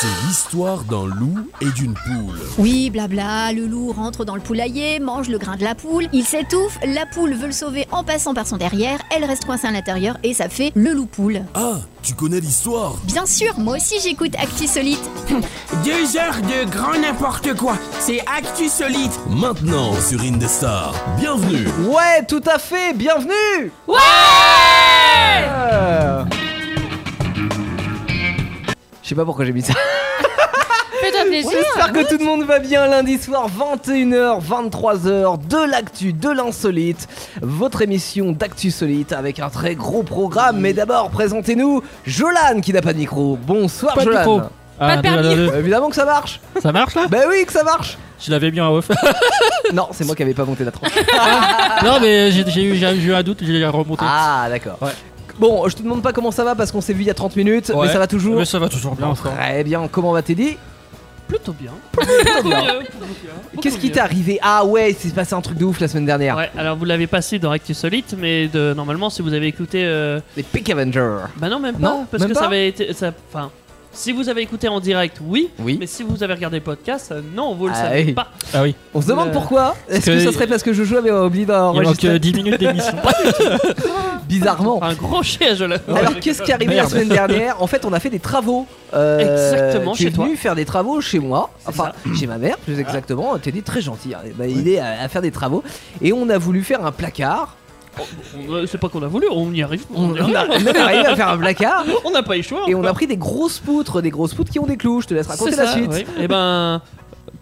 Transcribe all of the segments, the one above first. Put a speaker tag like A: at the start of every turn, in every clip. A: C'est l'histoire d'un loup et d'une poule.
B: Oui, blabla, le loup rentre dans le poulailler, mange le grain de la poule, il s'étouffe, la poule veut le sauver en passant par son derrière, elle reste coincée à l'intérieur et ça fait le loup-poule.
A: Ah, tu connais l'histoire
B: Bien sûr, moi aussi j'écoute Actisolite.
C: Deux heures de grand n'importe quoi. C'est Actu Solide.
A: Maintenant sur Indestar. Bienvenue
D: Ouais, tout à fait, bienvenue Euh. Je sais pas pourquoi j'ai mis ça.
E: Fais-toi plaisir.
D: J'espère que tout le monde va bien lundi soir, 21h, 23h, de l'actu, de l'insolite. Votre émission d'actu solite avec un très gros programme. Mais d'abord, présentez-nous Jolan qui n'a pas de micro. Bonsoir
F: Pas de
D: Jolan. Euh,
F: micro. Ah,
E: de permis.
F: deux, deux, deux.
D: Évidemment que ça marche.
F: Ça marche là
D: Ben oui, que ça marche.
F: Je l'avais bien à off.
D: Non, c'est moi qui avais pas monté la tranche.
F: non mais j'ai j'ai eu, j'ai eu un doute, j'ai remonté.
D: Ah, d'accord.
F: Ouais.
D: Bon, je te demande pas comment ça va parce qu'on s'est vu il y a 30 minutes,
F: Ouais.
D: mais ça va toujours.
F: Mais ça va toujours bien encore.
D: Très bien, comment va Teddy
F: Plutôt bien.
D: Qu'est-ce qui t'est arrivé Ah ouais, c'est passé un truc de ouf la semaine dernière.
G: Ouais, alors vous l'avez passé dans Actu Solite, mais de, normalement, si vous avez écouté. euh,
D: Les Peak Avengers.
G: Bah non, même pas.
D: Non,
G: parce
D: même
G: que
D: pas
G: ça avait été. ça- Enfin. Si vous avez écouté en direct, oui.
D: Oui.
G: Mais si vous avez regardé le podcast, euh, non, vous le
D: Ah
G: savez
D: oui.
G: pas.
F: Ah oui,
D: On se demande
G: Euh,
D: pourquoi Est-ce que,
F: que-
D: ça serait parce que Jojo avait oublié
F: il manque euh,
D: d'enregistrer
F: 10 minutes d'émission.
D: Bizarrement.
G: Un gros chien, je l'ai.
D: Alors qu'est-ce qui est arrivé la
F: Merde.
D: semaine dernière En fait, on a fait des travaux. Euh,
G: Exactement,
D: tu es
G: chez toi.
D: venu faire des travaux chez moi, enfin chez ma mère plus exactement. Teddy très gentil. hein. Bah, Il est à, à faire des travaux et on a voulu faire un placard.
G: Euh, C'est pas qu'on a voulu, on y arrive.
D: On,
G: On y arrive.
D: on a, on a arrivé à faire un placard
G: On n'a pas eu le choix.
D: et on a pris des grosses poutres, des grosses poutres qui ont des clous. Je te laisse raconter la suite.
G: Et ben.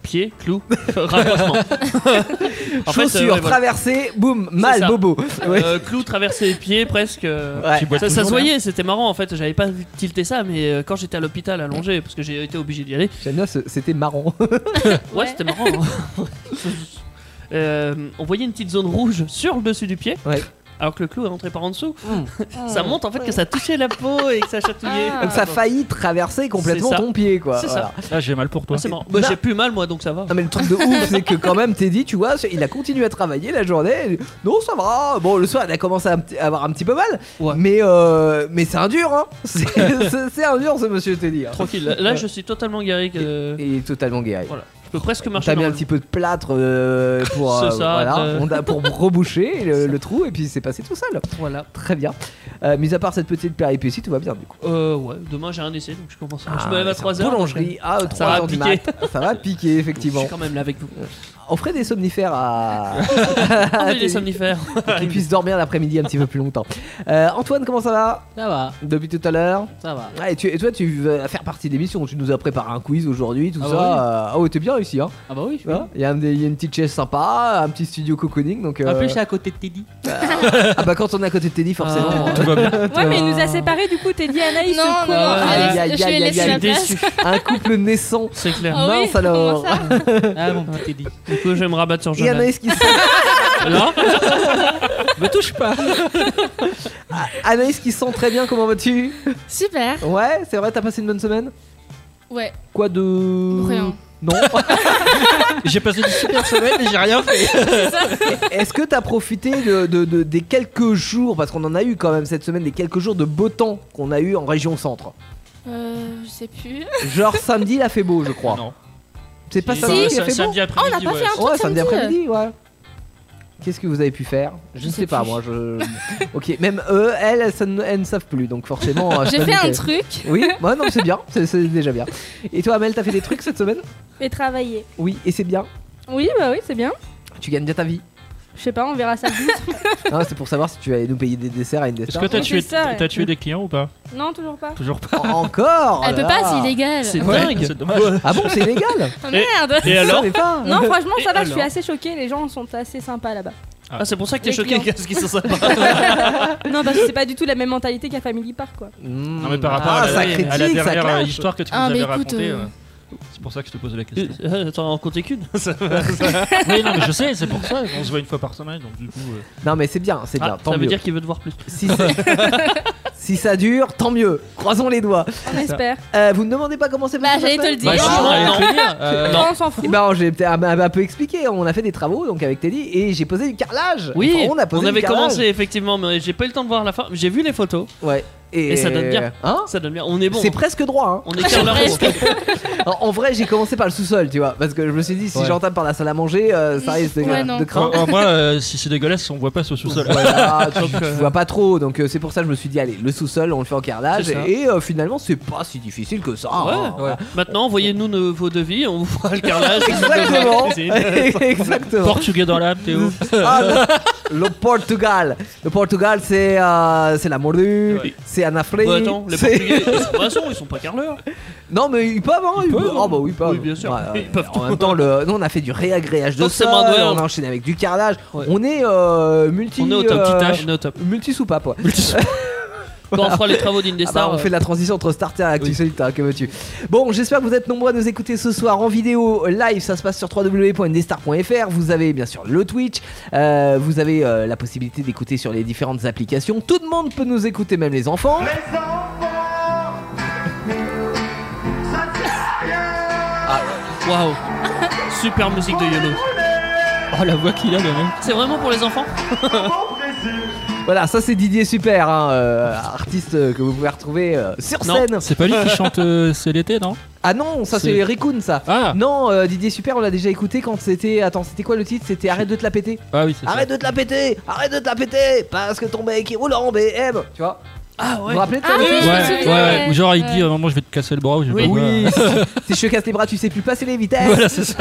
G: Pied, clou, rapprochement. En fait, euh,
D: Chaussures,
G: ouais, voilà.
D: traversée, boum, mal,
G: ça.
D: bobo. Ouais.
G: Euh, clou traversé les pieds presque. euh,
D: Ouais. Tu
F: bois
G: Ça, ça
F: toujours,
G: se voyait, c'était marrant en fait. J'avais pas vu tilter ça, mais euh, quand j'étais à l'hôpital allongé, parce que j'ai été obligé d'y aller,
D: J'aime bien, ce- c'était marrant.
G: ouais, c'était marrant. hein. Euh, on voyait une petite zone rouge sur le dessus du pied,
D: Ouais.
G: alors que le clou est rentré par en dessous.
E: Mm.
G: ça montre en fait que ça touchait la peau et que ça chatouillait.
E: Ah.
D: Donc ça a failli traverser complètement
G: C'est ça.
D: ton pied, quoi.
G: C'est
D: Voilà.
G: ça.
F: Là j'ai mal pour toi.
G: Ah, c'est marrant. Bah,
D: Non.
G: j'ai plus mal moi donc ça va.
D: Non mais le truc de ouf c'est que quand même Teddy tu vois il a continué à travailler la journée non ça va bon le soir il a commencé à un petit- à avoir un petit peu mal
G: Ouais.
D: mais euh, mais c'est un dur hein c'est c'est- c'est un dur ce monsieur Teddy hein.
G: Tranquille. Là je suis totalement guéri. que-
D: Et il est totalement guéri
G: Voilà. Je peux presque
D: on
G: marcher.
D: t'a mis un
G: normalement.
D: petit peu de plâtre euh, pour
G: C'est
D: euh,
G: ça,
D: voilà,
G: euh.
D: on a- pour reboucher le, le trou et puis c'est passé tout seul
G: Voilà.
D: très bien Euh, mis à part cette petite péripétie tout va bien du coup
G: Euh, ouais. Demain j'ai un essai donc je commence. je me lève à
D: Ah, c'est
G: 3h.
D: en boulangerie à
G: Ça va
D: 3h du
G: piquer.
D: mat ça va piquer
G: euh, Je
D: effectivement
G: suis quand même là avec vous.
D: offrez des somnifères à
G: Ah,
D: Teddy.
G: les somnifères.
D: qu'ils puissent dormir l'après-midi un petit peu plus longtemps. Euh, Antoine, comment ça va
E: Ça va,
D: Depuis tout à l'heure
E: ça va.
D: Ah, et, tu- et toi, tu vas faire partie de l'émission. Tu nous as préparé un quiz aujourd'hui, tout
E: Ah
D: ça.
E: bah oui.
D: Euh, Ah ouais, t'es bien réussi. Hein
E: Ah bah oui, je suis.
D: Tu vois Il y, a un des- il y a une petite chaise sympa, un petit studio cocooning. Donc, euh,
E: En plus, je suis à côté de Teddy.
D: ah bah quand on est à côté de Teddy, forcément.
G: Ah.
F: Tout va bien.
H: Ouais, mais il nous a séparés du coup, t'es dit Anaïs.
E: Non,
H: quoi.
E: non, non,
D: Aïe,
H: Anaïs,
D: aïe,
H: Oh, je
D: aïe,
H: lui ai laissé
D: aïe,
H: la
D: aïe.
H: place.
D: un couple naissant.
G: C'est clair.
H: Ah oui,
D: Mince alors.
H: comment ça
E: Ah mon petit Teddy.
G: Du coup, je vais me rabattre sur
D: Il y en a
G: Jonas.
D: qui s'en-
G: Non
F: Me touche pas.
D: Anaïs qui sent très bien, comment vas-tu
H: Super.
D: Ouais, c'est vrai, t'as passé une bonne semaine
H: Ouais.
D: Quoi de.
H: Rien.
D: Non
F: J'ai passé des super semaines et j'ai rien fait.
D: Est-ce que t'as profité de, de- de- des quelques jours, parce qu'on en a eu quand même cette semaine, des quelques jours de beau temps qu'on a eu en région centre
H: Euh, je sais plus.
D: Genre samedi, il a fait beau, je crois.
F: Non.
D: C'est pas
F: Si,
D: samedi, il a
F: ça-
D: fait beau
F: samedi après-midi,
H: Oh, on n'a pas
F: ouais.
H: fait un-
D: Ouais,
H: truc
D: samedi
H: samedi. euh.
D: après-midi, ouais. Qu'est-ce que vous avez pu faire Je ne sais
H: sais
D: pas,
H: plus.
D: moi. Je... ok, même eux, elles, elles, ça ne- elles ne savent plus, donc forcément. euh, je
H: J'ai
D: peux
H: fait un
D: douter.
H: truc
D: Oui, ouais, non, c'est bien, c'est- c'est déjà bien. Et toi, Amel, t'as fait des trucs cette semaine
H: et travailler.
D: Oui, et c'est bien.
H: Oui, bah oui, c'est bien.
D: Tu gagnes bien ta vie.
H: Je sais pas, on verra samedi.
D: Hein, c'est pour savoir si tu allais nous payer des desserts à une
F: Est-ce
D: dessert.
F: que t'as
H: Oui,
F: tué,
H: c'est ça, ouais.
F: t'as tué des clients ou pas
H: non, toujours pas.
F: Toujours pas.
D: Encore
H: Elle
D: oh
H: peut
D: là
H: pas,
D: là.
H: c'est illégal.
G: C'est
F: Ouais,
G: dingue.
F: C'est dommage.
D: Ah bon, c'est illégal
H: Ah,
F: Et-
H: merde.
F: Et alors
D: Je savais pas.
H: Non, franchement,
G: Et
H: ça va, je suis
G: alors
H: assez choquée. Les gens sont assez sympas là-bas.
G: Ah, c'est pour ça que t'es
H: Les
G: choqué
H: clients.
G: qu'est-ce qu'ils sont sympas.
H: Non, parce que c'est pas du tout la même mentalité qu'à Family Park, quoi.
D: Mmh.
F: Non mais par rapport
D: Ah,
F: à, la,
D: ça
F: à la
D: critique, ça
F: dernière euh,
D: clash.
F: histoire que tu
H: Ah,
F: nous
H: mais
F: avais
H: écoute,
F: racontée,
H: euh,
F: euh, c'est pour ça que je te posais la question.
G: Euh, Attends, en compter qu'une
F: oui, non mais je sais, c'est pour ça. On se voit une fois par semaine, donc du coup. euh,
D: Non mais c'est bien, c'est bien,
G: Ah,
D: tant
G: Ça
D: mieux. Bah,
G: veut dire qu'il veut te voir plus.
D: Si, ça- si ça dure, tant mieux. Croisons les doigts.
H: On espère.
D: Euh, vous ne demandez pas comment c'est
H: Bah,
D: passé cette
H: j'allais te le
D: semaine
H: dire.
F: Bah, si,
G: non,
F: on allait
G: non. Bah-
F: te le dire, euh,
H: Non, on s'en fout.
D: Eh ben, j'ai peut-être un, un- un peu expliqué. On a fait des travaux donc avec Teddy et j'ai posé du carrelage.
G: Oui,
D: Enfin, on a posé du
G: avait
D: carrelage.
G: commencé effectivement, mais j'ai pas eu le temps de voir la fin. J'ai vu les photos.
D: Ouais. Et,
G: Et ça donne bien.
D: Hein
G: Ça donne bien. On est bon.
D: C'est presque droit. hein.
G: On est carrément bon.
D: En, en vrai, j'ai commencé par le sous-sol, tu vois, parce que je me suis dit si
F: Ouais.
D: j'entame par la salle à manger, euh, ça risque de,
I: Ouais, non.
D: de
F: Oh,
D: craindre.
F: oh, moi, euh, si c'est dégueulasse, on voit pas ce sous-sol.
D: Voilà, tu,
G: Donc,
D: tu
G: euh,
D: vois pas trop, donc euh, c'est pour ça que je me suis dit allez, le sous-sol, on le fait en carrelage,
G: C'est ça.
D: et euh, finalement, c'est pas si difficile que ça. hein.
G: Ouais. Maintenant, envoyez-nous nos- vos devis, on vous fera le carrelage.
D: Exactement.
G: C'est-
D: Exactement.
F: Portugais dans l'âme, Théo.
D: Ah, le- le Portugal. Le Portugal, c'est euh, c'est la morue,
G: Ouais.
D: c'est un
G: Bon,
D: Afrique.
G: Bah, attends, les
D: c'est-
G: Portugais, ils sont poissons, ils sont pas carreleurs.
D: Non, mais ils peuvent, hein, ils
G: peuvent,
D: peuvent. Ah, bah oui, ils peuvent.
G: Oui, bien sûr. Ils peuvent
D: en même temps, le... nous, on a fait du réagréage de
G: Donc, c'est
D: sol,
G: moins doué, hein.
D: on a enchaîné avec du carrelage.
G: Ouais.
D: On est euh, multi.
G: On est au top,
D: euh,
G: petit tâche, on est au top.
D: Multi soupape, ouais.
G: Quand on fera les travaux d'Indestar,
D: Ah bah, on
G: euh,
D: fait la transition entre Starter et Actu Solitaire, que veux-tu Bon, j'espère que vous êtes nombreux à nous écouter ce soir en vidéo live. Ça se passe sur www.ndstar.fr. Vous avez bien sûr le Twitch. euh, vous avez euh, la possibilité d'écouter sur les différentes applications. Tout le monde peut nous écouter, même les enfants.
G: Waouh euh, Super musique de Yono.
F: Oh, la voix qu'il a, le mec.
G: C'est vraiment pour les enfants
D: Voilà, ça c'est Didier Super, hein, euh, artiste euh, que vous pouvez retrouver euh, sur
G: Non,
D: scène.
F: C'est pas lui qui chante euh, C'est l'été, non
D: Ah non, ça c'est
F: c'est-
D: Rikun ça.
F: Ah
D: Non, euh, Didier Super, on l'a déjà écouté quand c'était. Attends, c'était quoi le titre C'était Arrête de te la péter.
F: Ah oui, c'est ça.
D: Arrête de te la péter Arrête de te la péter Parce que ton mec il roule en BM Tu vois
G: Ah
D: Vous vous rappelez de ça
I: Ah,
D: Didier
F: Ouais,
I: oui. Je me
F: ouais,
I: souviens,
F: ouais.
I: ouais.
F: Ou genre, il
I: Ouais.
F: dit à un moment, je vais te casser le bras. ou je sais pas quoi.
D: Oui, si je te casse les bras, tu sais plus passer les vitesses.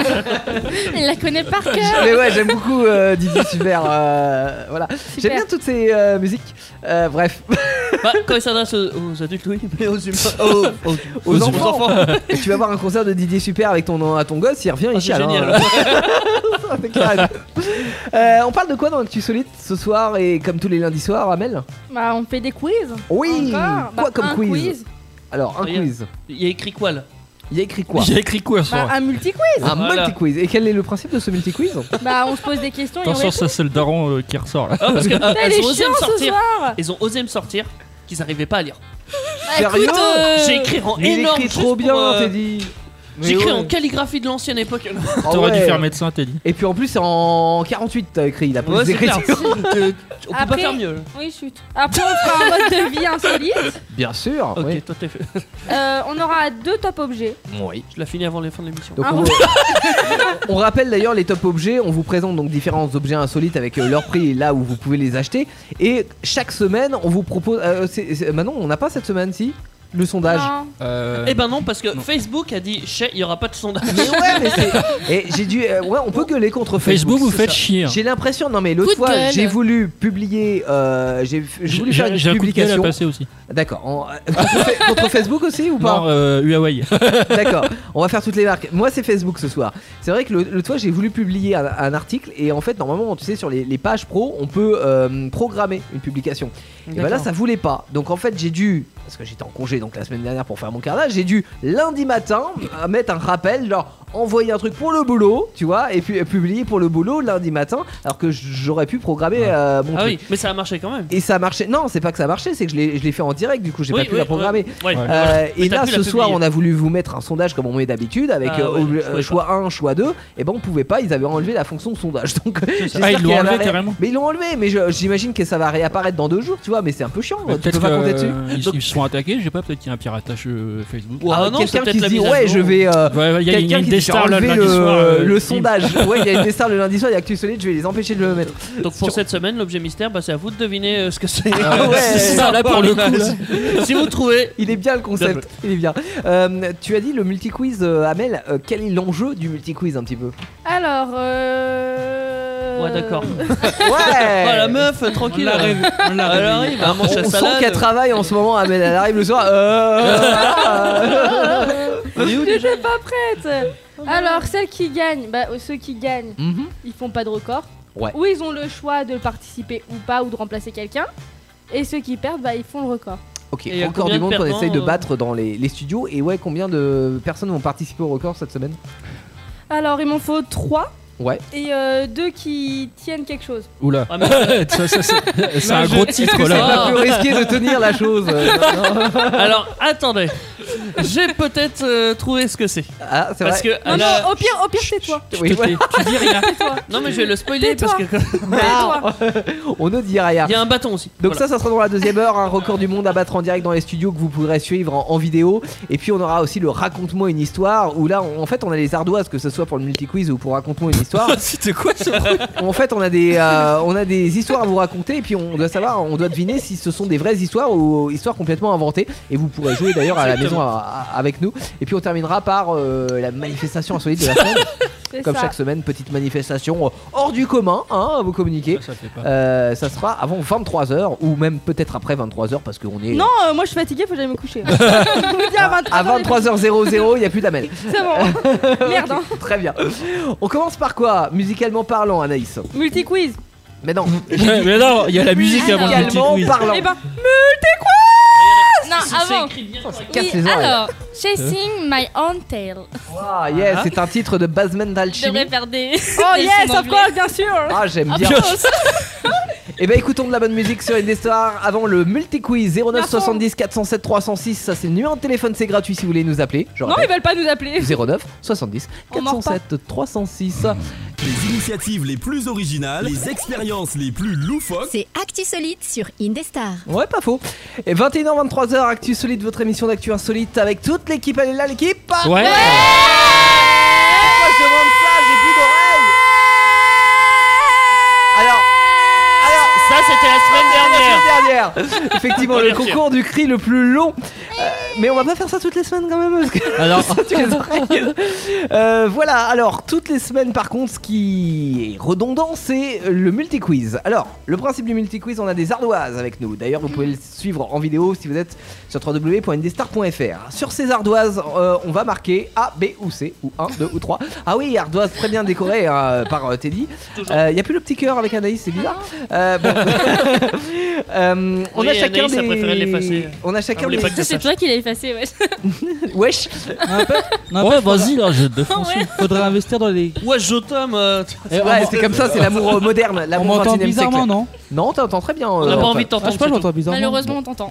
I: Il la connaît par cœur.
D: Mais ouais, j'aime beaucoup euh, Didier Super. euh, voilà, j'aime bien toutes ces euh, musiques. Euh, bref,
G: Bah, quand il s'adresse aux, aux adultes, oui, mais aux humains. Aux, aux-
D: Oh, aux,
G: aux
D: enfants.
G: enfants.
D: Et tu vas voir un concert de Didier Super avec ton à ton gosse, il revient,
G: Ah,
D: il
G: c'est
D: chiale. hein.
G: génial.
D: Ça, c'est clair. Euh, on parle de quoi dans Actu Solide ce soir et comme tous les lundis soirs, Amel
I: Bah, on fait des quiz.
D: Oui.
I: Encore.
D: Quoi
I: Bah,
D: comme
I: un
D: quiz,
I: quiz,
D: Alors un
G: Rien.
D: quiz.
G: Il y a écrit quoi là
D: Il y a écrit quoi
F: J'ai écrit quoi, ce
I: Bah,
F: soir
I: un multi-quiz.
D: Un
G: Voilà.
D: multi quiz. Et quel est le principe de ce multi quiz
I: Bah, on se pose des questions et on
F: Attention,
I: répond.
F: ça, c'est le daron euh, qui ressort, là.
G: Ah, parce que, euh,
I: Putain,
G: elles
I: elle est
G: ont osé me
I: chiante ce
G: sortir.
I: soir.
G: Elles ont osé me sortir qu'ils arrivaient pas à lire.
I: Bah,
D: Sérieux
I: écoute, euh,
G: J'ai écrit en
D: Mais Il
G: énorme.
D: écrit
G: juste
D: trop
G: pour,
D: bien,
G: euh,
D: t'es dit.
G: J'ai écrit
D: Mais
G: en
D: ouais.
G: calligraphie de l'ancienne époque.
D: Ah
F: T'aurais dû
D: ouais.
F: faire médecin, t'as dit.
D: Et puis en plus, c'est en 48, t'as écrit. Il a plus
G: Ouais, c'est clair.
D: d'écriture.
G: Euh, On peut pas
I: Après-
G: faire mieux.
I: Oui, chut. Après, on fera un mode de vie insolite.
D: Bien sûr.
G: Ok,
D: oui.
G: toi t'es fait.
I: Euh, on aura deux top objets.
D: Oui.
G: Je l'ai fini avant les fins de l'émission.
D: Donc
I: Ah
D: on, on rappelle d'ailleurs les top objets, on vous présente donc différents objets insolites avec euh, leur prix et là où vous pouvez les acheter. Et chaque semaine on vous propose... euh, c'est- c'est- bah non on n'a pas cette semaine si le sondage.
I: Non.
G: Eh ben non, parce que Facebook a dit, Chez, il y aura pas de sondage.
D: Mais ouais mais c'est... Et j'ai dû... euh, ouais on peut gueuler contre Facebook.
F: Facebook, vous
G: c'est
F: faites
G: ça.
F: chier.
D: J'ai l'impression, non mais l'autre
I: Coup de
D: fois
I: gueule.
D: j'ai voulu publier, euh, j'ai, j'ai voulu faire une
F: J'ai un coup de gueule à
D: publication.
F: passer aussi.
D: D'accord. on- contre, contre Facebook aussi ou pas
F: Non, euh, Huawei.
D: D'accord, on va faire toutes les marques. Moi, c'est Facebook ce soir. C'est vrai que le, le toi, j'ai voulu publier un, un article et en fait, normalement, tu sais, sur les, les pages pro, on peut euh, programmer une publication. Et bah là, ça voulait pas. Donc en fait, j'ai dû, parce que j'étais en congé donc la semaine dernière pour faire mon carnage, j'ai dû lundi matin euh, mettre un rappel, genre envoyer un truc pour le boulot, tu vois, et puis euh, publier pour le boulot lundi matin, alors que j'aurais pu programmer euh, mon
G: Ah
D: truc.
G: oui, mais ça a marché quand même.
D: Et ça a marché. Non, c'est pas que ça a marché, c'est que je l'ai je l'ai fait en direct, du coup, j'ai
G: Oui,
D: pas pu
G: oui,
D: la programmer.
F: Ouais.
G: Ouais. Euh,
D: Euh,
G: Mais
D: et
G: t'as
D: là,
G: pu la
D: ce soir,
G: publier.
D: on a voulu vous mettre un sondage comme on met d'habitude, avec
G: Ah
D: euh,
G: ouais,
D: obli-
G: je pouvais
D: euh, choix 1, choix 2. Et ben, on pouvait pas, ils avaient enlevé la fonction de sondage. Donc, j'espère
F: Ah, ils
D: qu'il
F: l'ont
D: y en
F: enlevé
D: avait-
F: carrément.
D: Mais ils l'ont enlevé, mais je- j'imagine que ça va réapparaître dans deux jours, tu vois. Mais c'est un peu chiant,
F: Mais
D: tu peux
F: Peut-être
D: pas compter
F: que,
D: dessus.
F: euh, ils- ils se sont attaqués, je sais pas, peut-être qu'il y a un piratage euh, Facebook.
G: Ah
D: Ah,
G: non, c'est
D: Quelqu'un
G: peut-être
D: qui se
G: la
D: dit,
G: mise à
D: ouais,
G: jour.
D: je vais. euh,
F: Ouais, ouais, il y a- il y a
D: Quelqu'un
F: une
D: qui dit,
F: des
D: j'ai
F: stars le
D: enlevé
F: lundi soir.
D: le,
F: euh,
D: le
F: bim.
D: sondage. Ouais, il y a une des stars le lundi soir, il y a Actu Solide, je vais les empêcher de le mettre.
G: Donc pour cette semaine, l'objet mystère, bah, c'est à vous de deviner euh, ce que c'est.
D: Ah ouais.
G: C'est ça, là, pour le coup. là. si vous trouvez,
D: Il est bien le
G: Bien
D: concept, il est bien. Euh, tu as dit le multi-quiz, euh, Amel, euh, quel est l'enjeu du multi-quiz un petit peu
I: Alors, euh.
G: ouais d'accord.
D: Ouais
G: Ah, la meuf, euh,
E: On
G: tranquille.
E: l'a
G: Elle
E: rêvé, on l'a rêvé.
G: arrive, elle mange
D: Eh. On
G: sa
D: sent qu'elle
G: salade.
D: travaille en ce moment, Amel, elle arrive le soir. euh,
G: On est où déjà
I: J'étais pas prête. Alors, celles qui gagnent, bah, euh, ceux qui gagnent,
D: Mhm.
I: ils font pas de record.
D: Ouais.
I: Ou ils ont le choix de participer ou pas, ou de remplacer quelqu'un. Et ceux qui perdent, bah, ils font le record.
D: Ok,
G: Et
D: record
G: combien
D: du
G: de
D: monde qu'on
G: perdants,
D: essaye de
G: euh
D: battre dans les, les studios. Et ouais, combien de personnes vont participer au record cette semaine
I: Alors, il m'en faut 3.
D: Ouais.
I: Et euh, deux qui tiennent quelque chose.
J: Oula.
G: Ouais, mais-
J: Ça, ça, c'est c'est
G: Là,
J: un
G: je-
J: gros titre
G: Est-ce que
J: là.
G: ça-
D: Pas plus risqué de tenir la chose. euh, non, non.
G: Alors, attendez. J'ai peut-être euh, trouvé ce que c'est.
D: Ah, c'est
G: Parce
D: vrai. oh.
G: que.
I: Non,
G: là-
I: non, au pire, au pire, c'est toi.
D: Oui, ouais.
G: Tu dis rien. Non, mais je vais le spoiler parce que.
D: Ah, on ne dit rien.
G: Il y a un bâton aussi.
D: Donc
G: Voilà.
D: ça, ça sera dans la deuxième heure, un record du monde à battre en direct dans les studios que vous pourrez suivre en, en vidéo. Et puis on aura aussi le raconte-moi une histoire, où là, on- en fait, on a les ardoises, que ce soit pour le multi-quiz ou pour raconte-moi une histoire.
G: C'était quoi ce
D: en fait, on a des, euh, on a des histoires à vous raconter, et puis on doit savoir, on doit deviner si ce sont des vraies histoires ou histoires complètement inventées. Et vous pourrez jouer d'ailleurs à la maison à- à- avec nous. Et puis on terminera par euh, la manifestation insolite de la semaine.
I: C'est
D: Comme
I: ça.
D: chaque semaine, petite manifestation euh, hors du commun, hein, à vous communiquer.
F: Ça, ça fait pas.
D: Euh, ça sera avant 23h ou même peut-être après 23h parce qu'on est
I: Non, euh, moi je suis fatiguée, faut que j'aille me coucher. Je vous dis à 23
D: à 23h00, il n'y a plus d'amel.
I: C'est bon. Merde, hein.
D: Très bien. On commence par quoi Musicalement parlant, Anaïs.
I: Multi-quiz.
D: Mais non,
J: Mais non, il y a la musique avant le petit
D: musicalement
J: quiz.
D: parlant.
I: Eh ben,
H: Non, avant.
D: Casse les
H: Oui,
D: oreilles.
H: alors, Chasing My Own Tail.
D: Waouh, Ah, yes, c'est un titre de Basement
H: Je
D: d'Alchimie.
H: devrais faire des.
I: oh
H: des
I: yes,
H: sons
I: of
H: d'anglais.
I: course, bien sûr.
D: Ah, j'aime bien.
I: bah,
D: Et ben écoutons de la bonne musique sur une Star avant le multi-quiz 09 70 407 306. Ça, c'est le numéro de téléphone, c'est gratuit si vous voulez nous appeler. Je
I: Non,
D: rappelle,
I: ils veulent pas nous appeler.
D: 09 70
I: On mord pas.
D: 407 306.
A: Les initiatives les plus originales, les expériences les plus loufoques.
B: C'est Actu Solide sur Indestar.
D: Ouais, pas faux. Et 21h, 23h, Actu Solide, votre émission d'actu insolite avec toute l'équipe. Elle est là, l'équipe Pourquoi
J: Ouais.
D: je demande ça J'ai plus d'oreilles Alors. Alors.
G: Ça, c'était la semaine dernière.
D: La semaine dernière Effectivement, le
G: Première
D: concours du cri le plus long. Euh, mais on va pas faire ça toutes les semaines quand même. Parce que...
J: Alors,
D: Tu les oreilles. Euh, voilà, alors toutes les semaines par contre, ce qui est redondant, c'est le multi-quiz. Alors, le principe du multi-quiz, on a des ardoises avec nous. D'ailleurs, vous pouvez le suivre en vidéo si vous êtes sur www.ndestar.fr. Sur ces ardoises, euh, on va marquer A, B ou C, ou 1, 2 ou 3. Ah oui, ardoise très bien décorée hein, par euh, Teddy. Il n'y a plus le petit cœur avec Anaïs, c'est bizarre. Euh, bon. Euh, on
G: Ah. Oui,
D: a chacun
G: Anaïs a
D: des-
G: préféré l'effacer. Ah
D: On a chacun
G: voulait
D: des...
G: pas que
H: Ça, c'est toi qui l'as effacé, ouais.
D: Wesh
J: ouais, vas-y là, je défonce.
H: Ouais.
E: Faudrait investir dans les.
G: Ouais, je t'aime. euh,
J: Eh, on
D: Ouais,
J: m'en-
D: c'est comme ça, c'est l'amour euh, moderne,
E: On
D: l'amour
E: m'entend
D: 21 siècle.
E: bizarrement, non
D: Non, t'entends très bien. euh,
G: On n'a pas envie de t'entendre.
E: Ah, je sais pas,
G: c'est tout.
E: j'entends bizarrement.
H: Malheureusement, on t'entend.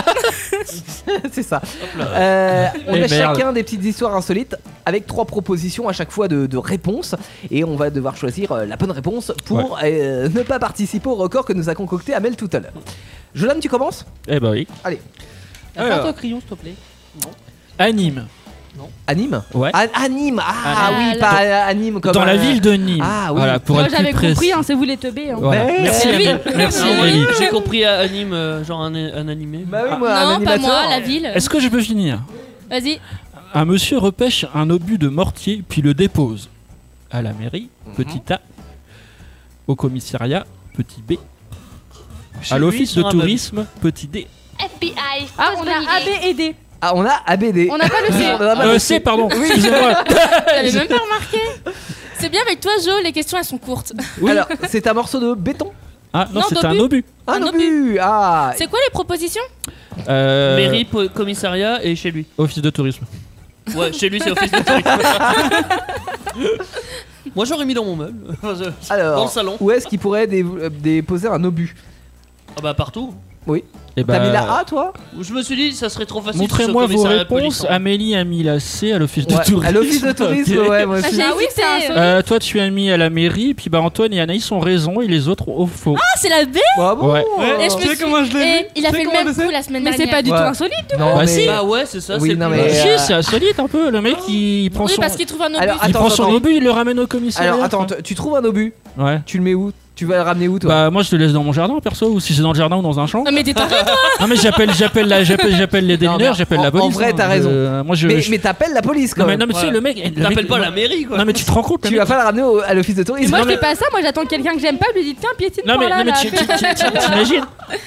D: C'est ça. Euh, on
J: Eh
D: a
J: merde.
D: chacun des petites histoires insolites avec trois propositions à chaque fois de, de réponses et on va devoir choisir euh, la bonne réponse pour euh, ne pas participer au record que nous a concocté Amel tout à l'heure. Jolan, tu commences
J: Eh bah oui.
E: Apporte au crayon, s'il te plaît.
J: Anime.
D: Anime
J: Ouais.
D: Ah, Anime Ah,
H: Ah,
D: oui,
H: là,
D: pas euh, Anime comme
J: Dans
D: un-
J: la ville de Nîmes.
D: Ah oui.
J: Voilà, pour
I: Moi
J: être
I: j'avais
J: plus
I: compris,
J: précis.
I: hein, c'est vous les teubés. Hein.
J: Voilà.
D: Ouais.
J: Merci,
H: La
J: Amel.
H: ville.
J: Merci,
H: Ouais.
J: Amélie.
G: J'ai compris euh, anime, euh, genre un, un animé.
D: Bah oui, moi, un
H: Ah. non, pas
D: animateur.
H: moi, la ville.
J: Est-ce que je peux finir
H: Vas-y.
J: Un monsieur repêche un obus de mortier puis le dépose à la mairie,
D: Mhm.
J: petit A, au commissariat, petit B,
G: Chez
J: à
G: lui,
J: l'office de
G: sur un meuble.
J: tourisme, petit D.
H: FBI.
I: Ah, on a AB et D.
D: Ah, on a Ah, ABD.
I: On n'a pas le C.
D: On a pas
J: Euh,
D: le-
J: C, pardon, excusez-moi.
H: T'avais même pas remarqué Bah, C'est bien avec toi, Jo, les questions elles sont courtes.
J: Oui.
D: Alors, c'est un morceau de béton.
J: Ah non,
H: Non,
J: c'était un
H: d'obus.
J: obus.
D: Un,
H: Un
D: obus. Ah,
H: C'est quoi les propositions
J: Euh,
G: Mairie, po- commissariat et chez lui.
J: Office de tourisme.
G: Ouais, chez lui, c'est office de tourisme. Moi, j'aurais mis dans mon meuble. Enfin, je-
D: alors.
G: Dans le salon.
D: Où est-ce qu'il pourrait dé- euh, déposer un obus
G: Ah bah partout.
J: Et
D: T'as mis la A toi
G: Je me suis dit, ça serait trop facile.
J: Eh bah, Montrez-moi
G: ce
J: vos
G: commissariat de police,
J: réponses.
G: hein.
J: Amélie a mis la C à l'office de
D: Ouais,
J: tourisme.
D: À l'office de tourisme,
J: Ok.
D: ouais, moi aussi.
H: Ah oui, c'est un
I: hésité.
H: son.
J: Euh, toi, tu as mis à la mairie, puis bah Antoine et Anaïs ont raison et les autres ont faux.
H: Ah, c'est la B
D: Ah bon
J: Ouais.
D: euh,
H: Et je me suis- et il a fait le même coup la semaine
I: Mais
H: dernière.
I: c'est pas du
D: Ouais.
I: tout insolite.
D: Non,
J: Bah
D: mais-
J: si.
G: Bah ouais, c'est ça.
D: Oui,
G: c'est le
D: non,
G: plus
D: mais-
G: logique.
J: Si,
D: euh,
J: c'est insolite un peu. Le mec, il prend
H: Oui,
J: son,
H: parce qu'il trouve un obus.
D: Alors,
J: il
D: Attends,
J: prend
D: attends,
J: son
D: attends.
J: obus, il le ramène au commissariat.
D: Alors attends,
J: quoi.
D: t- tu trouves un obus,
J: Ouais.
D: tu le mets où Tu vas le ramener où toi
J: Bah moi, je te laisse dans mon jardin, perso, ou si c'est dans le jardin ou dans un champ.
H: Non, mais t'es taré
J: Ah mais j'appelle, j'appelle, la- j'appelle, j'appelle les
D: Non,
J: délineurs,
D: mais
J: j'appelle
D: en-
J: la police.
D: en vrai,
J: hein.
D: t'as raison.
J: Euh, moi, je.
D: Mais,
J: je-
D: mais t'appelles la police quand
J: Non mais,
D: même.
J: non, mais tu sais,
G: Ouais.
J: le mec. le
G: T'appelles
J: mec-
G: pas la mairie quoi.
J: Non euh, mais tu te rends compte, le
D: Tu
J: mec,
D: vas pas le ramener au- à l'office de tourisme.
I: Moi,
J: Non,
I: je fais
J: mais-
I: pas ça. Moi, j'attends quelqu'un que j'aime pas. Je lui dis tiens, piétine
J: Non
I: par
H: Oh
J: mais,
I: là.
J: non, mais
I: là,
J: tu-
I: fais-
J: tu- tu- tu- t'imagines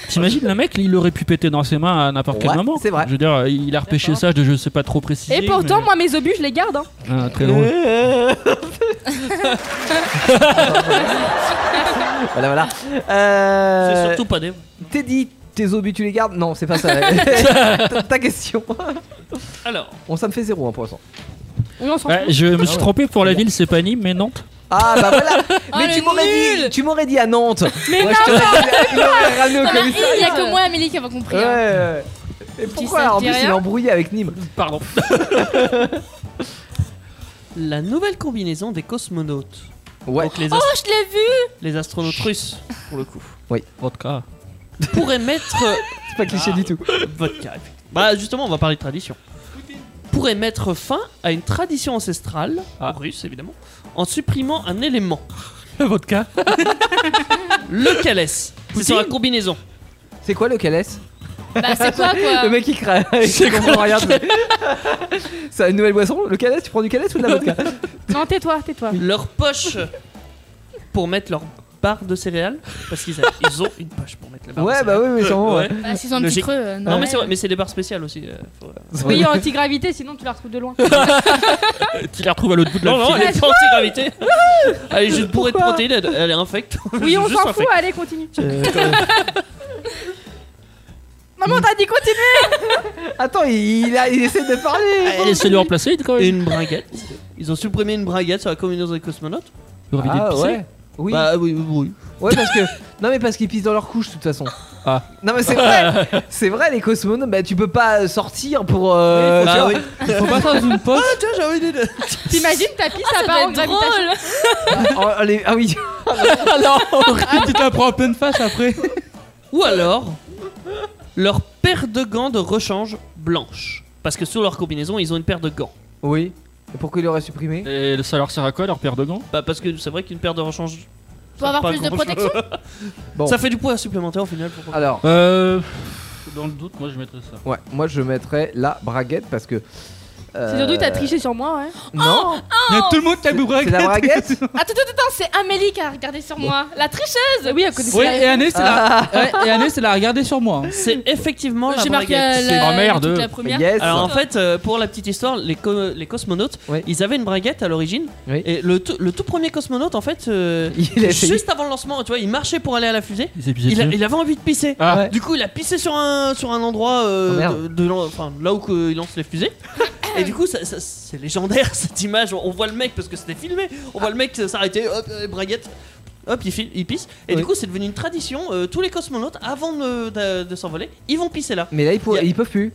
J: T'imagines le mec il aurait pu péter dans ses mains à n'importe quel
D: Ouais,
J: moment.
D: c'est vrai.
J: Je veux dire, il a repêché ça de je sais pas trop précis.
I: Et pourtant, moi, mes obus, je les garde. hein.
J: très
D: Euh,
J: drôle.
D: Voilà, voilà.
G: C'est
D: Euh...
G: surtout pas des.
D: Teddy, tes obus, tu les gardes Non, c'est pas ça. Ta- Ta question.
G: Alors,
D: Bon, ça me fait zéro hein, pour l'instant.
I: Oui, on s'en
J: Ouais,
I: fout.
J: je me suis
D: ouais.
J: trompé pour la ville, c'est pas Nîmes mais Nantes.
D: Ah bah voilà Mais
H: Oh,
D: tu
H: le
D: m'aurais dit,
H: nul
D: tu m'aurais dit à Nantes
H: Mais
D: Moi, je t'aurais- il aurait ramené au
I: T'en as une,
D: commissariat.
I: Il y a que moi, Amélie, qui avons compris.
D: Ouais,
I: hein.
D: ouais. Et
I: ça
D: pourquoi
I: te
D: En
I: dit
D: plus, il est
I: rien
D: embrouillé avec Nîmes.
J: Pardon.
G: La nouvelle combinaison des cosmonautes.
D: Ouais.
G: Donc les,
I: Oh,
G: ast-
I: je l'ai vu
G: les astronautes russes, pour le coup,
J: Vodka.
G: pourraient mettre. euh,
D: C'est pas cliché
I: Ah.
D: du tout.
G: Vodka. effectivement. Bah, justement, on va parler de tradition. Pourrait mettre fin à une tradition ancestrale, russe évidemment, en supprimant un élément,
J: Le vodka.
G: le calès. C'est sur la combinaison.
D: C'est quoi le calais
I: Bah, c'est quoi, quoi
D: Le mec il craint. Il comprend rien. C'est une nouvelle boisson Le calais Tu prends du calais ou de la vodka
I: Non, tais-toi, tais-toi.
G: Leur poche pour mettre leur barre de céréales, parce qu'ils a- ils ont une poche pour mettre la barre de
D: Ouais, bah
G: céréales.
D: oui, mais sûrement. Ouais.
I: Bah, s'ils ont un petit
G: Logique.
I: creux. euh,
G: Non, mais
I: normal.
G: c'est vrai, mais c'est des barres spéciales aussi. euh, faut-
I: Oui, anti-gravité, sinon tu la retrouves de loin.
J: Tu la retrouves à l'autre bout de la
G: Non, non,
J: file.
G: elle est pas anti-gravité. Elle est juste bourrée de
D: Pourquoi
G: protéines, elle, elle est infecte.
I: Oui, on
G: Juste
I: s'en fout,
G: infecte.
I: allez, continue.
G: Euh, quand-
I: Maman, t'as dit continue
D: Attends, il, il a- il essaie de
I: Ah,
D: parler.
J: Et c'est lui remplacer quand
G: Et
J: même.
G: une braguette. Ils ont supprimé une braguette sur la combinaison des cosmonautes.
J: Vous avez
D: Ah
J: envie de pisser
D: ouais Oui.
G: Bah oui, oui, oui.
D: Ouais, parce que. Non, mais parce qu'ils pissent dans leur couche, de toute façon.
J: Ah.
D: Non, mais c'est vrai. c'est vrai, les cosmonautes. Bah, tu peux pas sortir pour. euh, tu
G: Bah
D: vois.
G: oui.
J: Faut pas ça dans une poche.
G: Tiens, j'ai envie de.
I: T'imagines, ta pisse, ça
H: Ça
I: part
H: doit
I: en
H: être
I: Bah, gravitation.
H: drôle
D: Ah, oh, les- ah oui.
J: tu te la prends en pleine face après.
G: Ou alors, leur paire de gants de rechange blanche. Parce que sur leur combinaison, ils ont une paire de gants.
D: Oui. Et pourquoi il l'aurait supprimé
J: Et ça leur sert à quoi leur paire de gants
G: Bah parce que c'est vrai qu'une paire de rechange.
I: Pour avoir
G: pas
I: plus de
G: grand-chose.
I: protection
D: Bon.
G: Ça fait du poids supplémentaire au final. Pour...
D: Alors,
J: Euh. Dans le doute, moi je mettrais ça.
D: ouais, moi je mettrais la braguette parce que. euh,
I: C'est surtout que t'as triché sur moi, ouais.
D: Non,
J: tout le monde qui a
D: c'est la braguette.
I: Attends, attends, attends, c'est Amélie qui a regardé sur moi. La tricheuse Oui, elle connaissait
E: Oui,
I: la
E: et Annès, elle a,
D: Ah.
E: ouais, et Annès, elle a regardé sur moi. hein.
G: C'est effectivement la
H: J'ai marqué
G: braguette.
H: la,
J: C'est- Ah, merde.
H: toute la première.
D: Yes.
G: Alors en fait, euh, pour la petite histoire, les, co- les cosmonautes,
D: Oui.
G: ils avaient une braguette à l'origine.
D: Oui.
G: Et le, tout- le tout premier cosmonaute, en fait, euh,
D: il a essayé.
G: juste avant le lancement, tu vois, il marchait pour aller à la fusée.
J: Ils épuisaient
G: Il, a-
J: dessus.
G: il avait envie de pisser.
J: Ah.
D: Ouais.
G: Du coup, il a pissé sur un, sur un endroit euh,
D: Oh, merde.
G: de, de l'en- enfin, là où que- il lance les fusées. Et du coup, ça- ça- c'est légendaire cette image. On, on voit le mec parce que c'était filmé. On voit le mec s'arrêter, hop, euh, braguette. Hop, il, file- il pisse. Et
D: Oui.
G: du coup, c'est devenu une tradition. euh, tous les cosmonautes, avant de, de- de s'envoler, ils vont pisser là.
D: Mais là, ils, pou-
G: Il y a-
D: ils peuvent plus.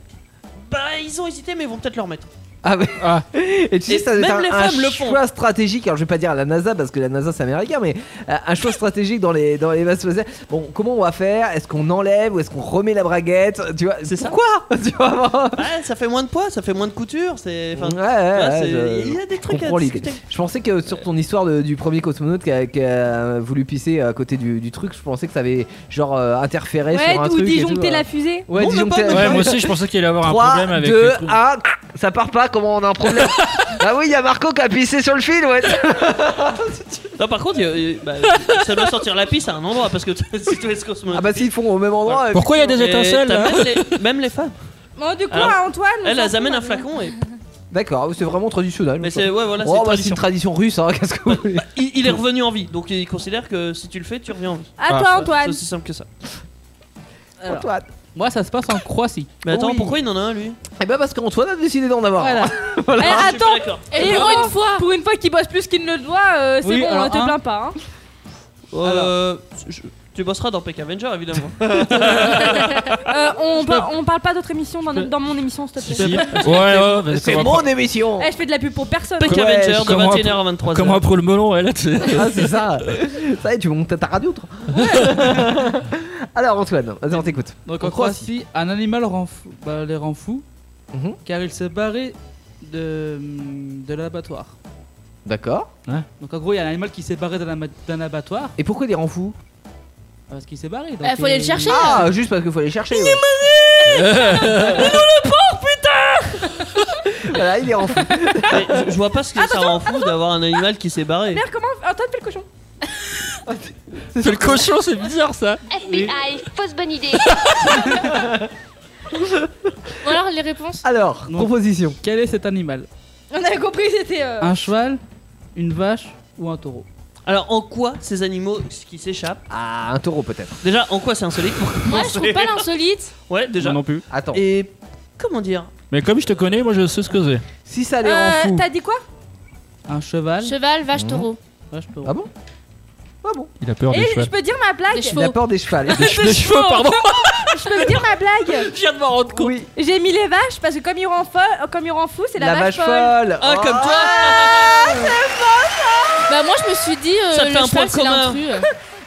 G: Bah, ils ont hésité, mais ils vont peut-être le remettre.
D: Ah, mais...
J: Ah.
D: Et tu sais,
G: Et
D: ça c'est
G: même
D: un,
G: les
D: un
G: femmes le font.
D: choix stratégique. Alors, je vais pas dire à la NASA parce que la NASA c'est américain, mais euh, un choix stratégique dans les dans les vastes océans. Bon, comment on va faire Est-ce qu'on enlève ou est-ce qu'on remet la braguette Tu vois
G: C'est ça.
D: Pourquoi Tu vois vraiment
G: Ouais, ça fait moins de poids, ça fait moins de couture. C'est. enfin,
D: Ah Ouais,
G: tu vois,
D: ouais,
G: c'est-
D: ouais, je-
G: il y a des
D: je
G: trucs à
D: comprends l'idée.
G: discuter.
D: Je pensais que sur ton histoire de- du premier cosmonaute qui a, qui a voulu pisser à côté du, du truc, je pensais que ça avait genre euh, interféré
I: Ouais,
D: sur un
I: ou
D: truc. et tout,
I: disjoncter
D: euh.
I: la fusée.
D: Ouais,
G: Non, mais
D: disjoncter
G: pas-
D: la
J: Ouais, moi
D: fusée.
J: aussi je pensais qu'il allait avoir un
D: 3,
J: problème avec.
D: 2,
J: le truc.
D: 1, ça part pas, comment on a un problème Ah oui, il y a Marco qui a pissé sur le fil, ouais
G: Non, par contre, il y a- il- bah, ça doit sortir la pisse à un endroit parce que si tu es ce cosmonaute.
D: Ah bah s'ils font au même endroit, euh,
J: Pourquoi il y a des
G: Et
J: étincelles
G: t'as
J: là
G: même, les, même les femmes.
I: Bon, du coup,
G: Alors,
I: à Antoine. on
G: Elles,
I: s'en
G: elles
I: fout,
G: amènent un
I: maintenant.
G: flacon et.
D: D'accord, c'est vraiment traditionnel.
G: Mais c'est. Ouais, voilà, c'est
D: Oh, bah,
G: une
D: c'est
G: tradition.
D: une tradition russe, hein, qu'est-ce que vous voulez
G: Il, il est revenu en vie, donc il considère que si tu le fais, tu reviens en vie.
I: À
G: C'est
I: toi, Antoine.
G: aussi simple que ça.
E: Alors.
D: Antoine
E: Moi, ça se passe en Croatie.
G: Mais attends,
D: Oui.
G: pourquoi il en a un lui
D: Eh ben parce qu'Antoine a décidé d'en avoir.
E: Voilà.
I: Eh,
G: Ah, je suis pas
I: attends,
G: d'accord.
I: et pour
H: Et pour
I: une
H: une fois
I: Pour une fois qu'il bosse plus qu'il ne le doit, euh, c'est
E: Oui,
I: bon,
E: alors,
I: on te
E: hein.
I: plaint pas. Hein.
G: Euh, je- Tu bosseras dans Peck Avenger évidemment.
I: Euh, on, par- on parle pas d'autres émissions dans, notre- dans mon émission, s'il te
J: Si,
I: plaît.
J: si. Ouais, ouais, vas-y,
D: C'est
J: comme
D: mon
J: un-
D: émission
I: Eh, je fais de la pub pour personne.
G: Peck
D: Ouais,
G: Avenger de
J: comment-
G: 21h à 23h.
J: Comme un pour le melon, elle. tu sais.
D: Ah c'est ça Ça y est, tu montes à ta radio toi Alors Antoine, vas-y on t'écoute.
E: Donc
D: En
E: en
D: Croatie.
E: Croatie, un animal rend fou- bah, les rend fous
D: Mhm.
E: car il se barrait de, hum, de l'abattoir.
D: D'accord.
E: Donc en gros, il y a un animal qui s'est barré d'un ama- d'un abattoir euh,
D: Et pourquoi il les rend fous
E: parce qu'il s'est barré. donc,
H: Eh, faut aller
E: euh,
H: le chercher.
D: Ah juste parce qu'il faut les chercher. ouais. voilà, il les rend fous.
G: Mais je, je vois pas ce que ça rend fou d'avoir un animal qui s'est barré.
I: Merde, comment Antoine fait le cochon
J: C'est le cochon, c'est bizarre ça.
K: FBI, fausse bonne idée.
H: Ou alors les réponses.
D: Alors,
E: Non.
D: proposition.
E: Quel est cet animal
I: On avait compris, c'était.
J: Ah,
I: euh,
E: Un cheval, une vache ou un taureau
G: Alors en quoi ces animaux qui s'échappent
D: Ah, un taureau peut-être.
G: Déjà en quoi c'est insolite pour
H: Moi, je trouve pas l'insolite.
G: Ouais déjà.
J: Moi non plus.
D: Attends.
G: Et comment dire
J: Mais comme je te connais, moi je sais ce que c'est.
D: Si ça les rend
I: euh,
D: fous.
I: T'as dit quoi
E: Un cheval,
H: Cheval, vache, taureau.
D: Ah bon Ah bon
J: Il a peur
H: Et
J: des
I: Eh,
J: chevaux.
H: je peux dire ma blague
D: Il a peur des chevaux.
H: Des chevaux.
J: des chevaux, pardon.
H: Je peux dire ma blague
G: Je viens de m'en rendre compte.
H: J'ai mis les vaches parce que comme il rend, fo- comme il rend fou, c'est la,
D: Oh.
G: Ah, comme toi
I: Ah. Bah moi je me suis dit euh,
G: Ça te
I: le
G: fait un point
I: cheval c'est
G: commun.
I: l'intrus.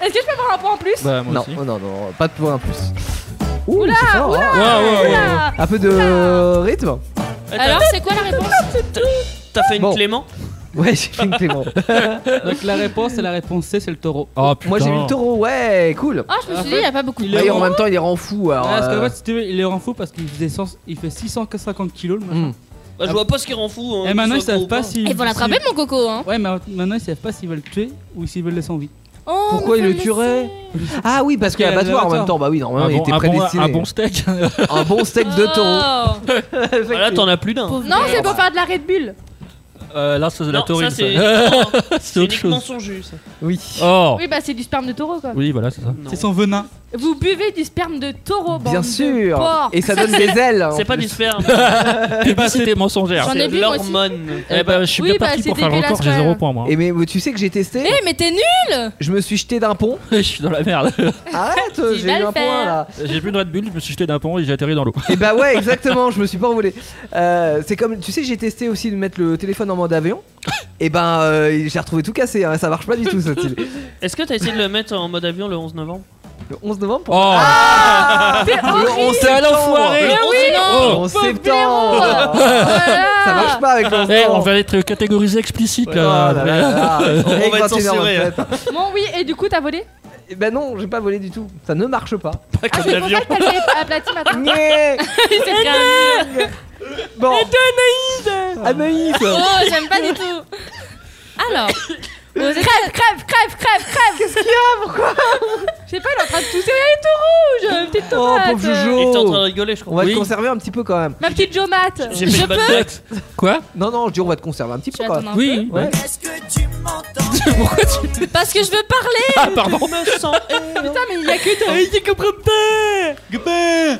H: Est-ce que je peux avoir un point en plus
J: Bah, moi
D: non, oh
J: aussi.
D: non, non, pas de point en plus. Ouh,
H: Oula,
D: c'est fort, hein.
J: Ouah, ouah, ouah.
H: Oula.
D: Un peu de rythme
G: Eh, t'as-
I: Alors c'est quoi la réponse
G: T'as fait une
D: Bon.
G: Clément
D: Ouais, j'ai fait une Clément.
E: Donc la réponse, c'est la réponse C, c'est le taureau.
J: Oh putain.
D: Moi j'ai vu le taureau, ouais, cool.
I: Ah je me suis dit il y a pas beaucoup de
E: Il est
D: D'ailleurs,
I: temps.
D: en même temps, il est rend fou. Alors,
E: Ouais,
J: Ah,
E: parce qu'en
D: euh,
E: fait, si tu veux, il est en fou parce qu'il faisait cent- il fait 650 kilos le machin.
D: hmm.
G: Bah, Je vois pas ce qui rend
J: Eh,
G: fou. hein,
E: Et maintenant,
G: qu'il
E: ils
G: soit gros
E: savent pas
G: ou
E: si.
I: Ils vont l'attraper mon coco hein.
E: si- Ouais, mais maintenant, ils savent pas s'ils veulent le tuer ou s'ils veulent le laisser en vie.
I: Oh,
D: Pourquoi
I: mais
D: il
I: faut
D: le tuerait Ah oui, parce
E: qu'il
D: qu'il y
E: y
D: a
E: a
D: l'abattoir en même
E: l'abattoir.
D: temps. Bah oui, normalement,
J: un,
D: il
J: Ah bon,
D: était
J: un, bon,
D: prédestiné.
J: un bon steak.
D: Un bon steak de taureau.
I: Oh.
G: Bah, là, t'en as plus d'un.
I: Non c'est pour faire de la Red Bull.
J: Euh, là, c'est de la
G: Non,
J: taurine.
G: ça, c'est
J: ça.
G: c'est
J: autre
G: uniquement
J: chose.
G: son jus. ça.
D: Oui.
J: Oh.
I: Oui bah c'est du sperme de taureau quoi.
J: Oui, voilà, c'est ça.
G: Non.
E: C'est son venin.
I: Vous buvez du sperme de
H: Oh,
I: taureau bande
D: Bien
I: de
D: sûr.
I: porcs.
D: Et ça donne des ailes. hein, en
G: C'est pas
D: plus.
G: du sperme,
J: Publicité mensongère.
I: J'en ai
G: c'est
I: bu, moi aussi.
G: l'hormone.
J: Eh ben, je suis
I: Oui,
J: bien
I: bah,
J: parti
I: c'est
J: pour faire le
I: dégueulasse,
J: record, j'ai
I: ouais.
J: 0 point moi.
D: Et mais tu sais que j'ai
I: Eh
D: testé,
I: mais t'es nul
D: je me suis jeté d'un pont.
J: Je suis dans la merde.
D: Arrête,
I: Tu
D: j'ai
I: vas
D: eu
I: le
D: un point
I: faire.
D: là.
J: J'ai plus de Red Bull, je me suis jeté d'un pont et j'ai atterri dans l'eau.
D: Et bah ouais, exactement, je me suis pas envolé. Euh, c'est comme, tu sais, j'ai testé aussi de mettre le téléphone en mode avion. Et ben, euh, j'ai retrouvé tout cassé, hein, ça marche pas du tout ce style.
G: Est-ce que t'as essayé de le mettre en mode avion le 11 novembre
D: Le 11 novembre pour
J: Oh
I: Ah
H: T'es
D: Le
H: horrible
D: 11
J: C'est à
D: septembre.
J: l'enfoiré
I: Mais oui
D: Le
J: Oh
D: 11 septembre
I: Voilà.
D: Ça marche pas avec le 11
J: Eh, on
D: septembre
J: va être euh, catégorisé explicite
D: Oh
J: là.
D: là là là. Et
G: On va être
D: 21h27.
G: censuré.
H: Bon oui, et du coup t'as volé
D: Eh ben non, j'ai pas volé du tout. Ça ne marche pas.
G: Pas
H: Ah,
G: comme l'avion.
I: T'as le fait aplati maintenant.
D: Nyeh
I: C'est bien.
D: Bon. Anaïs Anaïs
I: Oh j'aime pas du tout. Alors. Crève, crève, crève, crève, crève Qu'est-ce qu'il y a Pourquoi Je sais pas, il est en train de tousser. Elle est tout rouge Petite
D: Oh,
I: tomate
D: pauvre
G: Il était en train de
D: Jojo
G: rigoler, je crois.
D: On va
J: Oui.
D: te conserver un petit peu quand même.
I: Ma petite jomate
G: J'ai fait une bonne blague.
J: Quoi
D: Non, non, je dis on va te conserver un petit peu quand même.
J: Oui.
D: Ouais.
J: Pourquoi tu
I: Parce que je veux parler
J: Ah pardon.
G: Je me sens
I: Putain, mais il y a que toi
E: Gobin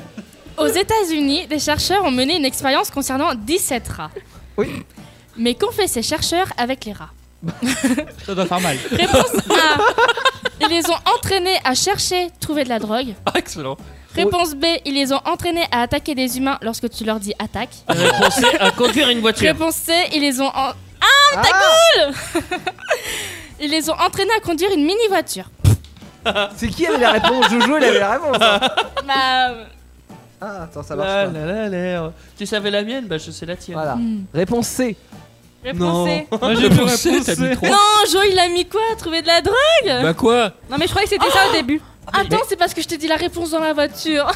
I: Aux États-Unis, des chercheurs ont mené une expérience concernant 17 rats.
D: Oui.
I: Mais qu'ont fait ces chercheurs avec les rats
E: Ça doit faire mal.
I: Réponse A. Ils les ont entraînés à chercher, trouver de la drogue.
J: Ah, Excellent.
I: Réponse B. Ils les ont entraînés à attaquer des humains lorsque tu leur dis attaque.
G: Réponse C, à conduire une voiture.
I: Réponse C. Ils les ont en- ils les ont entraînés à conduire une mini voiture.
D: Ah, C'est qui avait la réponse Jojo, il avait la réponse. hein.
I: Bah, euh,
D: Ah, attends, ça marche
G: La,
D: pas.
G: la, la, la. Tu savais la mienne Bah je sais la tienne.
D: Voilà.
I: hmm.
D: Réponse C.
H: Réponse C.
J: Ah,
E: Moi j'ai vu réponse C.
I: non, Jo, il a mis quoi Trouver de la drogue
J: Bah quoi
H: Non mais je croyais que c'était
D: Ah
H: ça au début.
I: Attends, c'est parce que je te dis la réponse dans la voiture.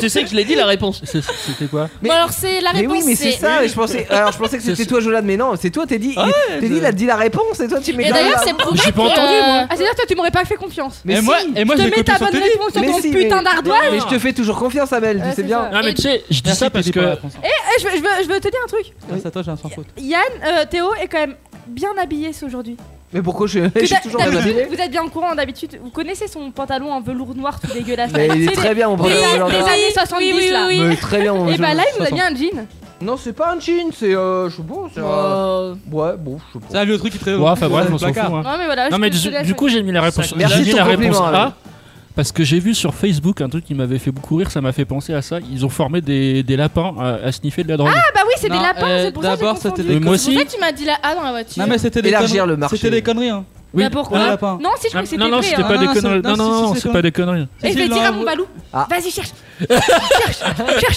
G: Tu sais que je l'ai dit la réponse.
J: C'est- C'était quoi
D: Mais-
I: bon, alors c'est la
D: Mais
I: réponse
D: oui, mais c'est
I: C.
D: ça. et Je pensais, alors je pensais que
J: C'est
D: c'était
J: ce-
D: toi, Jolade, mais non, c'est toi. T'es
E: Ah
D: dit, t'es dit, il a dit la réponse et toi tu mets.
I: Et
D: quand même
I: d'ailleurs,
D: la-
I: c'est prouvé
J: J'ai pas
I: que,
J: entendu,
I: euh,
H: Ah c'est-à-dire que toi tu m'aurais pas fait confiance.
D: Mais
E: et
D: si,
E: moi, et moi
H: je
E: je
H: te
E: l'ai
H: mets
E: copié
H: ta
E: sur
H: bonne
E: Télé.
H: réponse sur
D: mais
H: ton
D: si,
H: putain
D: mais-
H: d'ardoise
D: Mais je te fais toujours confiance, Amel.
H: Ouais,
D: tu sais
H: c'est
D: bien.
H: ça.
J: Non mais
I: Et-
J: tu sais, je dis ça parce que
H: Eh, je, veux- je veux, je veux te dire un truc.
E: Grâce à toi, j'ai un sans faute.
H: Yann, euh, Théo est quand même bien habillé ce aujourd'hui.
D: Mais pourquoi je, je
H: Que
D: suis
H: d'hab-
D: toujours
H: d'habitude,
D: habillé
H: Vous êtes bien au courant d'habitude, vous connaissez son pantalon en velours noir tout dégueulasse.
D: Mais il est
H: C'est
D: très bien, mon
H: des,
D: pantalon
H: des-
D: velours
H: des
D: noir.
H: années 70
I: oui,
H: là.
I: oui.
D: Mais très bien, mon
H: Et
D: Jojo.
H: bah là, il nous a mis un jean.
D: Non, c'est pas un jean, c'est euh, je sais pas, c'est un-
I: Oh.
D: Ouais, bon, je sais pas.
E: Ça, le truc qui te
J: Ouais, enfin bref, on s'en fout. hein.
I: Non, mais voilà,
J: Non
I: je
J: mais
I: te- je te
J: du,
I: laisse.
J: du coup, j'ai mis la réponse.
D: Merci
J: J'ai mis
D: de ton
J: la réponse
D: compliment, Alain.
J: A. Parce que j'ai vu sur Facebook un truc qui m'avait fait beaucoup rire, ça m'a fait penser à ça. Ils ont formé des, des lapins à, à sniffer de la drogue.
H: Ah bah oui, c'est des
E: Non,
H: lapins,
E: euh,
H: c'est pour ça que j'ai
E: d'abord, c'était
H: confondu.
E: des
J: Mais moi
I: C'est pour
J: aussi.
I: ça que tu m'as dit la A dans la voiture.
E: Non mais c'était des
D: Élargir
E: conneries.
D: le marché.
E: C'était des conneries hein.
J: Oui.
I: Bah pourquoi
E: Un lapin.
H: Non, si je crois que c'était
J: non, non,
H: vrai,
J: c'était
H: hein.
J: pas des
E: non,
J: conneries.
E: c'est-
J: Non, non,
E: non, si,
J: non,
E: si,
J: c'est
E: c'est
J: pas des conneries.
H: Et je
E: Si,
H: vais
E: si,
H: dire
E: là,
H: à mon
E: on-
H: balou,
D: Ah.
H: vas-y cherche.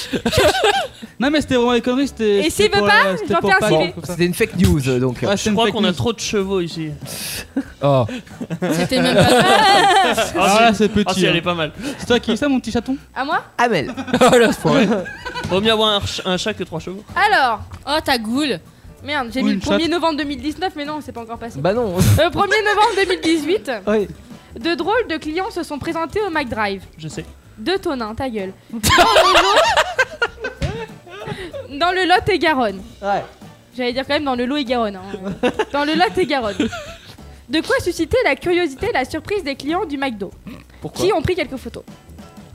E: Non mais c'était vraiment des conneries, c'était.
H: Et
E: c'était
H: s'il veut
E: pour, euh, c'était
H: j'en
E: pour
H: fais un
E: pas-
H: CV.
E: comme ça.
D: C'était une fake news, euh, donc.
E: Ah,
G: Je
E: c'est une
G: crois
E: fake
G: qu'on a
E: news.
G: trop de chevaux ici.
J: Oh.
I: C'était même pas vrai.
E: Ah là, c'est
G: Ah si,
E: petit.
G: elle
E: hein.
G: est pas mal.
E: C'est toi qui dis ça, mon petit chaton
H: À moi
D: Amel.
G: Vaut mieux avoir un, ch- un chat que trois chevaux.
H: Alors,
I: Oh, ta goule.
H: merde, j'ai
E: Ou
H: mis le
E: une chatte.
H: 1er novembre 2019, mais non, c'est pas encore passé.
D: Bah non.
H: Le 1er novembre 2018,
D: Oui.
H: deux drôles de clients se sont présentés au McDrive.
G: Je sais.
H: Deux tonins, ta gueule. Dans le Lot- Dans le Lot et Garonne.
D: Ouais.
H: J'allais dire quand même dans le Lot et Garonne. hein. Dans le Lot et Garonne. De quoi susciter la curiosité et la surprise des clients du McDo,
D: Pourquoi
H: qui ont pris quelques photos.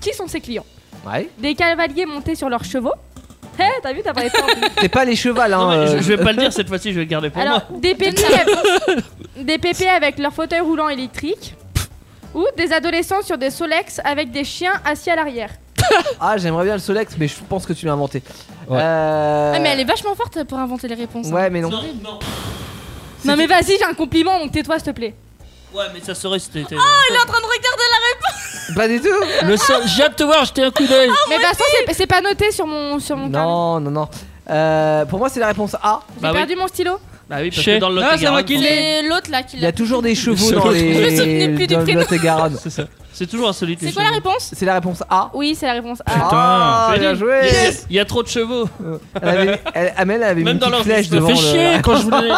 H: Qui sont ces clients
D: Ouais.
H: Des cavaliers montés sur leurs chevaux Hé, t'as vu, t'as pas été en plus.
D: C'est pas les chevals, hein.
G: Non, mais je, je vais
D: euh,
G: pas le dire cette fois-ci, je vais le garder pour
H: Alors,
G: moi.
H: des pépés, avec, des pépés avec leur fauteuil roulant électrique ou des adolescents sur des Solex avec des chiens assis à l'arrière.
D: Ah, j'aimerais bien le Solex, mais je pense que tu l'as inventé. Euh,
I: Ah, mais elle est vachement forte pour inventer les réponses.
D: Ouais,
I: hein.
D: mais non.
I: C'est
D: Non,
I: horrible. Non, mais vas-y, j'ai un compliment, donc tais-toi, s'il te plaît.
G: Ouais, mais ça serait si t'étais.
D: Ah
I: Oh, il est en train de regarder la réponse
D: Pas du tout
F: Le seul, j'ai hâte de te voir, jeter un coup d'œil.
H: mais de toute façon, c'est- c'est pas noté sur mon, sur mon carnet.
D: Non, non, non. Euh, pour moi, c'est la réponse A.
H: J'ai perdu mon stylo.
G: Bah oui, parce
D: Chez-
G: que dans le
D: Ah, c'est moi qui l'ai.
I: C'est l'autre là qui
D: Il y
I: l'a.
D: a toujours des chevaux
G: Je
D: dans
G: me
D: les.
G: souvenais
I: plus du
D: dans le
I: prénom.
D: Lot-et-Garonne.
G: C'est ça. C'est toujours insolite.
I: C'est quoi la réponse
D: C'est la réponse A.
H: Oui, c'est la réponse A.
D: Ah, bien joué
G: Yes Il y a trop de chevaux.
D: Elle avait- elle- Amel avait
G: Même
D: mis une
G: dans
D: petite
G: leur
D: flèche
G: liste, ça
D: devant.
F: Fais
D: le-
F: chier quand je voulais.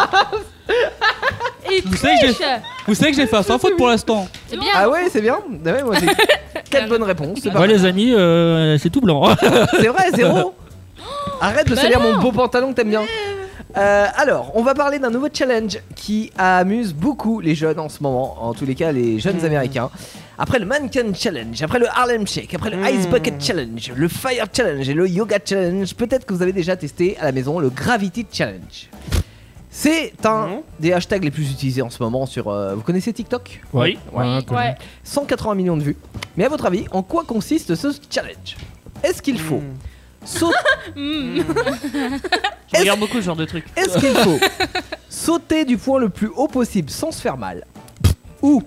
H: Il
E: Vous savez que j'ai-
H: triche Eh
E: Vous savez que j'ai fait un sans faute pour l'instant.
I: C'est bien.
D: Ah ouais, c'est bien. Ah ouais, moi, c'est- Quatre bonnes réponses. c'est pas
J: Ouais, les amis, euh, c'est tout blanc.
D: C'est vrai, zéro Arrête de
I: Bah
D: salir mon
I: non.
D: beau pantalon que t'aimes bien. Euh, alors, on va parler d'un nouveau challenge qui amuse beaucoup les jeunes en ce moment, en tous les cas les jeunes
I: Mm.
D: américains. Après le Mannequin Challenge, après le Harlem Shake, après le
I: Mm.
D: Ice Bucket Challenge, le Fire Challenge et le Yoga Challenge, peut-être que vous avez déjà testé à la maison le Gravity Challenge. C'est un
I: Mm.
D: des hashtags les plus utilisés en ce moment sur... euh, vous connaissez TikTok
G: Oui.
H: Ouais.
D: 180 millions de vues. Mais à votre avis, en quoi consiste ce challenge Est-ce qu'il faut
I: Mm.
D: sauter
G: Je regarde beaucoup ce genre de Oh, trucs.
D: Est-ce qu'il faut sauter du point le plus haut possible sans se faire mal Ou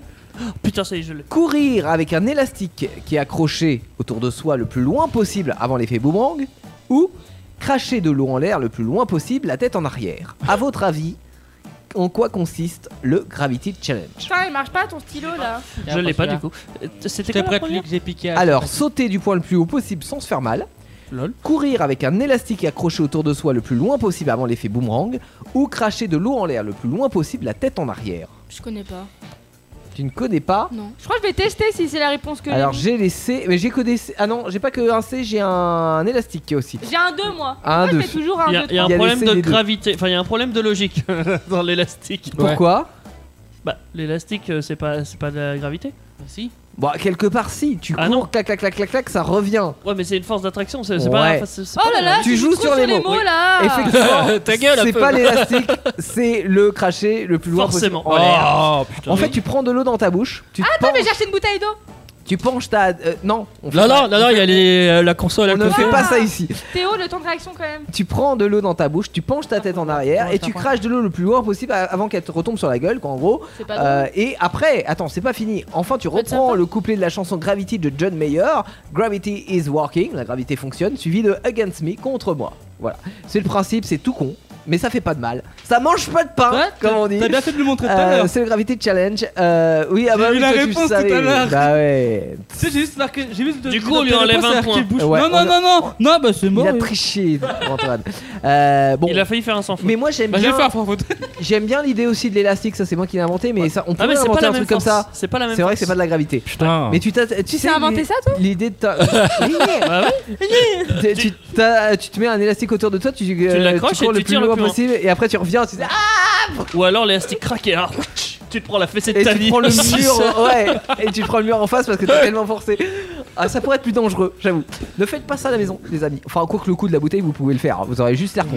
G: Putain, ça y est, je l'ai.
D: courir avec un élastique qui est accroché autour de soi le plus loin possible avant l'effet boomerang Ou cracher de l'eau en l'air le plus loin possible, la tête en arrière À votre avis, en quoi consiste le Gravity Challenge
H: Putain, il marche pas ton stylo là.
G: Je l'ai pas du coup. Euh,
E: T'es
G: C'était quoi la
E: prête,
G: première
E: Luc J'ai piqué à.
D: Alors, sauter du point le plus haut possible sans se faire mal
E: Lol.
D: courir avec un élastique accroché autour de soi le plus loin possible avant l'effet boomerang, ou cracher de l'eau en l'air le plus loin possible, la tête en arrière.
I: Je connais pas.
D: Tu ne connais pas
I: Non.
H: Je crois que je vais tester si c'est la réponse que j'ai.
D: Alors j'ai les C, mais j'ai que des C. Ah non, j'ai pas que un C, j'ai un, élastique aussi.
H: J'ai un 2 moi.
D: Un,
H: Moi, je
D: deux.
H: fais toujours un
G: Il y
H: 2
G: a, il y a un
D: Il y a
G: problème
D: les
G: de
D: CD2.
G: gravité, enfin il y a un problème de logique dans l'élastique.
D: Pourquoi
G: Bah l'élastique euh, c'est pas c'est pas de la gravité.
E: Bah, Si.
D: Bon, quelque part si, tu
G: Ah non.
D: cours, clac, clac, clac, clac, clac, ça revient.
G: Ouais mais c'est une force d'attraction, c'est c'est
D: Ouais.
G: pas. enfin, c'est- c'est
H: Oh
G: pas
H: là
G: la-
H: là,
D: Tu
H: je
D: joues
H: suis
D: sur
H: trop
D: les mots.
H: là.
D: Effectivement,
F: Ta gueule, un
D: c'est
F: peu.
D: pas l'élastique, c'est le cracher le plus loin
G: Forcément.
D: possible en l'air.
F: Oh putain.
D: En fait, tu prends de l'eau dans ta bouche, tu, te
H: Ah, Attends, mais
D: penches,
H: j'ai acheté une bouteille d'eau.
D: tu penches ta... euh, non, on fait
J: Non,
D: pas-
J: non, non, non, il y a les, euh, la console.
D: on
J: à
D: ne
J: côté.
D: fait
H: Ah.
D: pas ça ici.
H: Théo, le temps de réaction quand même.
D: Tu prends de l'eau dans ta bouche, tu penches ta tête en
H: Ah,
D: arrière
E: Ouais,
D: et tu
E: sympa.
D: craches de l'eau le plus loin possible a- avant qu'elle te retombe sur la gueule, quoi, en gros.
I: C'est pas
H: Hmm.
D: Euh, et après, attends, c'est pas fini. Enfin, tu reprends le couplet de la chanson Gravity de John Mayer, Gravity is working, la gravité fonctionne, suivi de Against Me, contre moi. Voilà. C'est le principe, c'est tout con, mais ça fait pas de mal. Ça mange pas de pain,
E: Ouais,
D: comme on dit.
E: T'as bien fait de me montrer tout à
D: Euh,
E: l'heure.
D: c'est le Gravity Challenge. Euh, oui, ah
E: J'ai
D: bah
E: eu
D: oui,
E: la
D: toi, tu
E: réponse tout
D: savais.
E: à l'heure.
D: Bah ouais.
E: Tu sais, j'ai juste marqué. J'ai juste
G: Du coup, on lui enlève un point.
D: Ouais,
E: non,
D: on
E: non,
D: a-
E: non, non. Non, bah c'est mort.
D: Il a triché, Antoine. Euh, bon.
G: Il a failli faire un sans faute.
D: Mais moi j'aime
E: Bah j'ai
D: bien,
E: fait un sans faute.
D: j'aime bien l'idée aussi de l'élastique, ça c'est moi qui l'ai inventé, mais ça, on peut
G: Ah mais c'est pas
D: inventer
G: la
D: un
G: même
D: truc comme
G: force.
D: ça.
G: C'est pas la même.
D: C'est vrai que
G: force.
D: c'est pas de la gravité.
G: Ah.
J: Putain.
D: Mais tu t'as, tu sais,
H: T'as inventé
D: l'idée-
H: ça toi
D: L'idée de ta.
G: Bah
D: Tu- tu, t'as- tu te mets un élastique autour de toi, tu, euh,
G: l'accroches
D: cours
G: et tu
D: le plus
G: tires le
D: loin
G: plus loin.
D: possible, et après tu reviens, tu, dis, Ah
G: Ou alors l'élastique craque et alors tu te prends la fessée de
D: et
G: ta
D: tu
G: vie.
D: prends le mur, ouais, et tu prends le mur en face parce que t'es tellement forcé. Ah, ça pourrait être plus dangereux, j'avoue. Ne faites pas ça à la maison, les amis. Enfin, encore que le coup de la bouteille, vous pouvez le faire. hein. Vous aurez juste l'air con.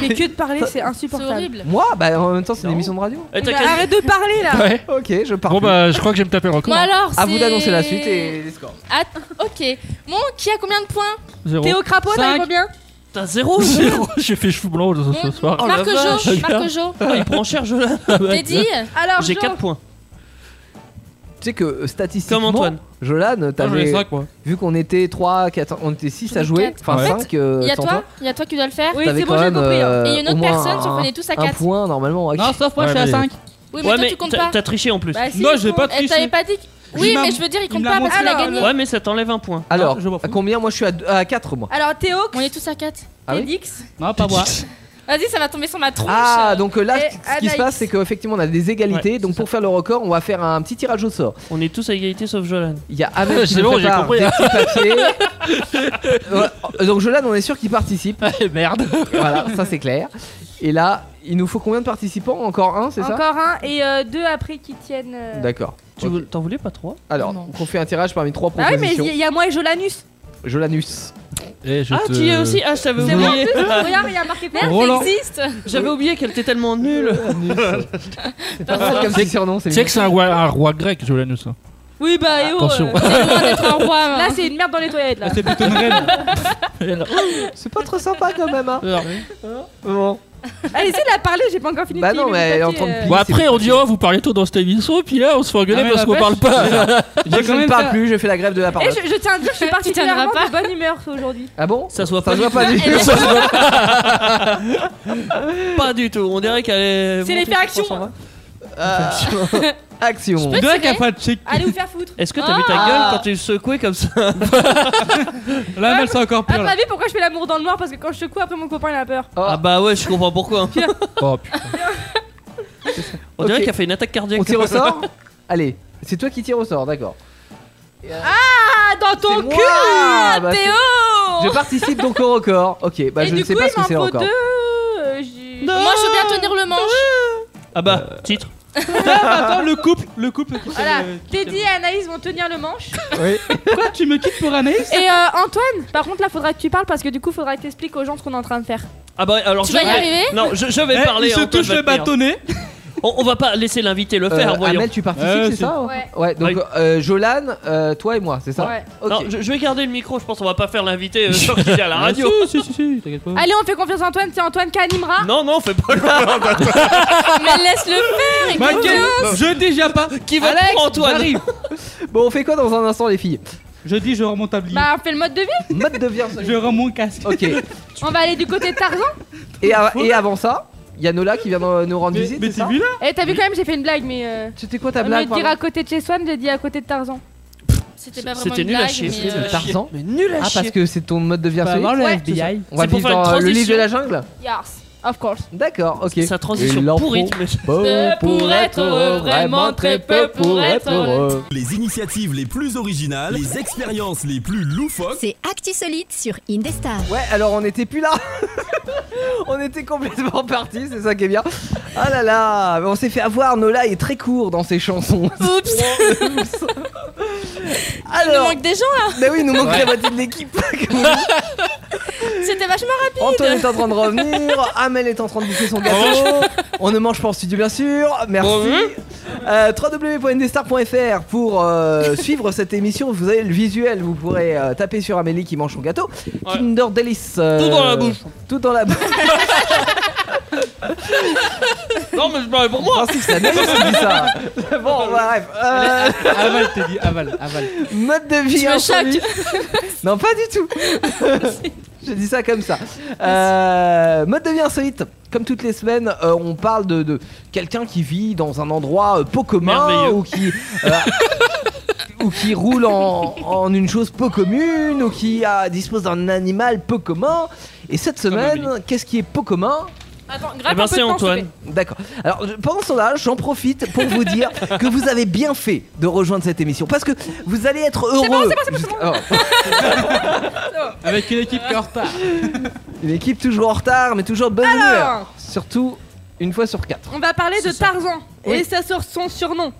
H: Mais que de parler, c'est
I: C'est
H: insupportable.
I: horrible.
D: Moi, bah en même temps, c'est une émission de radio.
G: Eh, t'as
H: Bah,
G: quasi-
H: Arrête de parler là.
J: Ouais.
D: Ok, je pars.
J: Bon
D: plus.
J: bah, je crois que je vais me taper le record.
I: Moi alors, c'est.
D: à vous d'annoncer la suite et les scores.
I: Ah, ok. Bon, qui a combien de points
J: Zéro.
H: Théo Crapaud, t'as eu
E: Cinq.
H: combien
G: T'as zéro.
J: Zéro. J'ai fait cheveux blancs ce,
D: Mmh.
J: ce soir.
G: Oh, la
I: Marc Jo,
J: vache.
I: Marc Jo.
G: Oh, il prend cher, je l'ai.
I: Teddy
H: Alors,
G: J'ai
H: Jo,
G: 4 points.
D: Tu sais que euh, statistiquement,
G: Comme Antoine. Ah,
D: Jolan,
E: J'en ai
D: t'avais
E: 5 moi.
D: vu qu'on était 3, 4, on était 6 à jouer,
I: Quatre.
D: enfin
J: En fait,
D: 5, euh,
I: il y a
D: sans
I: toi Il y a toi qui dois le faire
H: Oui,
D: t'avais
H: c'est bon,
D: quand
H: j'ai
D: même,
H: compris. hein.
D: euh,
I: Et il y a une
D: au
I: autre
D: moins
I: personne, sauf
D: un-
I: qu'on est tous à
D: Un
I: 4.
D: point normalement.
E: Non, sauf moi,
J: Ouais,
E: je suis à
J: mais-
E: 5.
I: Oui, mais
G: Ouais,
I: toi
G: mais
I: tu comptes
G: t'as
I: pas.
G: t'as triché en plus.
H: Bah, si,
E: Non,
H: il
E: j'ai
H: compte.
E: pas
I: Eh,
E: triché.
I: T'avais pas dit. que-
E: Il
I: Oui,
E: m'a-
I: mais je veux dire, il
E: il
I: compte
E: me l'a
I: pas parce
E: montré.
I: qu'il a
H: Alors,
I: gagné.
G: Ouais, mais ça t'enlève un point.
D: Alors,
E: je m'en fous.
D: combien moi je suis à, deux- à 4 moi
H: Alors, Théo,
I: On est tous à 4.
D: Ah oui
H: Félix,
E: Non, pas moi.
I: Vas-y, ça va tomber sur ma tronche.
D: Ah,
I: euh.
D: donc euh, là,
H: et
D: ce qui se
H: Anaïs.
D: passe, c'est qu'effectivement on a des égalités,
G: Ouais,
D: donc
G: c'est
D: pour faire le record, on va faire un petit tirage au sort.
G: On est tous à égalité sauf Jolan.
D: Il y a Amel qui
J: C'est
D: nous
J: bon, j'ai
D: prépare
J: compris.
D: des petits papiers. Ouais, donc Jolan, on est sûr qu'il participe.
J: Eh, Merde.
D: voilà, ça c'est clair. Et là, il nous faut combien de participants Encore un, c'est ça
H: encore un et euh, deux après qui tiennent. euh.
D: D'accord.
G: Tu
D: Ok.
G: veux- T'en voulais pas 3
D: Alors,
I: Non.
D: on fait un tirage parmi trois
H: Bah oui, mais
D: propositions.
H: il y, a moi et Jolanus.
D: Jolanus.
J: Eh, je
G: Ah,
J: te-
G: tu y es aussi Ah, je t'avais
J: C'est
G: oublié.
J: vrai, en
I: plus, regarde, il y a marqué Merde, Roland. t'existes.
G: J'avais oublié qu'elle était tellement nulle.
J: Tu sais- Tu sais que c'est un roi, un roi grec, Jolanus. hein.
I: Oui, bah, et oh,
J: Attention.
I: euh, c'est loin d'être un roi. hein.
H: Là, Ah, c'est une merde dans les toilettes. Là.
J: C'est plutôt une reine.
D: C'est pas trop sympa quand même. Hein. Bon.
H: Allez, c'est la parler, j'ai pas encore fini.
D: Bah
H: de
D: non,
H: lire
D: mais
H: le
D: elle est en
H: papier,
D: train de
H: euh.
J: Bon, après, on dit, oh, vous parlez tout dans cette émission, puis là, on se fait engueuler
D: Ah, mais la
J: parce qu'on parle
D: vache, c'est
J: pas.
D: ça. Moi, je ne parle plus, j'ai fait la grève de la parole.
H: Et Eh, je, je tiens à dire que je suis
I: Tu tiendras
H: particulièrement
I: pas.
H: de bonne humeur aujourd'hui.
D: Ah bon
G: Ça se voit
D: Ça
G: pas
D: se voit
G: du
D: pas
G: tout.
D: du tout.
G: Ça se voit pas. Pas du tout. On dirait qu'elle est.
I: C'est
G: montée
I: les faits actions.
G: sur 320.
D: Euh, Action.
G: On dirait qu'elle a pas de check.
I: Allez vous faire foutre.
G: Est-ce que t'as vu ta
I: Ah.
G: gueule quand tu le secouais comme ça
F: Là, mais c'est encore
H: À
F: pire.
H: ton
F: là.
H: avis, pourquoi je fais l'amour dans le noir Parce que quand je secoue, après mon copain il a peur.
D: Oh,
G: Ah bah ouais, je comprends pourquoi.
J: Oh putain.
G: On dirait
D: Ok.
G: qu'elle a fait une attaque cardiaque.
D: On tire au sort Allez, c'est toi qui tire au sort, d'accord.
I: Ah, dans ton
D: moi
I: cul,
D: Ah, bah,
I: Théo
D: Je participe donc au record. Ok, bah
H: Oh. Et
D: je ne
H: du
D: sais
H: coup,
D: pas
H: il
D: ce que
H: m'en
D: c'est
H: faut
D: encore.
H: deux. euh,
I: Moi, je veux bien tenir le manche.
G: Ah bah, titre.
F: Attends, le couple, le couple qui
H: Voilà,
F: s'est- qui
H: Teddy et Anaïs vont tenir le manche.
D: Euh,
F: s'est- Quoi, tu me quittes pour Anaïs
H: Et euh, Antoine, par contre, là, faudra que tu parles parce que du coup, faudra que t'expliques aux gens ce qu'on est en train de faire.
G: Ah bah alors
I: Tu
G: je
I: vas y
G: vais-
I: arriver
G: Non, je, je vais
F: Eh,
G: parler.
F: Il se
G: Antoine
F: touche
G: va
F: le
G: tenir.
F: bâtonnet.
G: On, on va pas laisser l'invité le faire,
D: Euh,
G: voyons.
D: Amel, tu participes,
F: Euh,
D: c'est
F: c'est-
D: ça hein
H: Ouais.
D: Ouais, donc euh, Jolan, euh, toi et moi, c'est ça
H: Ouais.
D: Ok.
G: Non, je, je vais garder le micro, je pense qu'on va pas faire l'invité euh, sans qu'il est à la radio.
F: Ah, Si, si, si, t'inquiète pas.
H: Allez, on fait confiance à Antoine, c'est Antoine qui animera.
G: Non, non, fais pas le
I: Mais laisse-le faire.
F: Bah,
I: écoute.
F: quel- Je dis déjà pas.
G: Qui va
D: Alex,
G: pour Antoine
D: j'arrive. Bon, on fait quoi dans un instant, les filles
F: Je dis, je remonte à blier.
H: Bah, on fait le mode de vie.
D: Mode de viande.
F: Je rends mon casque.
D: Ok.
H: On va aller du côté de Tarzan.
D: Et, a- et avant ça, il y a Nola qui vient euh, nous rendre
F: Mais
D: visite.
F: mais
D: c'est
F: t'es
D: ça
F: vu là
H: Et Eh, t'as vu quand même, j'ai fait une blague, mais. Euh...
D: C'était quoi ta
H: Au lieu
D: blague
H: de dire
D: pardon
H: à côté de chez Swan, j'ai dit à côté de Tarzan.
I: C'était pas vraiment
G: C'était
I: une
G: nul à
I: blague,
G: chier.
I: mais,
G: c'était
I: euh,
G: nul à
D: Tarzan.
G: chier. Mais nul à
D: Ah,
G: chier.
D: parce que c'est ton mode de vie solide
H: le
F: FBI.
D: On va
G: C'est pour
D: vivre
G: faire une
D: dans euh, le livre
G: transition.
D: de la jungle
H: Yes, of course.
D: D'accord, ok.
G: C'est sa transition
D: Il en
G: pourrie.
D: faut
G: mais-
D: Peu
I: pour être heureux, vraiment très peu pour être heureux.
A: Les initiatives les plus originales, les expériences les plus loufoques,
B: C'est Actisolite sur Indestar.
D: Ouais, alors on était plus là. on était complètement parti, c'est ça qui est bien. Ah là là, mais on s'est fait avoir. Nola est très court dans ses chansons.
I: Oups, il nous
D: Alors,
I: manque des gens là.
D: bah oui, il nous manque la moitié de l'équipe.
I: C'était vachement rapide.
D: Antoine est en train de revenir. Amel est en train de bouffer son gâteau. On ne mange pas en studio, bien sûr. Merci. Euh, www.ndestar.fr pour euh, suivre cette émission. Vous avez le visuel. Vous pourrez euh, taper sur Amélie qui mange son gâteau.
G: Ouais.
D: Kinder Delice. euh,
G: Tout dans la bouche.
D: Tout dans la bouche.
G: Non, mais je parlais pour moi.
D: Francis, c'est la deuxième fois qu'il dit ça. Bon, bah, bref. Euh,
J: Ah,
F: Aval, Teddy, aval, aval.
D: mode de vie
I: Tu me
D: insolite. Non, pas du tout. Je dis ça comme ça. Euh, mode de vie insolite. Comme toutes les semaines, euh, on parle de, de quelqu'un qui vit dans un endroit euh, peu commun
G: Merveilleux.
D: ou qui. euh, ou qui roule en, en une chose peu commune, ou qui a- dispose d'un animal peu commun. Et cette semaine, qu'est-ce qui est peu commun
I: Attends,
G: Eh
I: gratte
G: ben,
I: un peu
G: c'est
I: de temps,
G: Antoine.
D: D'accord. Alors, je- pendant ce là j'en profite pour vous dire que vous avez bien fait de rejoindre cette émission parce que vous allez être heureux. Jusqu'à- Oh.
F: Avec une équipe qui est en retard.
D: Une équipe toujours en retard, mais toujours de bonne
H: Alors.
D: humeur. Surtout une fois sur quatre.
H: euh, On va parler de Tarzan
D: Oui.
H: et ça sort son surnom.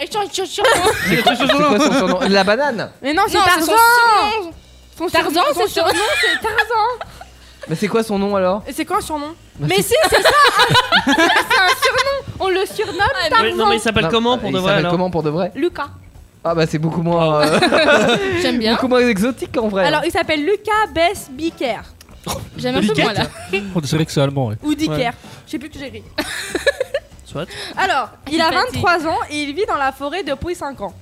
I: Et change, change, change.
D: C'est quoi son surnom La banane
H: Mais non, c'est
I: Non, c'est
H: Tarzan.
I: son surnom.
H: Son
I: Tarzan,
H: surnom,
I: c'est
H: son
I: son surnom.
H: surnom, c'est Tarzan.
D: Mais c'est quoi son nom alors
H: Et c'est quoi un surnom
G: Bah,
I: Mais si, c'est
H: C'est un surnom. On le surnomme
G: Oui, non, mais il s'appelle
D: Non,
G: comment pour
D: il
G: de vrai
D: s'appelle
G: alors
D: comment pour de vrai
H: Lucas.
D: Ah bah c'est beaucoup moins, euh,
I: J'aime bien.
D: beaucoup moins exotique en vrai.
H: Alors, il s'appelle Lucas Bess Bicker
I: J'aime un peu moins là.
J: On dirait que Oh, c'est allemand, ouais.
H: ou Dicker. Je sais plus que j'ai écrit.
G: Soit.
H: Alors, il a
I: Sympathique.
H: 23 ans et il vit dans la forêt depuis 5 ans.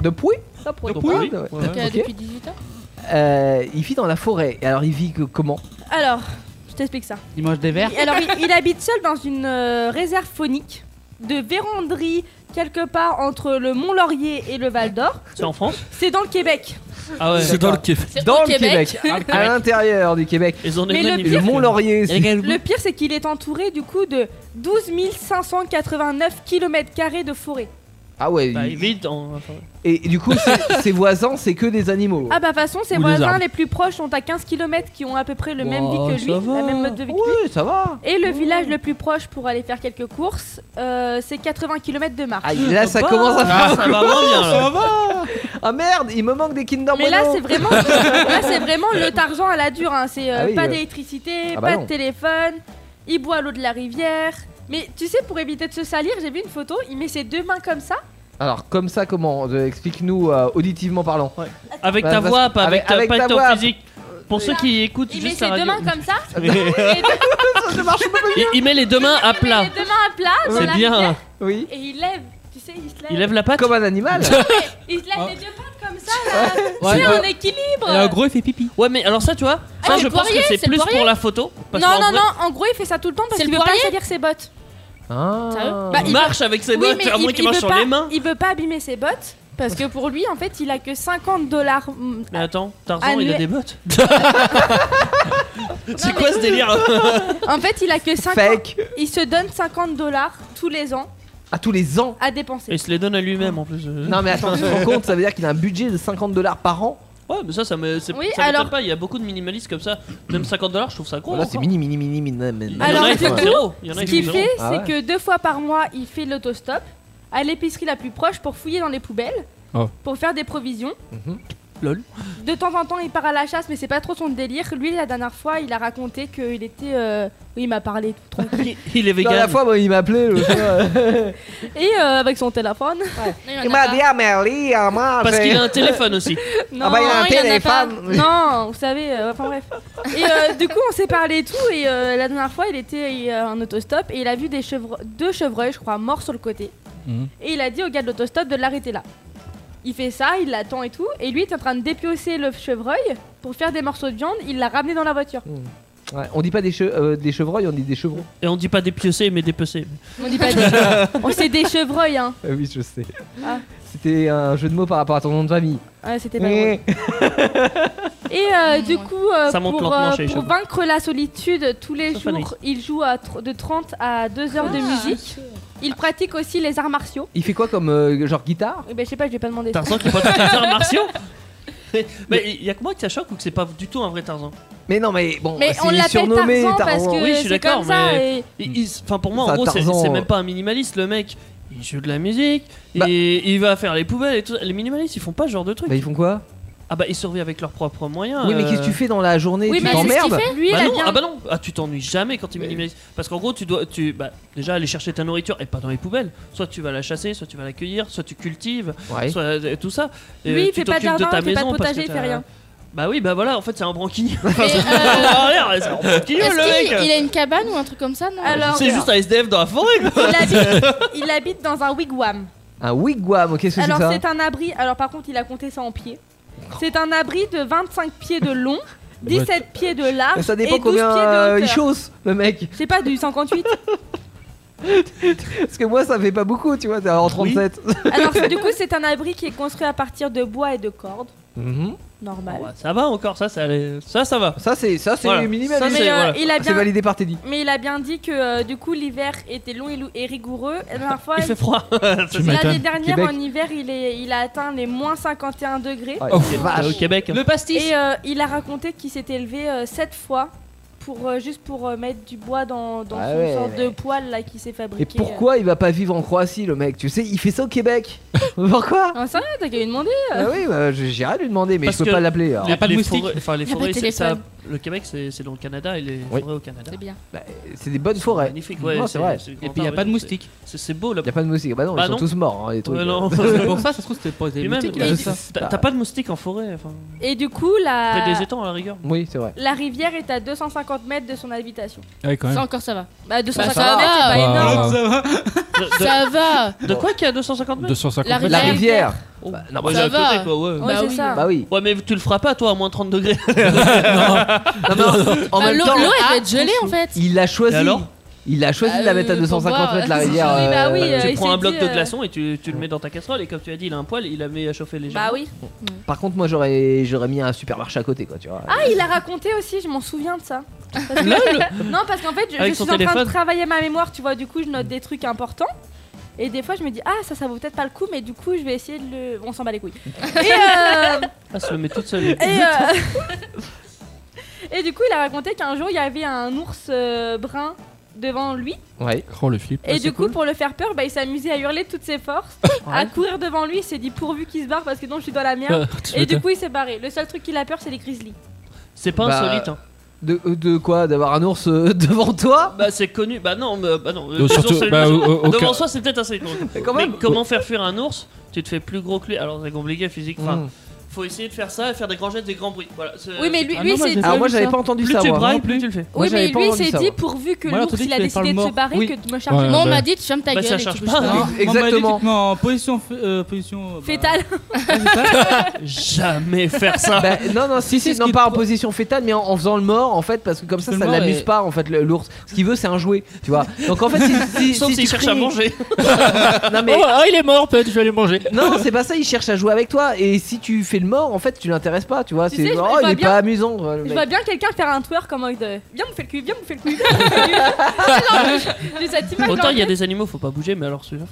D: De Pouy
H: Top, ouais.
G: Donc, oui.
D: Ouais.
I: Donc, euh, Depuis 18 ans.
D: Euh, Il vit dans la forêt. Et alors il vit que- comment
H: Alors, je t'explique ça.
E: Il mange des verres.
H: Alors, il, il habite seul dans une euh, réserve faunique de Véranderie, quelque part entre le Mont Laurier et le Val d'Or.
G: C'est en France
H: C'est dans le Québec.
G: Ah ouais.
J: C'est dans le Québec.
I: C'est
D: Dans
I: au
D: le Québec, à l'intérieur du Québec.
G: Ils en ont
H: Mais le
G: magnifique.
H: pire-
D: Le Mont Laurier. c'est-
G: Mhm.
H: Le pire, c'est qu'il est entouré du coup de 12 589 km de forêt.
D: Ah ouais.
G: Bah,
D: il-
G: vite. en- enfin,
D: Et du coup, ses- ses voisins, c'est que des animaux.
H: Ah bah de toute façon, ses
D: Ou des
H: voisins
D: arbres.
H: les plus proches sont à 15 km qui ont à peu près le même vie
D: Wow,
H: que lui,
D: ça va.
H: la même mode de vie que
D: Oui, ça va.
H: lui. Et le village le plus proche pour aller faire quelques courses, euh, c'est 80 km de marche.
D: Ah, là, ça commence à
G: Ah,
D: faire.
G: vraiment bien, là.
D: Oh, Ça va. Ah merde, il me manque des Kinder
H: Mais là,
D: Bueno.
H: c'est vraiment, là, c'est vraiment le Tarzan à la dure. hein. C'est euh,
D: Ah oui,
H: pas
D: euh.
H: d'électricité,
D: Ah bah
H: pas
D: non.
H: de téléphone. Il boit l'eau de la rivière. Mais tu sais, pour éviter de se salir, j'ai vu une photo. Il met ses deux mains comme ça.
D: Alors, comme ça, comment Euh, Explique-nous euh, auditivement parlant.
G: Avec
D: Bah,
G: ta
D: parce-
G: voix, pas avec, ta, pas avec ta
D: voix.
G: physique. Pour ceux qui écoutent
H: Il met
G: juste
H: ses
G: la
H: deux mains
G: radio.
H: comme ça.
G: Mais- il, il met les deux mains à plat.
H: Les deux mains à plat dans
G: C'est
H: la
G: bien.
H: rivière.
D: Oui.
H: Et il lève. Tu sais, il se lève.
G: Il lève la patte.
D: Comme un animal.
H: Il se lève les deux pattes comme ça. Là.
G: Ouais.
H: tu sais,
G: Ouais.
H: en équilibre.
G: il fait pipi. Ouais, mais alors ça, tu vois,
H: Ah,
G: ça,
H: c'est
G: je
H: le
G: pense que
H: poirier,
G: c'est
H: c'est le
G: plus pour
H: poirier.
G: la photo. parce
H: non,
G: qu'en
H: non,
G: vrai,
H: non. En gros, il fait ça tout le temps parce
I: C'est le
H: qu'il veut pas
I: poirier
H: salir ses bottes.
D: Ah.
H: Sérieux Bah,
G: Il marche avec ses
H: Oui,
G: bottes,
H: mais
G: à moins
H: il-
G: qu'il
H: il
G: marche
H: veut
G: sur
H: pas-
G: les mains.
H: Il veut pas abîmer ses bottes parce que pour lui, en fait, il a que 50 dollars.
G: Mais attends, Tarzan, il a
H: Annuel.
G: des bottes C'est quoi ce délire
H: En fait, il a que 50.
D: Fake.
H: Il se donne 50 dollars tous les ans
D: À tous les ans.
H: à dépenser.
G: Il se les donne à lui-même en plus. euh.
D: Non, mais attends, tu te rends compte, ça veut dire qu'il a un budget de 50 dollars par an
G: Ouais, mais ça, ça me. c'est-
H: Oui,
G: ça m'étonne
H: alors-
G: pas, il y a beaucoup de minimalistes comme ça. Même 50 dollars, je trouve ça gros.
D: Là, c'est
G: encore.
D: mini, mini, mini, mini. Ah
G: Il y en
H: Alors,
G: a,
H: du
G: ils font
H: coup,
G: zéro. Il y en a,
H: ce
G: ils
H: qu'il
G: font
H: fait,
G: zéro.
H: c'est que deux fois par mois, il fait l'autostop à l'épicerie la plus proche pour fouiller dans les poubelles,
J: Oh.
H: pour faire des provisions.
G: Mhm. Lol.
H: De temps en temps, il part à la chasse, mais c'est pas trop son délire. Lui, la dernière fois, il a raconté qu'il était. euh, Oui, il m'a parlé tout tranquille.
G: Il est
D: La
G: vegan.
D: dernière fois, moi, il m'appelait. le-
H: Et euh, avec son téléphone.
D: Il m'a dit, ah, mais Ali, ah, moi,
G: Parce
D: j'ai-
G: qu'il a un téléphone aussi.
H: Non,
D: Ah bah, il y a un
H: en pas.
D: téléphone.
H: Non, vous savez, euh, enfin bref. Et euh, du coup, on s'est parlé et tout. Et euh, la dernière fois, il était euh, en autostop et il a vu des chevre- deux chevreuils, je crois, morts sur le côté.
J: Mhm.
H: Et il a dit au gars de l'autostop de l'arrêter là. Il fait ça, il l'attend et tout. Et lui, il est en train de dépiocer le chevreuil pour faire des morceaux de viande. Il l'a ramené dans la voiture.
D: Ouais, on dit pas des, che- euh, des chevreuils, on dit des chevrons.
G: Et on dit pas dépiocé, mais dépecé.
H: On dit pas des... on sait Oh, des chevreuils, hein.
D: Ah oui, je sais.
H: Ah.
D: C'était un jeu de mots par rapport à ton nom de famille. Eh.
H: Ouais, c'était pas drôle. Et euh, du coup, euh,
D: Ça monte
H: pour,
D: lentement
H: euh,
D: chez les
H: pour
D: chevaux.
H: vaincre la solitude, tous les
G: Sauf Anaïs.
H: jours, il joue à tr- de 30 à 2 heures de musique. Il pratique aussi les arts martiaux.
D: Il fait quoi comme euh, genre guitare
H: Eh ben, je sais pas, je vais pas demander.
G: Tarzan qui porte des arts martiaux Mais- Mais il y a que moi qui ça choque ou que c'est pas du tout un vrai Tarzan
D: Mais non, mais bon,
H: Mais on
D: bah, c'est
H: l'appelle
D: surnommé
H: Tarzan parce que
G: Oui, je suis
H: c'est
G: d'accord,
H: comme ça.
G: mais.
H: et-
G: il- il- Enfin, pour moi,
D: C'est
G: en
D: un
G: gros, c'est
D: Tarzan,
G: c'est
D: euh.
G: même pas un minimaliste, le mec. Il joue de la musique, il, il va faire les poubelles et tout. Les minimalistes, ils font pas ce genre de truc.
D: Bah, ils font quoi
G: Ah, bah, ils survivent avec leurs propres moyens.
D: Oui, mais qu'est-ce que
G: euh.
D: tu fais dans la journée
H: Oui,
D: Tu
H: mais c'est ce qu'il
D: t'emmerdes
H: fait. Lui, il
G: Bah
H: a
G: non,
H: bien-
G: ah bah non, ah, tu t'ennuies jamais quand tu minimaliste. Parce qu'en gros, tu dois tu, bah, déjà aller chercher ta nourriture et pas dans les poubelles. Soit tu vas la chasser, soit tu vas la cueillir, soit tu cultives,
D: Ouais.
G: soit euh, tout ça.
H: Lui, il
G: tu
H: fait pas de
G: t'occupes
H: jardin,
G: ta
H: il fait pas de
G: maison parce
H: potager,
G: que
H: il fait
G: t'as-
H: rien.
G: Bah oui, bah voilà, en fait, c'est un branquignol.
I: Mais,
G: Ça a l'air, c'est un branquignol,
I: Est-ce
G: le
I: qu'il il
G: mec.
I: a une cabane ou un truc comme ça non
H: Alors,
G: C'est Ah, juste un SDF dans la forêt, quoi.
H: il, habite, il habite dans un wigwam.
D: Un wigwam, qu'est-ce que c'est
H: Alors,
D: ça
H: c'est un abri. Alors, par contre, il a compté ça en pieds. C'est un abri de 25 pieds de long, 17 pieds de large.
D: Bah, Ça dépend
H: et 12
D: combien
H: pieds de
D: euh, il
H: hauteur.
D: chausse, le mec.
H: Je sais pas, du 58.
D: Parce que moi, ça fait pas beaucoup, tu vois, t'es en 37.
H: Alors, du coup, c'est un abri qui est construit à partir de bois et de cordes.
D: Mhm.
H: Normal.
G: Ça va encore, ça, ça, allait- ça, ça va.
D: Ça, c'est ça, c'est
G: Voilà.
D: minimaliste.
G: Ça,
H: Mais,
G: c'est-
H: euh,
G: voilà.
H: il a
D: Ah, C'est
H: bien.
D: validé par Teddy.
H: Mais il a bien dit que euh, du coup l'hiver était long et, lou- et rigoureux. Et la dernière fois,
G: Il fait froid.
H: L'année dernière
G: Québec.
H: en hiver, il, est, il a atteint les moins 51 degrés.
D: Oh.
G: Ouais, c'est-
J: Ah,
G: c'est au Québec.
J: hein.
H: pastiche. Et euh, il a raconté qu'il s'était élevé 7 fois pour euh, juste pour euh, mettre du bois dans, dans
D: Ah
H: son
D: ouais,
H: sorte
D: mais-
H: de poêle là qui s'est
D: Et
H: fabriqué. euh.
D: pourquoi il va pas vivre en Croatie, le mec Tu sais, il fait ça au Québec. pourquoi
H: Ah, sérieux, t'as qu'à lui demander. euh.
D: Ah oui, bah, j'ai- j'ai rien à lui demander, mais
G: Parce
D: je peux
G: que
D: pas l'appeler. hein. alors.
G: les- les forêts- Enfin, les
I: Il y a pas de
G: forêts, c'est- ça-
I: téléphone.
G: le Québec, c'est c'est dans le Canada et les
D: Oui.
G: forêts au Canada.
I: C'est bien.
D: Bah, c'est des bonnes forêts.
G: Magnifique, ouais.
D: Non, c'est vrai.
G: Et
E: puis, y a pas de moustiques.
G: C'est c'est beau là.
D: Y a pas de moustiques. Bah non,
G: Bah
D: ils sont
G: non.
D: tous morts, hein, les trucs.
G: Ouais, non.
J: Ah,
E: C'est pour ça, ça se trouve, c'était pas
G: Puis
E: des
G: même,
E: moustiques,
G: t'as-
E: c'est ça.
G: t'as t'as pas de moustiques en forêt. Enfin,
H: Et du coup la
G: près des étangs à la rigueur.
D: Oui, c'est vrai.
H: la rivière est à 250 mètres de son habitation.
J: Ouais, quand même.
I: Ça encore ça va.
H: Bah
I: Bah,
H: 250
I: ça
H: mètres, c'est
I: va.
H: pas
J: Bah,
H: énorme.
G: De,
I: Ça va.
G: de- de quoi qu'il y a 250 mètres
J: 250
I: La
J: mètres.
D: La
I: rivière.
D: rivière.
G: Oh,
D: Bah, non,
G: bah,
D: bah,
I: Ça
G: c'est à côté,
I: va.
G: quoi, ouais.
H: Ouais,
I: Bah
H: c'est
I: oui.
H: ça.
D: bah oui.
G: Ouais, mais tu le feras pas, toi, à moins 30 degrés.
D: Non, mais en- en
I: Bah,
D: même
I: L'eau
D: temps,
I: l'eau, elle doit être gelée en fait.
D: il l'a choisi.
G: Et alors
D: il a choisi
I: Bah,
D: de la mettre à
I: euh, pour
D: 250
I: boire.
D: mètres la rivière.
H: Oui, bah oui,
D: euh,
H: euh,
G: tu
H: il
G: prends
H: s'est
G: un bloc
H: dit,
G: de
H: euh,
G: glaçon et tu, tu le mets dans ta casserole. Et comme tu as dit, il a un poêle, il la met à chauffer légèrement.
H: Bah oui.
D: Par contre, moi, j'aurais, j'aurais mis un supermarché à côté, quoi, tu vois.
H: Ah, il a raconté aussi, je m'en souviens de ça. Parce que- non, parce qu'en fait, je,
G: Avec
H: je suis
G: son
H: en train de
G: téléphone.
H: travailler ma mémoire, tu vois, du coup, je note des trucs importants. Et des fois, je me dis, ah, ça, ça vaut peut-être pas le coup, mais du coup, je vais essayer de le. On s'en bat les couilles. et, euh,
G: Ah, se le met toute seule.
H: et, euh, et du coup, il a raconté qu'un jour, il y avait un ours euh, brun devant lui.
D: Ouais.
J: Oh, le flip.
G: Ah,
H: Et du coup, pour le faire peur, bah, il s'est amusé à hurler de toutes ses forces, à courir devant lui. Il s'est dit pourvu qu'il se barre parce que non, je suis dans la
D: Euh,
H: merde.
G: Ah, tu
H: et du
G: m'étonnes.
H: coup, il s'est barré. Le seul truc qu'il a peur, c'est les grizzlies.
G: C'est pas
D: Bah,
G: insolite. Hein.
D: De, de quoi D'avoir un ours euh, devant toi
G: Bah c'est connu, bah non, mais- bah non. euh,
D: Euh, surtout,
G: disons, c'est-
D: bah, au- au- au
G: devant
D: cas-
G: Ah soi c'est peut-être assez con. Mais,
D: quand même.
G: comment faire fuir un ours Tu te fais plus gros que lui. Alors c'est compliqué physique. Enfin,
D: Mm.
G: faut essayer de faire ça et faire des grands gestes, des grands bruits. Voilà, c'est-
H: Oui, mais lui- Ah lui, non, moi, c'est- j'ai
D: Alors, moi, j'avais pas entendu
G: plus hein.
D: ça,
G: Tu
D: moi. hein.
G: brailles,
D: Non
G: plus
D: plus.
G: tu le fais.
D: Moi,
H: oui, mais
D: j'avais pas
H: lui, il
D: entendu
H: s'est
D: ça,
H: dit
D: moi.
H: pourvu que
E: Moi,
H: l'ours,
E: entendu
H: il a
E: qu'il fallait faire
H: décidé
E: le
H: de se
E: mort.
H: barrer
E: Oui.
H: que de me
E: Ouais,
H: charger.
E: Moi, on bah- m'a
H: dit, tu fermes
G: Bah, ça charge pas.
E: Non,
G: Exactement.
E: On m'a dit que moi, en position. f- euh, position euh, bah,
H: Fétale.
G: Jamais faire ça.
D: Bah, non, non, si, si, non, pas en position fétale, mais en, en faisant le mort, en fait, parce que comme ça,
G: fais
D: ça
G: le
D: ne
G: mort
D: l'amuse
G: et-
D: pas, en fait, le- l'ours. Ce qu'il veut, c'est un jouet, tu vois. Donc, en fait, si, si,
G: Sauf
D: si
G: s'il
D: tu
G: cherche à
D: cries-
G: manger.
D: non, mais.
G: Oh, ah,
J: il est mort, peut-être, je vais aller manger.
D: Non, c'est pas ça, il cherche à jouer avec toi. Et si tu fais le mort, en fait, tu l'intéresses pas, tu vois.
H: Tu
D: c'est
H: sais, je- je
D: oh, il
H: vois
D: est
H: bien-
D: pas amusant. tu vois, le
H: Je
D: mec.
H: vois bien quelqu'un faire un twerk en mode euh, Viens, me fait le cul, viens, me fait le cul. viens, me fais le cul. Genre, J'ai cette image.
G: Autant
H: dans-
G: il y a des animaux, faut pas bouger, mais alors celui-là.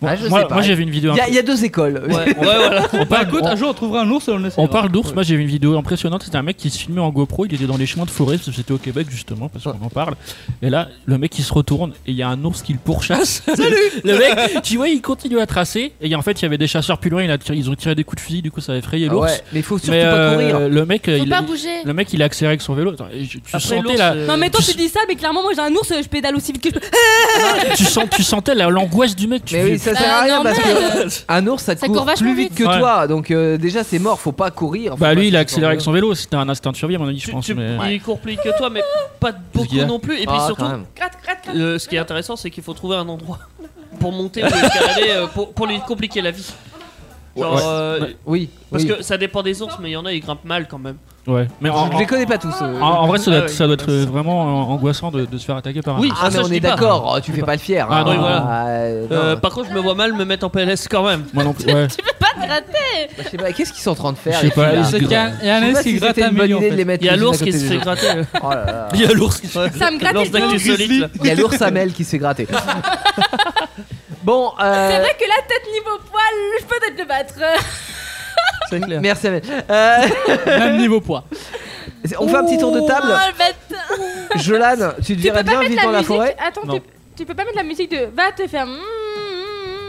J: Bon,
D: Ah, je
J: moi,
D: sais pas.
J: moi, j'ai vu une vidéo.
D: Il y a-
J: impré-
D: il y, a deux écoles.
G: Ouais, ouais, voilà.
J: On
E: Bah
J: parle,
E: écoute,
J: on-
E: un jour on trouvera un ours, on le sait.
J: on parle d'ours. Moi, j'ai vu une vidéo impressionnante. C'était un mec qui se filmait en GoPro. Il était dans les chemins de forêt. parce que C'était au Québec, justement, parce qu'on en parle. Et là, le mec, il se retourne et il y a un ours qui le pourchasse. Salut Le mec, tu vois, il continue à tracer. Et en fait, il y avait des chasseurs plus loin. il a tiré- ils ont tiré des coups de fusil. Du coup, ça a effrayé
D: Ah
J: l'ours.
D: ouais, mais faut surtout pas
J: euh,
D: courir.
J: Le mec,
H: Faut
J: il,
H: pas
J: il-
H: bouger.
J: le mec, il a accéléré avec son vélo. Attends, et tu, tu sentais
G: l'ours,
J: la.
G: euh,
H: Non, mais toi,
J: tu
H: tu dis ça, mais clairement, moi, j'ai un ours, je pédale aussi vite que je peux.
J: tu, sens, tu sentais la- l'angoisse du mec. Tu
D: Mais oui, ça sert à
H: Bah,
D: rien
H: normal.
D: parce que un ours ça,
H: Ça
D: court,
H: court vachement
D: plus vite
H: vite.
D: que
J: Ouais.
D: toi, donc euh, déjà c'est mort, faut pas courir. faut
J: Bah
D: pas
J: lui, il a
D: se
J: accéléré avec
D: sentir
J: son vélo. C'était un instinct de survie, à mon avis, je pense.
G: Tu-
J: mais-
G: Il court plus vite que toi, mais pas beaucoup
J: gars.
G: non plus. Et puis
J: Ah,
G: surtout,
J: quand même.
G: euh, ce qui est intéressant, c'est qu'il faut trouver un endroit pour monter ou escalader euh, pour, pour lui compliquer la vie. Genre,
J: Ouais.
G: euh,
J: Ouais.
D: Oui,
G: Parce
J: oui.
G: que ça dépend des ours, mais il y en a, ils grimpent mal quand même.
J: Ouais. Mais en,
D: Je les connais pas tous. euh.
J: en- en vrai, ça doit
G: Ah
J: être,
G: oui.
J: ça doit être euh, vraiment euh, angoissant de, de se faire attaquer par un.
G: Oui,
D: Ah, mais
G: ça, je
D: on
G: dis
D: est
G: pas.
D: d'accord, oh, tu fais pas le fier.
J: Ah,
D: hein.
J: non, oui, voilà.
D: euh, non.
G: Euh, par contre, je me vois mal me mettre en PLS quand même.
J: Moi non plus. Ouais.
I: Pas de raté
D: Je sais pas, Qu'est-ce qu'ils sont en train de faire
J: Je sais
D: les
J: pas,
D: filles, là
J: ils se
E: Il y a- il y a
D: Ah, Je
E: un
D: sais
E: ours
D: pas
E: qui
D: si
E: gratte
D: c'était
E: un
D: une bonne
E: million. en
D: idée de les
E: fait.
D: mettre
G: Il y a
D: les unes à
G: l'ours qui
D: côté
G: se
D: des
G: fait
D: autres.
G: gratter. euh,
D: Oh là là.
J: Il y a l'ours qui se-
H: Ça me gratte
G: L'ours
H: les dents.
G: d'actu solide. là.
D: Il y a l'ours à mêle qui se fait gratter. Bon, euh,
H: C'est vrai que la tête niveau poil, je peux peut-être le battre.
E: C'est clair.
D: merci Amel. Euh,
E: Même niveau poids.
D: on fait un petit tour de table.
I: Oh, le bâtard.
D: Jolan, tu te
H: Tu peux
D: verrais bien
H: pas
D: vivre
H: mettre
D: dans
H: la
D: la forêt
H: musique. Attends,
J: Non.
H: tu- tu peux pas mettre la musique de Va te faire. mm, mm, mm.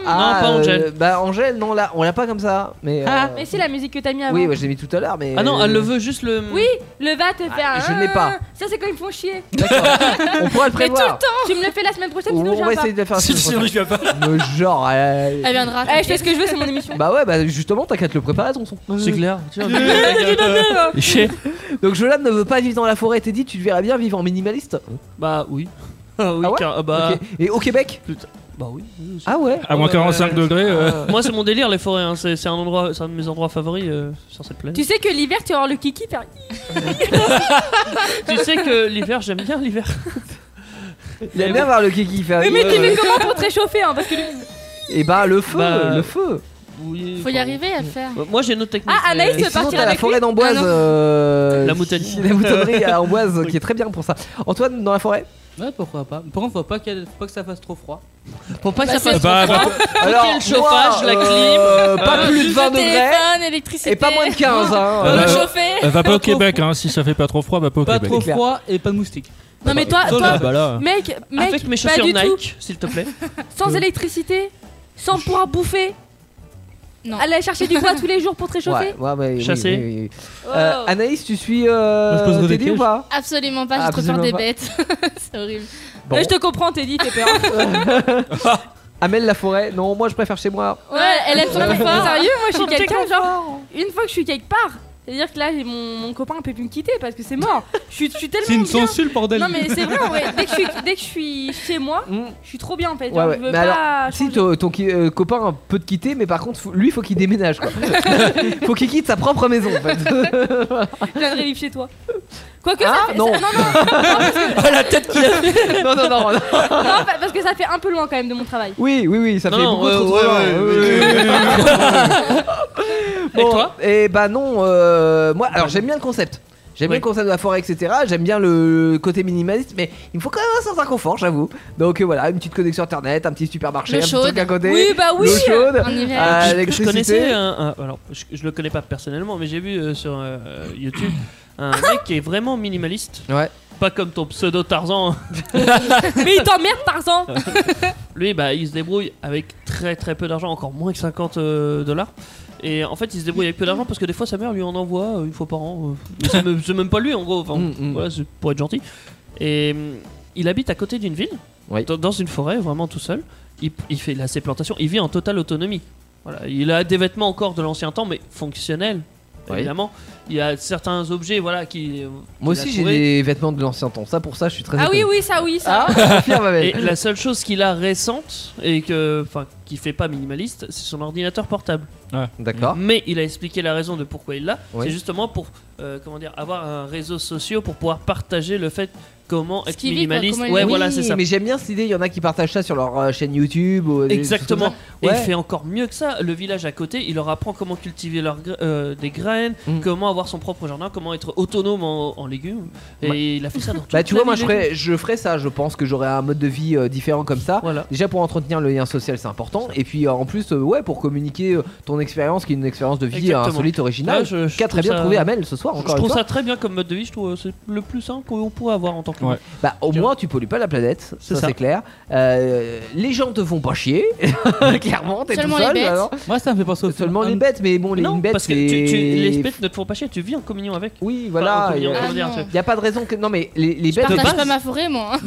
D: Ah,
G: pas
D: euh,
G: Angèle.
D: bah Angèle, non, là, on l'a pas comme ça. Mais,
H: Ah,
D: euh,
H: mais c'est la musique que t'as mis avant.
D: oui, ouais, je l'ai mis tout à l'heure, mais.
G: Ah non, elle le veut juste le.
H: Oui, le va te faire.
D: je ne l'ai
H: hein.
D: pas.
H: Ça, c'est quand ils me font chier.
D: On pourra le
I: Mais tout
D: prévoir.
I: le temps
H: Tu me le fais la semaine prochaine,
D: On,
H: sinon
D: on
H: j'ai
D: va
H: un pas.
D: essayer de le
G: Ah,
D: faire. la
J: Si,
D: semaine
J: si, on y va pas.
D: prochaine. Mais genre. euh,
I: Elle viendra.
H: Eh, je fais ce que je veux, c'est mon émission.
D: Bah ouais, bah justement, t'as qu'à te le préparer ton son.
G: C'est clair. Tu vois,
J: Chier.
D: Donc Jolan ne veut pas vivre dans la forêt, t'es dit, tu le verrais bien vivre en minimaliste.
G: bah oui. Ah oui,
D: Ah ouais
G: car- ah bah.
D: Ok. Et au Québec
G: Bah oui. oui,
D: Ah ouais
J: À moins
G: Ouais.
J: 45 degrés. euh,
G: Moi, c'est mon délire, les forêts. hein. C'est c'est un endroit, c'est un de mes endroits favoris euh, sur cette planète.
H: Tu
G: Tu,
H: sais que l'hiver, tu vas avoir le kiki faire.
G: sais que l'hiver, j'aime bien l'hiver.
D: Il aime bien voir le kiki faire.
H: Mais tu fais comment pour te réchauffer hein, parce que le-
D: euh, Et bah le feu,
G: Bah,
D: le feu.
G: Oui,
I: Faut y
G: enfin,
I: arriver à le faire.
G: euh, Moi, j'ai une autre technique.
H: Ah, Anaïs,
D: Et
H: se
G: euh,
D: sinon
H: partir
D: t'as la
H: avec
D: forêt
H: lui
D: d'Amboise.
I: Ah non.
D: euh,
G: La moutonnerie.
D: La moutonnerie à Amboise qui est très bien pour ça. Antoine, dans la forêt
E: Ouais, pourquoi pas. Par contre, faut pas, qu'il y ait- faut pas que ça fasse trop froid.
G: Pour pas que ça
J: bah,
G: fasse.
J: bah,
D: Alors,
G: le chauffage, la
D: euh, pas plus de 20
I: Le
D: degrés
I: téléphone, l'électricité.
D: et pas moins de 15. Hein.
J: Euh,
I: Le
J: bah,
I: chauffer.
J: euh, va pas au
E: trop
J: Québec, hein, si ça fait pas trop froid, va pas au
E: Pas
J: Québec.
E: trop
D: clair.
E: froid et pas de moustiques.
H: Non, mais toi,
E: Ah,
H: toi
J: Ah bah là.
H: mec, mec,
G: Avec mes
H: pas
G: chaussures
H: du tout.
G: Nike, s'il te plaît.
H: Sans électricité, sans pouvoir bouffer.
I: Non.
H: Aller chercher du bois tous les jours pour te réchauffer.
D: Ouais, ouais, ouais, oui,
G: Chasser.
D: oui, oui, oui.
H: Oh.
D: Euh, Anaïs, tu suis euh,
E: Moi, je poserai des
D: Teddy ou
E: pièges.
D: pas
I: Absolument pas, j'ai trop
D: Absolument
I: peur des
D: pas.
I: bêtes. c'est horrible.
D: Bon.
H: Euh, Je te comprends, Teddy, t'es peur.
D: Amel la forêt Non, moi je préfère chez moi.
I: Ouais, elle aime son
H: Non, mais
I: confort.
H: sérieux, moi je suis
I: Son petit
H: quelqu'un, genre, une fois que je suis quelque part, c'est-à-dire que là, j'ai mon, mon copain peut plus me quitter parce que c'est mort. Je suis, je suis tellement
E: C'est une
H: bien.
E: censure, bordel.
H: Non, mais c'est vrai, en vrai. Dès que, je suis, dès que je suis chez moi,
D: Mm.
H: je suis trop bien en fait.
D: Ouais,
H: Genre,
D: ouais.
H: Je veux
D: Mais
H: pas.
I: Ah,
D: alors, si
H: changer.
D: ton, ton qui- euh, copain peut te quitter, mais par contre, faut- lui, faut qu'il déménage. Quoi. faut qu'il quitte sa propre maison. En fait.
H: Je viendrai vivre chez toi. Quoique,
D: Ah,
H: ça fait.
D: non.
H: ça- non, non, Ah,
D: non, non, non, non.
H: non, pa- parce que ça fait un peu loin quand même de mon travail.
D: Oui, oui, oui, ça
G: Non,
D: fait
G: non,
D: beaucoup
G: ouais,
D: trop, trop
G: ouais,
D: loin.
G: ouais,
D: Oui, oui, oui, ben oui. Bon,
G: toi
D: Eh bah non, euh, moi, alors j'aime bien le concept. J'aime bien le concept de la forêt, etc. J'aime bien le côté minimaliste, mais il me faut quand même un certain confort, j'avoue. Donc euh, voilà, une petite connexion internet, un petit supermarché,
I: L'eau
D: un petit
I: chaude.
D: truc à côté.
I: Oui, bah oui,
D: L'eau chaude,
I: en hiver.
D: euh,
I: Je-
H: Ah,
I: je
G: Je- je
D: l'électricité.
G: connaissais un, un- alors je, je le connais pas personnellement mais j'ai vu euh, sur euh, YouTube un mec qui est vraiment minimaliste
D: ouais
G: pas comme ton pseudo Tarzan
I: Mais il t'emmerde, Tarzan
G: lui bah il se débrouille avec très très peu d'argent encore moins que 50 euh, dollars et en fait il se débrouille avec peu d'argent parce que des fois sa mère lui en envoie euh, une fois par an euh. Et c'est même, c'est même pas lui en gros enfin,
D: Mm,
G: voilà, c'est pour être gentil et hum, il habite à côté d'une ville dans, dans une forêt vraiment tout seul il, il fait il a ses plantations il vit en totale autonomie voilà il a des vêtements encore de l'ancien temps mais fonctionnels
D: Oui.
G: évidemment il y a certains objets voilà qui euh,
D: Moi
G: qu'il a
D: aussi, j'ai
G: trouvés.
D: des vêtements de l'ancien temps. Ça, pour ça, je suis très
I: Ah oui,
D: étonné.
I: oui, ça, oui, ça.
G: Et la seule chose qu'il a récente et que, enfin, qui fait pas minimaliste, c'est son ordinateur portable.
D: D'accord.
G: Mais il a expliqué la raison de pourquoi il l'a.
D: Ah. Oui.
G: C'est justement pour, euh, comment dire, avoir un réseau social pour pouvoir partager le fait comment être
D: qui vit, quoi,
G: minimaliste.
D: comment il-
G: ouais,
D: Oui,
G: voilà, c'est ça.
D: Mais j'aime bien cette idée. Il y en a qui partagent ça sur leur euh, chaîne YouTube. ou des choses comme
G: Exactement.
D: ça.
G: Et il
D: Ouais.
G: fait encore mieux que ça. Le village à côté, il leur apprend comment cultiver leurs gra- euh, des graines,
D: Mm.
G: comment avoir son propre jardin, comment être autonome en, en légumes. Et
D: Ouais.
G: il a fait ça dans
D: Bah
G: toute
D: tu vois
G: la
D: moi je
G: ville.
D: ferais, je ferais ça, je pense que j'aurais un mode de vie euh, différent comme ça. Déjà pour entretenir le lien social c'est important et puis euh, en plus euh, ouais pour communiquer euh, ton expérience qui est une expérience de vie euh,
G: Exactement.
D: insolite originale.
G: Ouais, je- je
D: Qu'a très
G: trouve
D: bien
G: ça-
D: trouvé Amel ce soir
G: Je-
D: encore
G: Je
D: une
G: trouve
D: fois.
G: ça très bien comme mode de vie, je trouve euh, c'est le plus simple qu'on pourrait avoir en tant que.
D: Bah au moins tu pollues pas la planète, ça,
G: ça.
D: c'est clair. Euh, les gens te font pas chier,
G: Mm.
D: clairement t'es
I: Seulement
D: tout seul.
I: les bêtes.
D: Moi ça me fait penser Ah, seulement les bêtes mais bon les
G: Non,
D: bêtes
G: parce que
D: c'est-
G: tu- tu- les bêtes ne te font pas chier, tu vis en communion avec.
D: Oui,
G: Enfin, en
D: voilà, Ah il
G: communion,
D: y a-
G: comment dire, tu-
D: y a pas de raison que non mais les, les
I: Je
D: bêtes
I: partage
D: de
I: pas
D: base-
I: ma forêt, moi.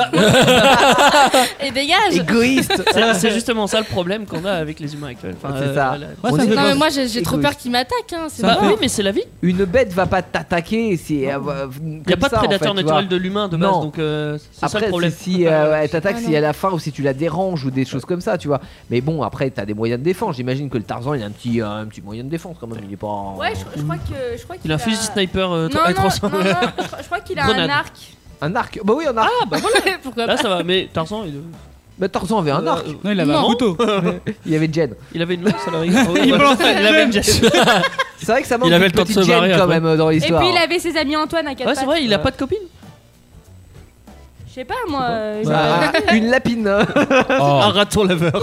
I: Et dégage
D: Égoïste.
G: C'est- C'est justement ça le problème qu'on a avec les humains actuels. Enfin,
D: C'est
G: euh,
D: ça.
G: voilà.
D: Moi, ça me fait
I: Non, mais moi j'ai j'ai
D: Égoïste.
I: trop peur qu'il m'attaque. Hein. c'est
G: Bah
I: vrai.
G: oui, mais c'est la vie.
D: Une bête va pas t'attaquer. euh, Il n'y a
G: a pas de prédateur naturel de l'humain de base,
D: Non.
G: donc euh, c'est ça
D: Après,
G: le problème.
D: si, si, euh, elle t'attaque,
G: Ah
D: si
G: non.
D: à la fin ou si tu la déranges ou des choses comme ça, tu vois. Mais bon, après, t'as des moyens de défense. J'imagine que le Tarzan, il a un petit, euh, un petit moyen de défense quand même. Il est pas. en-
H: Ouais, je, je crois que. Je crois qu'il
G: Il a un fusil sniper euh,
H: Non, non,
G: A300.
H: non, non, je, crois- je crois qu'il a
G: Grenade.
H: un arc.
D: Un arc Bah oui, un arc
G: Ah, bah
H: voilà Pourquoi
G: Là
H: pas
G: ça va, mais Tarzan il.
D: Bah Tarzan avait un
G: Euh,
D: arc.
G: euh, Non, il avait un non. couteau.
D: il avait Jed.
G: Il avait une lance à la rigueur.
D: Il balançait
G: Il avait une
D: Jen.
G: Jen.
D: C'est vrai que ça manque
G: Il avait
D: une
G: le temps de
D: petite
G: se barrer
D: Jen quand
G: après.
D: même euh, dans
H: Et
D: l'histoire.
H: puis il avait ses amis Antoine à quatre
G: Ouais, c'est
H: pattes.
G: vrai, il a pas de copine
H: Je sais pas moi. euh, j'ai-
D: Bah, une lapine. Oh.
G: Un raton laveur.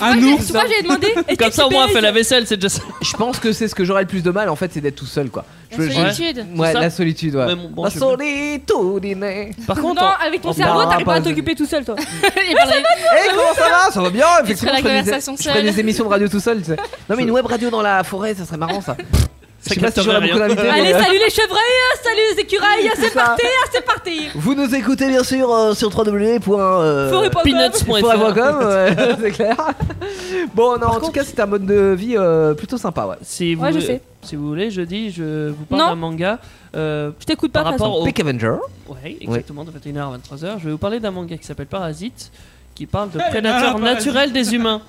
H: Un ours. Tu vois, j'ai demandé. est-ce
G: Comme
H: que
G: ça,
H: tu
G: au moins,
H: payes
G: on fait la vaisselle, c'est déjà ça.
D: Je pense que c'est ce que j'aurais le plus de mal en fait, c'est d'être tout seul quoi.
H: La
D: Je- je-
H: solitude.
D: Ouais,
H: C'est ça
D: la solitude, ouais.
G: Mais bon, bon,
D: la
G: je-
D: solitude.
G: Par contre,
H: Non,
G: on-
H: avec ton
D: on
H: cerveau,
D: parlera
H: t'arrives pas
D: pas
H: à
D: aux
H: t'occuper tout seul, toi.
I: Il
H: parle
D: Eh comment ça va Ça va bien Effectivement,
H: ferais la
D: je ferais des-
H: conversation
D: je ferais
H: seule.
D: des émissions de radio tout seul. tu sais. Non mais une web radio dans la forêt, ça serait marrant ça. Je sais pas si
G: capterait
D: j'aurais beaucoup
G: rien.
D: d'invités.
H: Allez,
D: mais, euh,
H: salut les chevreuils, salut les écureuils, euh, c'est parti, c'est parti.
D: Vous nous écoutez bien sûr euh, sur euh, www.forêt.com.
G: Peanuts.fr.
D: c'est clair. Bon, non, en tout cas, c'est un mode de vie euh, plutôt sympa, ouais.
G: Si vous,
D: Ouais, je sais.
G: si vous voulez, jeudi, je vous parle
D: Non.
G: d'un manga. euh,
H: je t'écoute pas,
G: Par
H: de toute
G: rapport
H: façon.
G: au...
D: Peak Avenger.
G: Ouais, exactement, de 21h à 23h. Je vais vous parler d'un manga qui s'appelle Parasite, qui parle de prédateurs
D: ah, Parasite.
G: naturels des humains.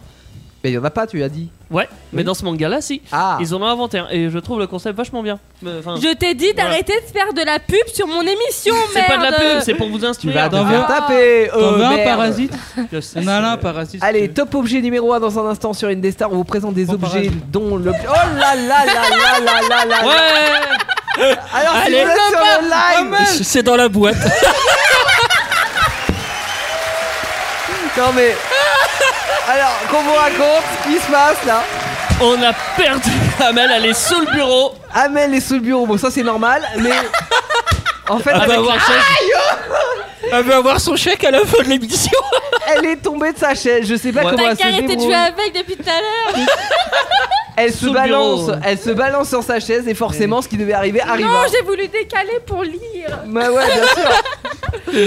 D: Mais il y en a pas, tu as dit.
G: Ouais, mais
D: Oui.
G: dans ce manga-là, si.
D: Ah.
G: Ils en ont inventé un, et je trouve le concept vachement bien. Mais, enfin,
H: Je t'ai dit
G: voilà.
H: d'arrêter de faire de la pub sur mon émission, merde.
G: C'est pas de la pub, c'est pour vous instruire.
D: vas T'en devoir veux- taper, t'en euh, veux un merde. parasite
G: Je sais,
E: On a un
G: c'est-
E: parasite.
D: Allez, top objet numéro 1 dans un instant sur Indestar. On vous présente des objets dont le. Oh là là là là là là là
G: Euh, Ouais
D: Alors, si vous êtes sur le live-
J: C'est dans la boîte.
D: Non mais. Alors, qu'on vous raconte ce qui se passe là
G: On a perdu Amel, elle est sous le bureau
D: Amel est sous le bureau, bon ça c'est normal, mais. En
G: Ah
D: fait,
G: bah
J: Elle va
D: avec-
J: avoir sa- Elle veut avoir son chèque à la fin de l'émission.
D: Elle est tombé de sa chaise, je sais pas comment
I: T'as
D: elle se
I: qu'à arrêter de
D: débrouille.
I: jouer avec depuis tout à l'heure.
D: Elle se
G: le
D: balance,
G: bureau.
D: elle se balance sur sa chaise et forcément ce qui devait arriver arrive.
H: Non,
D: hein.
H: j'ai voulu décaler pour lire.
D: Bah ouais, bien sûr.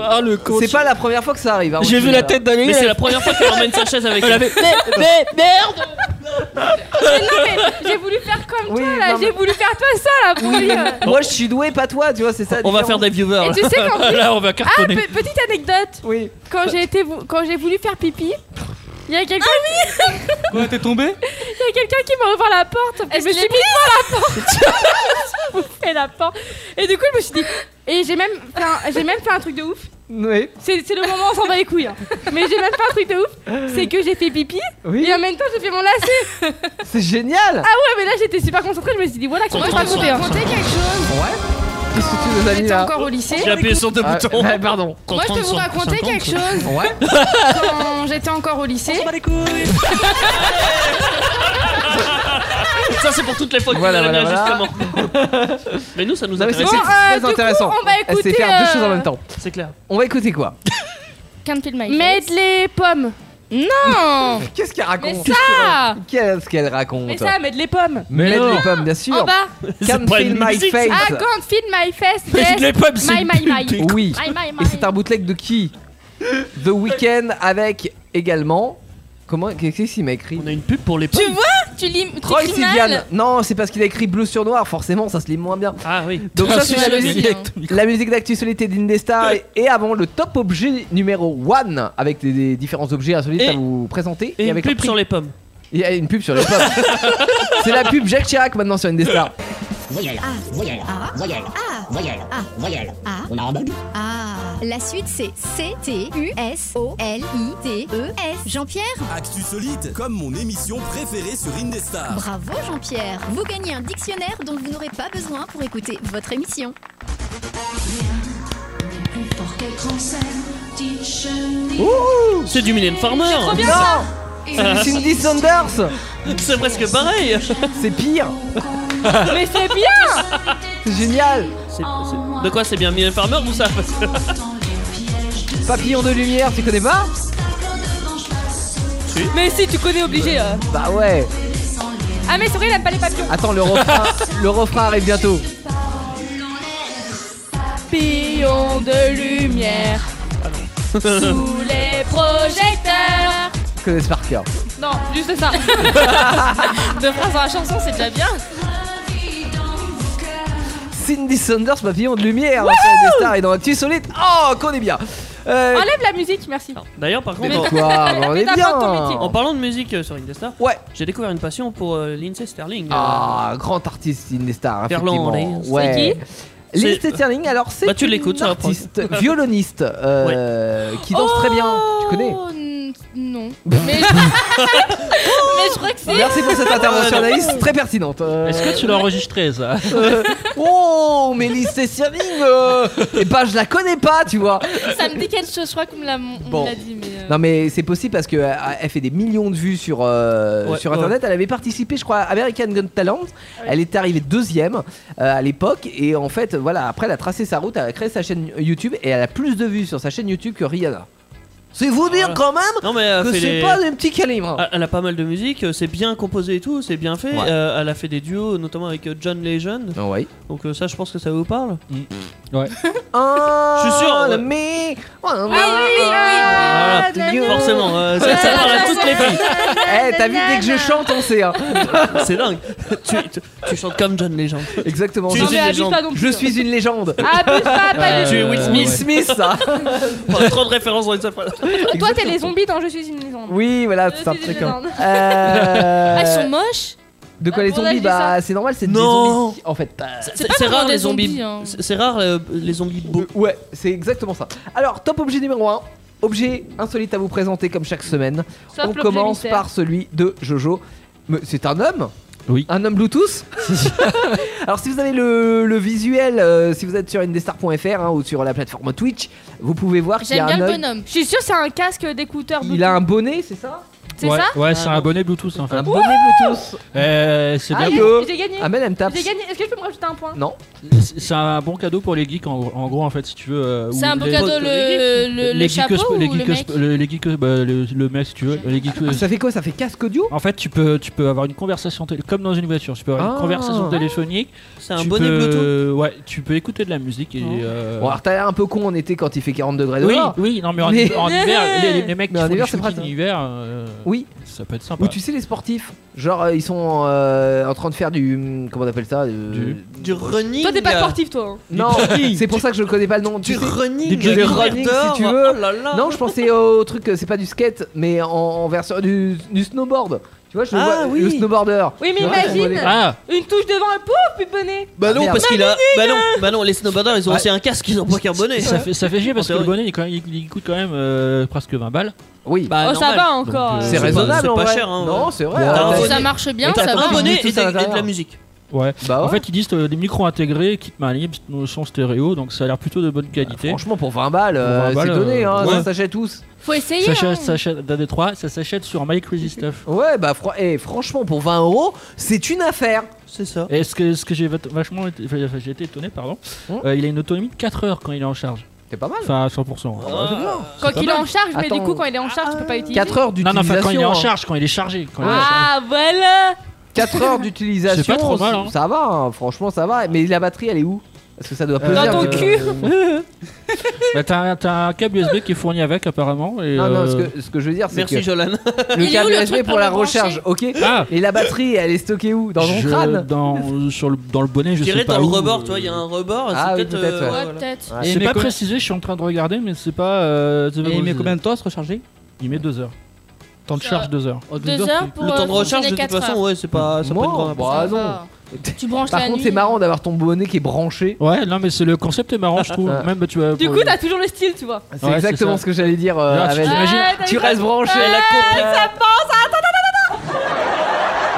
J: Ah le con.
D: C'est pas la première fois que ça arrive. hein,
J: J'ai
D: on
J: vu
D: se
J: la
D: dit,
J: tête d'Amélie.
G: Mais c'est la première fois qu'elle emmène sa chaise avec
J: Elle
G: elle.
J: avait-
I: Mais merde
H: Mais non, mais j'ai voulu faire comme toi, là.
D: non, mais-
H: J'ai voulu faire toi ça, là, pour lire.
D: là. Moi je suis doué, pas toi, tu vois, c'est ça. la
G: On va
D: différence.
G: faire des viewers.
H: Et tu sais qu'en plus-
J: Là, on va
H: Ah,
J: cartonner.
H: pe- petite anecdote.
D: Oui.
H: Quand j'ai été, vou- quand j'ai voulu faire pipi, il y a quelqu'un.
E: Quoi, t'es tombé
H: Il y a quelqu'un qui m'a ouvert la porte. Et je me suis mis devant la porte. Je me suis bouffé la porte. Et du coup, je me suis dit. Et j'ai même, fait un- j'ai même fait un truc de ouf.
D: Oui.
H: C'est c'est le moment où on s'en va les couilles. hein. Mais j'ai même fait un truc de ouf. C'est que j'ai fait pipi.
D: Oui.
H: Et en même temps, j'ai fait mon lacet.
D: C'est génial
H: Ah ouais, mais là, j'étais super concentrée. Je me suis dit, voilà, qu'on va pas couper.
I: Comptez quelque chose.
D: qu'est-ce que tu nous as mis
I: J'étais
D: là
I: encore au lycée. J'ai appuyé sur deux
D: Ah,
I: boutons.
D: ouais, pardon.
I: Moi, je peux vous raconter quelque chose.
D: Ouais.
I: Quand j'étais encore au lycée.
G: Ça, c'est pour toutes les fois qu'il
D: Voilà,
G: a
D: voilà,
G: justement. Mais nous, ça nous
D: Non, mais
G: intéresse.
D: c'est c'est très intéressant.
I: on va
D: Elle sait
I: écouter,
D: faire deux
I: euh,
D: choses en même temps.
G: C'est clair.
D: On va écouter quoi
I: Can't Mettre les pommes. Non
D: Qu'est-ce qu'elle raconte
I: Mais ça
D: Qu'est-ce qu'elle raconte
I: Mais ça, mettre les pommes.
D: Mais
I: non.
D: les pommes, bien sûr.
I: En bas.
D: Can't feel my face.
I: Ah, can't feel my face.
D: Mais
I: yes.
D: les pommes, c'est
I: My, my, my.
D: Oui.
I: My, my, my.
D: Et c'est un bootleg de qui The Weeknd avec également. Comment Qu'est-ce qu'il m'a écrit On
G: a une pub pour les pommes.
I: Tu vois Tu lis. tu
D: Troy
I: lis
D: Sivan.
I: mal.
D: Non, c'est parce qu'il a écrit bleu sur noir, forcément, ça se lit moins bien.
G: Ah oui.
D: Donc
J: Ah,
D: ça,
J: si,
D: c'est la
J: j'avais
D: musique,
J: dit, hein.
D: la musique d'actualité d'Indestar. Et- Et avant, le top objet numéro 1, avec des, des différents objets insolites à vous présenter.
G: Et, une
D: avec leur
G: pub
D: prix.
G: sur les pommes.
D: Il y a une pub sur les pommes. c'est la pub Jacques Chirac maintenant sur Indestar.
B: Voyelle A, voyelle A, voyelle A, voyelle A, voyelle A. On a entendu Ah. La suite c'est C T U S O L I T E S. Jean-Pierre
A: Actu Solite, comme mon émission préférée sur Indestar.
B: Bravo Jean-Pierre, vous gagnez un dictionnaire dont vous n'aurez pas besoin pour écouter votre émission.
G: Ouh, C'est du Million Farmer.
D: C'est trop bien, ça. Ah C'est du Cindy Saunders
G: C'est presque pareil.
D: C'est pire.
I: Mais c'est bien
D: C'est génial
G: De quoi c'est bien Million Farmer ou ça Parce que-
D: Papillon de lumière, tu connais pas
I: Mais si, tu connais obligé. euh.
D: Bah ouais
I: Ah, mais c'est vrai, il aime pas les papillons.
D: Attends, le refrain, le refrain arrive bientôt.
I: Papillons de lumière.
D: Ils
I: Sous les projecteurs.
D: connaissent par cœur.
I: Non, juste ça. Deux phrases dans la chanson, c'est déjà bien.
D: Cindy Saunders, papillon de lumière, hein, sur Indestar et dans Actu Solide. Oh, qu'on est bien Euh,
I: Enlève la musique, merci.
G: D'ailleurs, par
D: Mais
G: contre, en-
D: pourquoi Bah, On est bien
G: en parlant de musique euh, sur Indestar,
D: ouais.
G: j'ai découvert une passion pour euh, Lindsay Sterling. euh,
D: Ah, grand artiste Indestar, effectivement.
G: Ferland, Lance.
D: Ouais.
G: C'est qui
D: Lindsay
G: C'est-
D: Sterling, alors c'est
G: Bah, tu l'écoutes,
D: une
G: ça va prendre.
D: artiste, violoniste, euh, qui danse très bien. Tu connais
I: Oh, n- non. Mais je... Mais je crois que c'est.
D: Merci pour cette intervention,
J: Ah, non.
D: Anaïs, très pertinente. Euh,
J: Est-ce que tu l'as enregistré ça
D: euh, Oh, mais Lindsay Sterling Et bah, je la connais pas, tu vois
I: Ça me dit quelque chose, je crois qu'on me l'a on me
D: Bon.
I: l'a dit. Mais euh,
D: Non mais c'est possible parce que euh, elle fait des millions de vues sur euh,
G: Ouais,
D: sur internet. Elle avait participé, je crois, à American Gun Talent. Elle était arrivée deuxième euh, à l'époque et en fait, voilà, après elle a tracé sa route, elle a créé sa chaîne YouTube et elle a plus de vues sur sa chaîne YouTube que Rihanna. C'est vous dire
G: Voilà.
D: quand même
G: Non, mais elle
D: que
G: fait
D: c'est
G: les-
D: pas des petits calibres.
G: Ah, Elle a pas mal de musique, euh, c'est bien composé et tout, c'est bien fait.
D: Ouais.
G: Euh, elle a fait des duos, notamment avec euh, John Legend.
D: Ouais.
G: Donc euh, ça, je pense que ça vous parle.
J: Ouais.
D: Oh,
G: Je suis sûr, ouais.
D: Mais ah
G: Voilà. Forcément, euh, ça, ça parle à toutes les filles.
D: Eh, t'as vu dès que je chante, on sait. hein.
G: C'est dingue. tu, tu- tu chantes comme John Legend.
D: Exactement.
G: Tu
D: Non,
G: es
D: mais
G: une
D: abuse
G: légende.
I: pas non plus.
D: Je suis une légende. Euh,
I: Abuse pas, pas
G: Tu es Will Smith.
D: Smith, ça.
G: On a trop de références dans une seule phrase.
I: du- Toi, t'es les zombies dans Je suis une légende.
D: Oui, voilà,
I: Je
D: c'est un
I: suis une
D: truc. comme-
I: légende.
D: Euh,
I: Ah, ils sont moches.
D: De quoi
I: Ah,
D: les
I: bon, là,
D: zombies
I: je dis ça.
D: Bah, c'est normal, c'est des
G: Non.
D: zombies. En fait, euh,
G: C'est
I: pas
G: c'est
I: vraiment
G: rare
I: des
G: les zombies.
I: zombies, hein.
G: C'est c'est rare euh, les zombies beaux.
D: ouais, c'est exactement ça. Alors, top objet numéro 1. Objet insolite à vous présenter comme chaque semaine.
I: Sauf
D: On
I: l'objet
D: commence
I: mystère.
D: par celui de Jojo. Mais C'est un homme
J: Oui.
D: Un homme Bluetooth Alors si vous avez le, le visuel, euh, si vous êtes sur indestar.fr hein, ou sur la plateforme Twitch, vous pouvez voir qu'il y a
I: J'aime bien
D: un
I: le
D: œil-
I: bonhomme. Je suis sûre, c'est un casque d'écouteur.
D: Il a un bonnet, c'est ça
I: C'est
J: ouais,
I: ça
J: Ouais, c'est un bonnet Bluetooth en fait.
D: Un bonnet Bluetooth.
J: Euh, c'est bien.
I: Ah,
D: Yo.
I: j'ai- j'ai gagné.
D: Amel, elle me tape.
I: J'ai gagné. hein. Est-ce que je peux me rajouter un point
D: Non
J: C'est c'est un bon cadeau pour les geeks en, en gros en fait si tu veux. euh,
I: C'est
J: ou
I: un beau
J: les-
I: cadeau le, le, le
J: les geeks
I: chapeau
J: cosp-
I: ou
J: les
I: le
J: geeks
I: mec
J: cosp- le- les geeks, bah, le, le mec si tu veux les geeks
D: Ça fait quoi Ça fait casque audio
J: En fait, tu peux, tu peux avoir une conversation télé- comme dans une voiture. Tu peux avoir
D: Ah.
J: une conversation téléphonique.
G: C'est un
J: tu
G: bonnet
J: peux-
G: Bluetooth.
J: Ouais, tu peux écouter de la musique et.
I: Oh.
J: euh,
D: Bon, alors t'as l'air un peu con en été quand il fait 40 degrés
J: oui,
D: dehors.
J: oui, non mais en,
D: Mais-
J: en hiver, les, les mecs
D: Mais
J: qui
D: en
J: font
D: hiver,
J: du
D: c'est pratique.
J: shooting en hiver, euh,
D: Oui.
J: ça peut être sympa.
D: Ou tu sais les sportifs, genre euh, ils sont euh, en train de faire du comment on appelle ça euh,
J: Du-
G: Du running.
I: Toi, t'es
H: euh,
I: pas sportif, toi. hein.
D: Non, c'est pour ça que je connais pas le nom.
G: Du
D: tu sais.
G: running.
D: Du
G: du
D: running,
G: outdoor.
D: si tu veux.
G: Oh là là.
D: Non, je pensais au truc, euh, c'est pas du skate, mais en, en version du, du snowboard. Tu vois, je
G: Ah,
D: vois
G: oui.
D: le snowboarder.
I: Oui, mais
D: Tu vois, on voit les-
I: imagine.
J: Ah,
I: Une touche devant et pouf, plus de bonnet.
G: Bah non,
D: Merde.
G: parce qu'il a. Bah non, bah non, les snowboarders ils ont aussi un casque, ils ont pas qu'un bonnet.
J: ça fait, ça fait chier parce que
G: En
J: le
G: théorie.
J: bonnet il, quand même- il- il coûte quand même euh, presque 20 balles.
D: Oui,
G: Bah,
I: oh, ça
G: normal.
I: va encore.
J: Donc, euh,
D: c'est
G: pas-
D: raisonnable.
G: c'est
D: en
G: pas
D: vrai.
G: cher, hein,
D: non,
G: ouais.
D: c'est vrai.
G: T'as un
D: hein.
G: bonnet.
I: Ça marche bien,
G: Et
I: ça
G: t'as
I: va.
G: un bonnet
D: Tout
G: et
D: ça à
G: des- et de
D: l'intérieur.
G: la musique.
J: Ouais.
D: Bah
J: En
D: ouais.
J: fait, ils disent euh, des micros intégrés, kit maniable, son stéréo, donc ça a l'air plutôt de bonne qualité.
D: Ah, franchement, pour 20 balles, euh, c'est donné, hein, ça s'achète tous.
H: Faut essayer.
J: Ça
H: hein.
J: s'achète- s'achète d'un des trois, ça s'achète sur My Crazy Stuff.
D: Ouais, bah fro- eh, franchement, pour 20 euros, c'est une affaire.
G: C'est ça.
J: Et ce que, ce que j'ai va- vachement été, enfin, enfin, j'ai été étonné, pardon,
D: Oh.
J: euh, il a une autonomie de 4 heures quand il est en charge.
D: C'est pas mal.
J: Enfin, à 100%.
D: Ah,
H: Quand il est en charge, mais du
D: Attends.
H: coup, quand il est en charge, tu peux pas utiliser.
J: Non, non, enfin, quand il est
D: d'utilisation,
J: en
D: hein.
J: charge, quand il est chargé. Quand il est en charge.
H: Ah, voilà
D: 4 heures d'utilisation.
J: C'est pas trop mal, hein.
D: Ça va, hein, franchement, ça va. Mais la batterie, elle est où Parce que ça doit peser.
J: Euh, Dans
D: un
J: ton
D: petit peu.
J: euh, Bah, t'as, un- t'as un câble USB qui est fourni avec, apparemment. Et,
D: Ah, Non, non, ce
J: euh,
D: que, ce que je veux dire, c'est
J: Merci,
D: que.
J: Jolan.
D: Le
J: Il est où
D: câble
J: le
D: USB
J: truc
D: pour
J: pour
D: la
J: le brancher
D: recharge, ok.
J: Ah.
D: Et la batterie, elle est stockée où Dans ton
J: je-
D: crâne
J: dans, sur le, dans le bonnet, je
G: Je
J: sais
G: dirais
J: pas.
G: dans le
J: où,
G: rebord,
J: euh,
G: tu vois, il y a un rebord.
J: Ah
G: c'est
J: oui,
G: peut-être.
J: peut-être, ouais.
G: euh,
J: Ouais,
G: voilà.
J: Et C'est pas précisé, je suis en train de regarder, mais c'est pas. euh, c'est pas
L: Et il met
J: précisé.
L: combien de temps à se recharger
J: Il met 2 heures. Temps de charge 2 heures.
L: Oh,
H: deux Deux heures, heures pour,
G: Le temps de
H: euh,
G: recharge, de
H: fonctionner
G: toute
H: quatre
G: façon,
H: heures.
G: ouais, c'est pas. Ça peut être grand.
D: bah non.
H: Tu branches
D: Par
H: la
D: contre,
H: nuit.
D: c'est marrant d'avoir ton bonnet qui est branché.
J: Ouais, non, mais c'est le concept est marrant, je trouve. Même, bah, tu vois,
H: Du
J: pour-
H: coup, t'as toujours le style, tu vois.
D: C'est exactement ce que j'allais dire. euh,
J: Là, tu
D: Abel.
J: t'imagines-
H: Ouais, t'as
D: tu
H: vu ça
D: restes branché.
H: Ouais, ça pense. Attends, attends, attends, attends.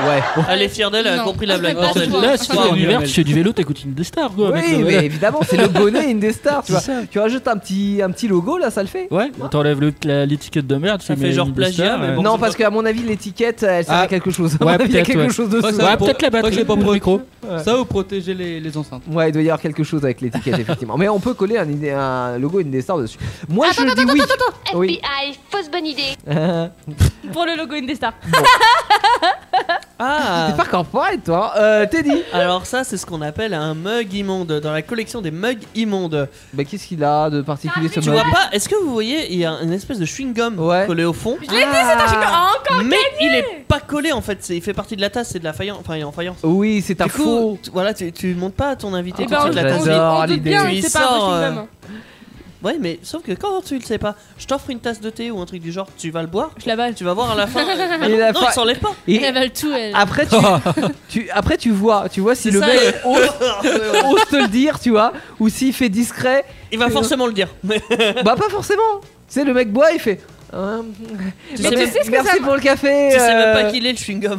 D: Ouais.
G: Elle est fière d'elle, elle a compris la blague.
J: Là, là, si tu es en hiver, tu fais du vélo, t'écoutes une des stars, quoi. avec
D: Oui,
J: le-
D: mais évidemment, c'est le bonnet Indestar. Tu,
J: C'est
D: vois. tu rajoutes un petit, un petit logo là, ça le fait
J: Ouais, t'enlèves le- la- l'étiquette de merde, ça euh.
D: non, parce qu'à mon avis, l'étiquette, elle sert à
J: Ah.
D: quelque chose. À
J: Ouais,
D: mon avis, Il y a
J: peut-être,
D: quelque
J: ouais.
D: chose de
J: Ouais, ça, Ouais, pour- peut-être la batterie.
L: j'ai pas
J: Le
L: pour
J: micro.
L: Ça ou protéger les, les enceintes.
D: Ouais, il doit y avoir quelque chose avec l'étiquette, effectivement. Mais on peut coller un, idée- un logo Indestar dessus. Moi, je dis oui. oui.
I: FBI, fausse bonne idée.
D: Euh,
H: Pour le logo Indestar.
G: Ah
D: T'es pas corporate, toi. hein. Euh, Teddy
G: Alors, ça, c'est ce qu'on appelle un mug immonde. Dans la collection des mugs immondes.
D: Bah, qu'est-ce qu'il a de particulier ce
G: Ah, Tu
D: mug
G: vois pas Est-ce que vous voyez Il y a une espèce de chewing-gum collé au fond.
H: Je l'ai dit, c'est un chewing-gum. Ah, encore
G: Mais il est pas collé en fait. C'est- Il fait partie de la tasse, c'est de la faïence. Enfin, il est en faïence.
D: Oui, c'est un
G: Du coup,
D: faux.
G: tu- voilà, tu, tu montes pas à ton invité.
H: Eh
G: Ah, tout
H: ben,
G: de suite
H: on-
G: la tasse.
D: j'adore
G: Tu lui
D: l'idée.
H: Bien, c'est pas un
G: sors,
H: vrai
G: euh,
H: chewing-gum.
G: Ouais, mais sauf que quand tu le sais pas, je t'offre une tasse de thé ou un truc du genre, tu vas le boire.
H: Je l'avale.
G: Tu vas voir à la fin. euh, bah
D: Et
G: non,
D: la
G: non,
D: fin-
G: il s'enlève pas.
D: Et-
H: Elle avale tout, elle.
D: Après tu, tu- après tu vois, tu vois si le
G: ça,
D: mec
G: et-
D: ose, euh, ose te le dire, tu vois, ou s'il fait discret.
G: Il va forcément le dire.
D: Bah pas forcément. Tu sais le mec boit, il fait. euh,
G: Tu
D: mais
G: sais même-
D: tu- merci pour le café.
G: Tu sais même
D: euh.
G: pas qui il est le chewing-gum.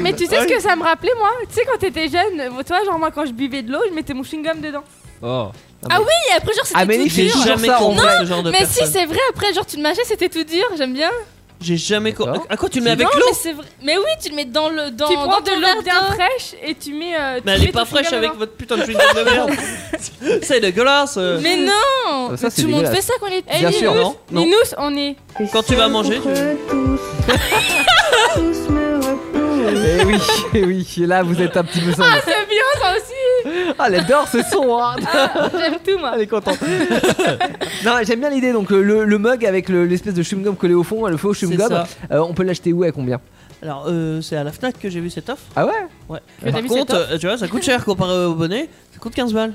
H: Mais tu sais ce que ça me rappelait, moi Tu sais, quand t'étais jeune, euh, toi, genre, moi, quand je buvais de l'eau, je mettais mon chewing-gum dedans. Ah oui, et après, genre, c'était
D: Amélie
H: tout
D: fait
H: dur.
D: toujours ça en
H: Non,
D: vrai.
G: ce genre de
H: mais si,
G: personne.
H: c'est vrai, après, genre, tu le mâchais, c'était tout dur, j'aime bien.
G: J'ai jamais. co- À quoi tu le mets avec
H: Non,
G: l'eau
H: mais c'est vrai. Mais oui, tu le mets dans le. Dans,
M: Tu prends
H: dans
M: de
H: ton verre
M: l'eau bien
H: d'eau.
M: fraîche et tu mets. euh, tu
G: Mais elle est
M: mets
G: pas
M: ton
G: fraîche
M: chewing-gum
G: avec
H: hein.
M: dedans.
G: votre putain de chewing-gum de merde. C'est dégueulasse. euh.
H: Mais
G: Ça,
H: non
G: ça, c'est
H: Mais Tout le monde
G: dégueulasse.
H: fait ça quand il est
G: Bien sûr, non, non.
H: Mais nous, on est.
G: Quand tu vas manger,
D: Eh oui, eh oui, là vous êtes un petit peu
H: Ah,
D: sans.
H: c'est bien ça aussi
D: Ah, elle adore ce son. hein.
H: J'aime tout,
G: Ah,
H: moi
D: Elle est contente Non, j'aime bien l'idée. Donc le, le mug avec le- l'espèce de chewing gum collé au fond, hein, le faux chewing gum.
G: ça.
D: on peut l'acheter où et à combien
G: alors euh, c'est à la Fnac que j'ai vu cette offre.
D: Ah ouais
G: Ouais.
D: Que t'as
G: Par
D: vu
G: contre,
D: cette offre
G: euh, tu vois, ça coûte cher comparé au bonnet. Ça coûte 15 balles.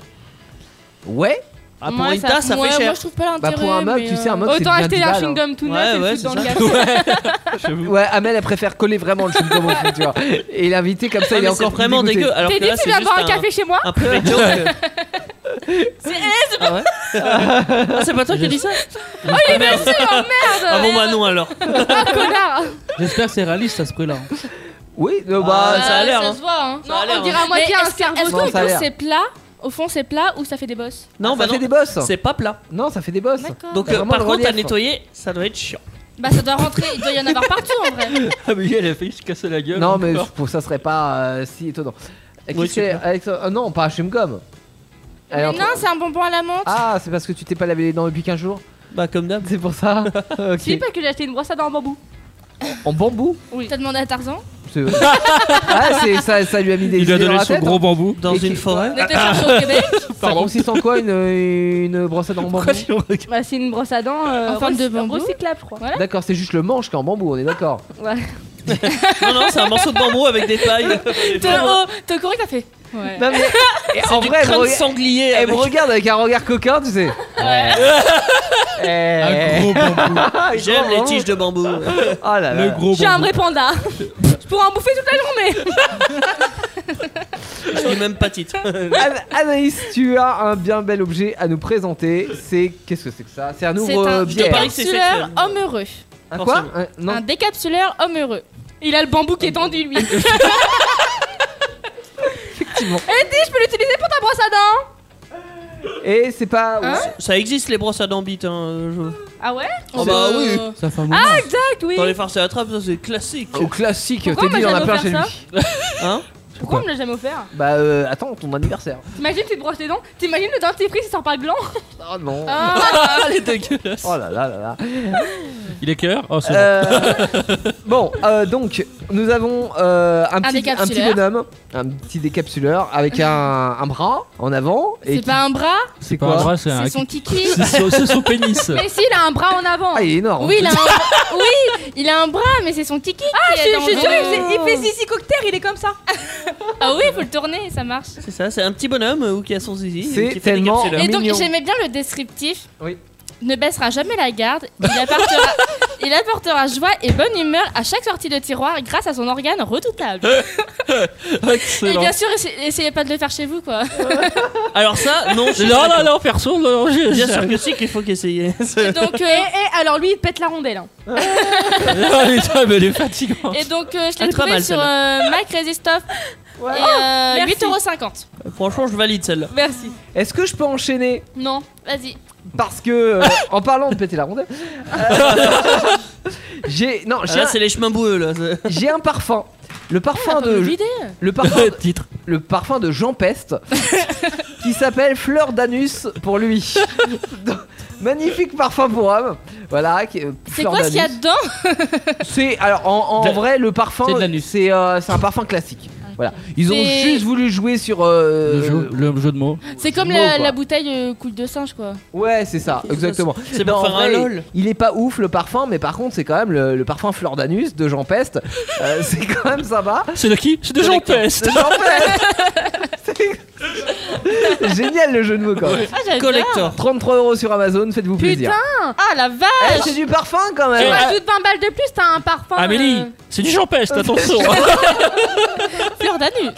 D: Ouais.
G: Ah, pour
H: Ouais,
G: une tasse, ça,
H: ouais,
G: fait cher.
H: Moi, je trouve pas l'intérêt.
D: Bah, pour un mug,
H: mais,
D: tu sais, un
H: euh,
D: mug, c'est
H: Autant
D: bien
H: acheter
D: 10
H: un
D: balles,
H: chewing-gum tout
G: hein.
H: neuf et
G: Ouais,
H: le foutre
G: ouais,
H: dans le gaz.
D: Ouais, Amel, elle préfère coller vraiment le chewing-gum au fond, tu vois. Et l'invité, comme ça,
G: Ouais,
D: il est
G: Ah, mais c'est
D: encore plus
G: vraiment
D: Ah, dégoûté.
G: dégueu. Alors
H: T'es
G: que
H: dit,
G: là,
H: tu
G: c'est
H: viens
G: juste
H: boire un café chez moi
G: Un private joke.
H: C'est eh, c'est pas-
G: Ah ouais Ah, C'est pas toi qui as dit ça
H: Oh, il est versé Oh merde
G: Ah bon, bah non alors.
H: Ah, connard
L: J'espère que c'est réaliste à ce prix-là.
D: Oui, euh,
G: Ah,
D: bah.
G: ça a l'air. hein.
H: se voit, hein.
G: Ça a l'air,
H: on dirait
G: hein.
H: à moitié
M: Mais
H: un
M: est-ce que-
H: cerveau.
M: est-ce
D: qu'on Non, ça a peut- l'air.
H: c'est plat Au fond, c'est plat ou ça fait des bosses
G: Non,
D: ça
G: bah
D: fait
G: non.
D: des bosses.
G: C'est pas plat.
D: Non, ça fait des bosses.
H: D'accord.
G: Donc,
D: C'est
G: euh,
D: vraiment
G: par
D: le
G: contre, à
D: relief.
G: nettoyer, ça doit être chiant.
H: Bah, ça doit rentrer, il doit y en avoir partout en vrai.
J: Ah, mais elle a failli se casser la gueule.
D: Non, mais
J: encore.
D: pour ça serait pas euh, si étonnant. Euh,
J: Oui,
D: qu'est-ce que- Alex- euh, non, pas un chewing-gum. Elle est
H: Mais
D: en train-
H: non, c'est un bonbon à la menthe.
D: Ah, c'est parce que tu t'es pas lavé les dents depuis 15 jours
G: Bah, comme d'hab.
D: C'est pour ça Ok.
H: Si, parce que j'ai acheté une brosse à dents en bambou.
D: En bambou
H: Oui. T'as demandé à Tarzan
D: C'est- Ah, c'est- ça, ça lui a mis des
J: Il lui a
D: idées dans
J: donné
D: la
J: son
D: tête,
J: gros
D: hein.
J: bambou.
G: Dans
D: Et qui-
G: une forêt.
H: On était chercher au Québec.
D: Ça consiste en quoi une, une brosse à dents en bambou
M: Bah, c'est une brosse à dents euh,
H: En forme de
M: recy-
H: bambou.
M: recyclable, je crois.
H: Voilà.
D: D'accord, c'est juste le manche qui est en bambou, on est d'accord.
M: Ouais.
G: Non, non, c'est un morceau de bambou avec des euh, tailles.
H: T'es au- t'es au courant que t'as fait Ouais.
D: Non, mais et en vrai, elle me,
G: Crâne
D: rega-
G: sanglier.
D: elle me
G: avec-
D: regarde avec un regard coquin, tu sais. Eh.
J: Un gros bambou.
D: Un
G: J'aime
D: gros
G: les
D: bambou.
G: tiges de bambou.
D: Oh là là.
J: Le gros
H: Je suis un
J: bambou.
H: vrai panda. Je pourrais en bouffer toute la journée.
G: Je dis même pas titre.
D: An- Anaïs, tu as un bien bel objet à nous présenter. C'est qu'est-ce que c'est que ça C'est un
H: C'est
D: ouvre
H: un
D: bière.
G: parie que c'est
H: décapsuleur
G: sexuel.
H: homme heureux.
D: Un quoi
G: forcément.
D: Un- Non. Euh,
H: Un décapsuleur homme heureux. Il a le bambou qui est tendu, lui.
D: Effectivement.
H: Eddie, Eh, je peux l'utiliser pour ta brosse à dents
D: Et c'est pas.
H: Hein
G: Ça existe les brosses à dents bites. Hein, je-
H: Ah ouais
D: Oh,
G: Ah bah oui.
N: Ça fait un moment.
H: Ah, exact, oui
G: Dans les farces et attrapes, ça c'est classique.
D: Au classique,
H: Pourquoi
D: Teddy
H: moi,
D: en a
H: j'aime
D: plein
H: faire
D: chez
H: ça
D: lui.
G: Hein
H: Pourquoi on me l'a jamais offert
D: Bah euh, attends, ton anniversaire.
H: T'imagines, tu te brosses les dents T'imagines le dentifrice, il sort pas gland
D: Oh non.
H: Ah.
G: Elle est dégueulasse.
D: Oh là là là là.
J: Il est cœur Oh, c'est bon.
D: Euh, bon, euh, donc nous avons euh, un,
H: Un
D: petit, un petit
H: décapsuleur.
D: bonhomme, un petit décapsuleur avec un, un bras en avant. et
H: C'est
D: qui-
H: pas un bras
D: C'est
J: pas un bras, c'est
D: Ah,
J: un-
H: C'est son kiki
J: C'est son- c'est son pénis.
H: Mais si, il a un bras en avant
D: Ah, il est énorme.
H: Oui, il a un, oui, il a un bras, mais c'est son kiki Ah,
O: je- je suis sûre, il fait- il fait
H: sissi cocktail, il est comme ça Ah oui, faut le tourner, ça marche
G: C'est ça, c'est un petit bonhomme euh, qui a son zizi.
D: C'est
G: et qui fait des
D: tellement
G: capsules.
H: Et donc,
D: Mignon.
H: j'aimais bien le descriptif
D: Oui.
H: Ne baissera jamais la garde, il apportera, il apportera joie et bonne humeur à chaque sortie de tiroir grâce à son organe redoutable.
D: Eh,
H: Et
J: Excellent.
H: bien sûr, essa- essayez pas de le faire chez vous, quoi.
G: Alors ça, non. je-
J: Non, non, non, perso, non, non, j'ai-
G: Bien sûr que si qu'il faut qu'essayer.
H: Donc, euh, et alors lui, il pète la rondelle. hein.
J: Ah, putain, mais elle est fatigante.
H: Et donc, euh, je
G: Elle
H: l'ai
G: est très
H: trouvé
G: mal,
H: sur euh, Mac Resist Off. Et
O: Oh,
H: euh,
O: merci.
H: 8,50€.
G: Franchement, je valide celle-là.
H: Merci.
D: Est-ce que je peux enchaîner
H: Non, vas-y.
D: Parce que euh, en parlant de péter la rondelle, euh, j'ai non
G: Ah,
D: j'ai
G: Là,
D: un-
G: c'est les chemins boueux là. c'est-
D: j'ai un, parfum. Le parfum
H: Bonne
D: de
H: idée.
D: le parfum
J: Titre.
D: le parfum de Jean Peste qui s'appelle Fleur d'anus pour lui. Donc, Magnifique parfum pour homme. Voilà. qui- euh,
H: C'est
D: fleur
H: quoi ce qu'il y a
D: d'anus.
H: dedans
D: C'est alors en, en
J: De-
D: vrai le parfum
J: c'est de l'anus.
D: c'est euh, c'est un parfum classique. Voilà. Ils ont
H: Ah. C'est-
D: juste voulu jouer sur euh,
J: Le jeu, le jeu de mots.
H: C'est comme
D: mot,
H: la,
D: quoi.
H: la bouteille euh, couille de singe, quoi.
D: Ouais, c'est ça, exactement.
G: C'est
D: Non,
G: pour
D: en
G: faire un
D: vrai,
G: lol.
D: Il est pas ouf le parfum, mais par contre, c'est quand même le, le parfum fleur d'anus de Jean Peste. Euh, c'est quand même sympa.
J: C'est de qui C'est de Jean Peste.
D: De Jean Peste C'est- Génial le jeu de mots quand même.
H: Ah, j'adore.
G: Collector.
D: 33 euros sur Amazon, faites-vous plaisir.
H: Ah, la vache
D: Eh, c'est du parfum quand
H: Tu
D: même.
H: rajoutes 20 balles de plus, t'as un parfum.
J: Amélie,
H: euh,
J: c'est du Jean Peste, attention.
H: fleur d'anus.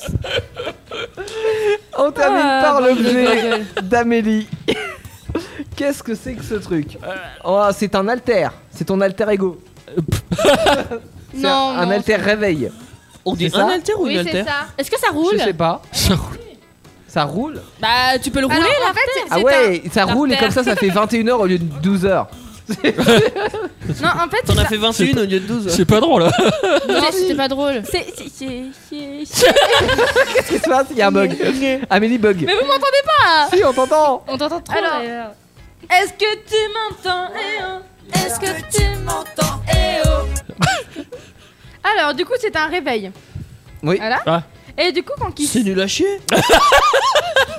D: On termine
H: Ah,
D: par
H: bande de
D: l'objet
H: gueule.
D: d'Amélie. Qu'est-ce que c'est que ce truc
G: Euh.
D: Oh, c'est un alter. C'est ton alter ego. C'est
H: Non,
D: un, un
H: non,
D: alter réveil.
G: On dit
D: C'est ça
G: un alter ou
O: Oui,
G: une alter
O: c'est ça.
H: Est-ce que ça roule
D: Je sais pas.
J: Ça roule.
D: Ça roule
H: Bah, tu peux le rouler,
O: Alors,
H: là.
O: en fait, c'est-
D: Ah
O: c'est
D: ouais, ça roule et
H: L'artère.
D: comme ça, ça fait 21h au lieu de 12h.
H: Non, en fait,
G: T'en as fait 21 au lieu de 12.
J: C'est pas drôle. hein.
H: non, c'était pas drôle.
O: c'est- c'est- c'est- c'est-
D: Qu'est-ce qui se passe Il y a un bug. Amélie bug.
H: Mais vous m'entendez pas
D: Si, on t'entend.
H: On t'entend trop.
O: Alors,
H: d'ailleurs.
O: Est-ce que tu m'entends eh oh Est-ce que tu m'entends eh oh
H: Alors, du coup, c'est un réveil.
D: Oui.
H: Voilà.
J: Ah.
H: Et du coup, quand il
G: C'est nul à chier.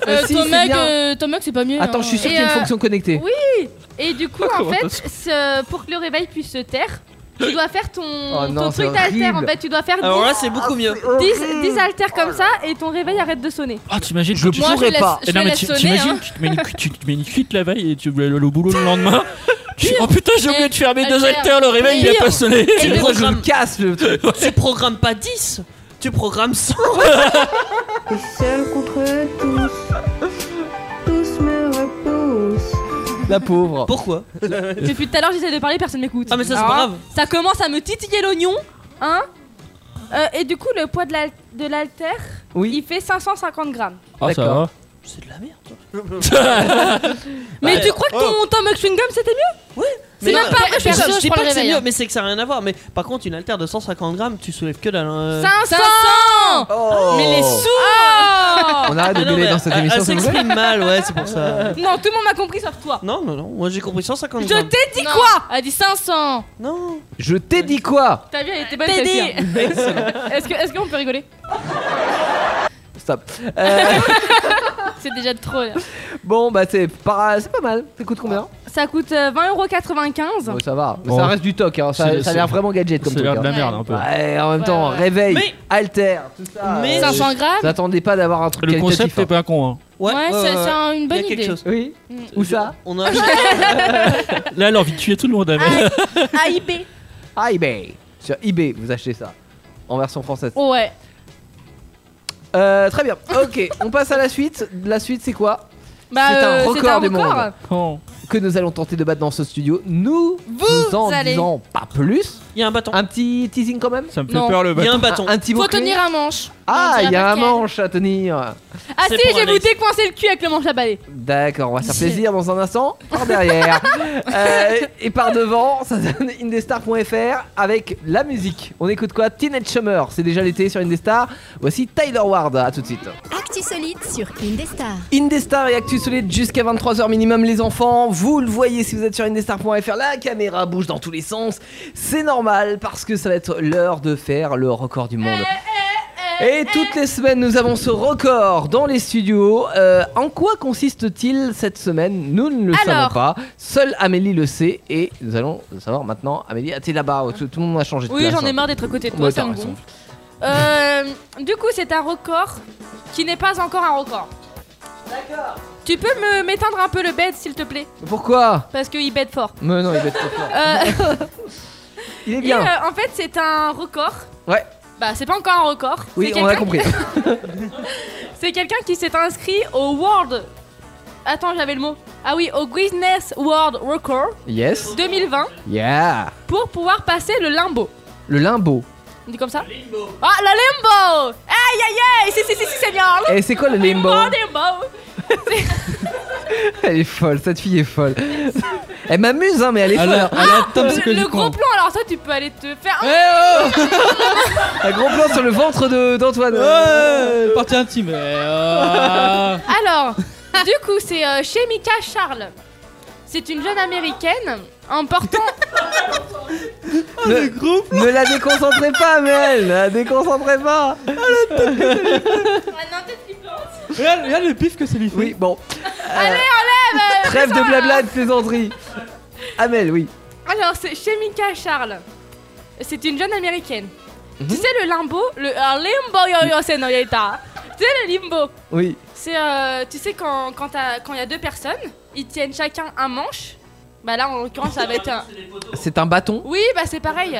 H: Euh,
D: si,
H: ton,
D: c'est
H: mug,
D: bien.
H: euh, ton mug, c'est pas mieux.
D: Attends,
H: hein.
D: je suis sûr
H: Et,
D: qu'il y a une
H: euh,
D: fonction connectée.
H: oui. Et du coup, en fait, ce- pour que le réveil puisse se taire, tu dois faire ton,
D: Oh non,
H: ton
D: c'est
H: truc d'alter.
D: horrible.
H: En fait, tu dois faire 10,
G: Alors là, c'est Oh beaucoup mieux.
H: Ah, 10 10 haltères comme ça et ton réveil arrête de sonner.
J: Ah, t'imagines, je
H: Moi, je
D: pourrais
H: le laisse,
D: pas.
H: je
J: Eh non,
H: le
J: mais
H: laisse
J: tu-
H: sonner.
J: t'imagines,
H: hein.
J: tu te mets une cu- tu te mets une cuite la veille et tu vas aller au boulot le lendemain. Tu dis, oh putain, j'ai oublié de fermer deux
H: Alter.
J: acteurs, le réveil il a
H: Pire.
J: pas sonné.
G: Tu
D: Moi, je
G: programmes,
D: casse le truc.
G: tu programmes pas 10, tu programmes 100.
I: Seul contre tous, tous me repoussent.
D: La pauvre.
G: Pourquoi
H: Depuis tout à l'heure, j'essaie de parler, personne m'écoute.
G: Ah, mais ça, c'est pas grave.
H: Ça commence à me titiller l'oignon, hein Euh, Et du coup, le poids de l'al- de l'alter,
D: Oui.
H: il fait 550 grammes.
J: Ah, ça
D: D'accord.
J: va.
G: C'est de la merde. toi.
H: Mais
G: Bah,
H: tu crois que
D: Oh.
H: ton, ton mug chewing-gum, c'était mieux
G: Mais
H: C'est même
G: non,
H: pas vrai,
G: Je, je,
H: perso, je
G: dis
H: prends
G: pas
H: le
G: que c'est
H: réveil.
G: mieux,
H: hein.
G: mais c'est que ça a rien à voir. Mais par contre, une haltère de 150 grammes, tu soulèves que dalle. hein.
H: 500
D: Oh.
G: Mais les sous
D: On arrête
G: Ah
D: de
G: non,
D: gueuler
G: mais
D: dans cette
G: elle-
D: émission,
G: Elle
D: s'il vous plaît.
G: s'exprime mal, ouais, c'est pour ça.
H: Non, tout le monde m'a compris sauf toi.
G: Non, non, non, moi j'ai compris 150
H: Je
G: grammes.
H: t'ai dit quoi Elle a dit 500.
G: Non
D: Je t'ai dit quoi
H: T'as vu, elle était bonne celle-ci. Est-ce que- est-ce qu'on peut rigoler
D: Stop. Euh,
H: C'est déjà trop. là.
D: bon, bah c'est pas, c'est pas mal. Ça coûte combien
H: Ça coûte euh, 20,95€.
D: Ouais, Ça va.
J: Bon.
D: Ça reste du toc. hein. Ça,
J: C'est-
D: ça a l'air
J: c'est-
D: vraiment gadget comme
J: C'est
D: truc.
J: l'air de la
D: hein.
J: merde un peu.
D: Ouais, en même
H: Ouais,
D: temps,
H: ouais.
D: réveil,
G: Mais-
D: alter, tout ça.
G: Mais-
D: euh,
H: 500 grammes
D: J'attendais pas d'avoir un truc
J: Le concept
D: qualitatif,
J: est pas con. hein.
H: Ouais, c'est c'est un- une
G: Il y a
H: bonne
G: quelque
H: idée.
G: chose.
D: hein. Oui. Où ça
G: On a
J: Là, elle a envie de tuer tout le monde. Amel.
H: AIP.
D: Ah, eBay. Sur eBay, vous achetez ça. En version française.
H: Ouais.
D: Euh, très bien. Ok, on passe à la suite. La suite, c'est quoi
H: Bah,
D: C'est un
H: euh,
D: record du monde.
J: Oh.
D: Que nous allons tenter de battre dans ce studio. Nous vous, en
H: allez.
D: disons pas plus.
G: Il y a un bâton.
D: Un petit teasing quand même
J: Ça me fait
H: Non.
J: peur Ah, le
G: Il y a un
J: bâton.
G: bâton.
D: Un petit
H: Faut
D: mot-clé
H: tenir un manche.
D: Ah,
H: dirait
D: il y a un
H: Pascal.
D: manche à tenir.
H: Ah
D: C'est
H: si,
D: pour
H: j'ai vous
D: Alex.
H: décoincé le cul avec le manche à balai.
D: D'accord, on va se faire plaisir dans un instant. Par derrière. Euh, et par devant, ça donne indestar.fr avec la musique. On écoute quoi Teenage Summer, c'est déjà l'été sur Indestar. Voici Tyler Ward, à tout de suite.
B: Actu solide sur Indestar.
D: Indestar et Actu Solide jusqu'à 23h minimum les enfants. Vous le voyez si vous êtes sur indestar.fr, la caméra bouge dans tous les sens. C'est normal parce que ça va être l'heure de faire le record du monde.
H: Eh,
D: Et toutes les semaines, nous avons ce record dans les studios. Euh, en quoi consiste-t-il cette semaine Nous ne le
H: Alors.
D: savons pas. Seule Amélie le sait et nous allons le savoir maintenant. Amélie, ah, t'es là-bas, tout, tout le monde a changé de
H: Oui,
D: place,
H: j'en ai
D: hein.
H: marre d'être à côté de
D: Ouais,
H: toi, ça
D: t'as
H: me
D: raison.
H: gonfle. Euh, du coup, c'est un record qui n'est pas encore un record.
D: D'accord.
H: Tu peux me m'éteindre un peu le bed, s'il te plaît
D: Pourquoi
H: Parce qu'il bête fort.
D: Mais non, il va être trop fort.
H: Euh,
D: Il est
H: et,
D: Eh bien.
H: euh, en fait, c'est un record.
D: Ouais,
H: Bah, c'est pas encore un record.
D: oui,
H: C'est
D: on a
H: quelqu'un-
D: compris.
H: C'est quelqu'un qui s'est inscrit au World. Attends, j'avais le mot. Ah oui, au Guinness World Record
D: yes.
H: 2020
D: Yeah.
H: pour pouvoir passer le limbo.
D: Le limbo.
H: On dit comme ça Ah, la limbo Aïe aïe aïe Si, si, si, si, c'est bien
D: Et Eh, c'est quoi le limbo
H: Oh, limbo
D: Elle est folle, cette fille est folle. Elle m'amuse, hein, mais elle est
J: Elle a-
D: folle.
J: elle a un top
H: Le gros plan, alors toi, tu peux aller te faire.
D: Eh Un gros plan sur le ventre de- d'Antoine. Oh,
J: Partie intime. euh,
H: Alors, du coup, c'est euh, chez Mika Charles. C'est une jeune américaine en portant.
D: ne, ne la déconcentrez pas, Mel Ne la déconcentrez pas
J: Regarde, regarde le pif que c'est lui fait.
D: Oui, bon. Euh,
H: Allez, enlève euh,
D: Trêve
H: descends,
D: de blabla de plaisanterie. Amel, oui.
H: là. Alors, c'est chez Mika Charles. C'est une jeune américaine. Tu sais, le limbo. Le ah, limbo, yo yo, c'est noyeta. Tu sais, le limbo.
D: Oui.
H: C'est, euh, tu sais, quand quand t'as- quand il y a deux personnes, ils tiennent chacun un manche. Bah là, en l'occurrence, ça va être un.
D: C'est un bâton
H: Oui, bah c'est pareil.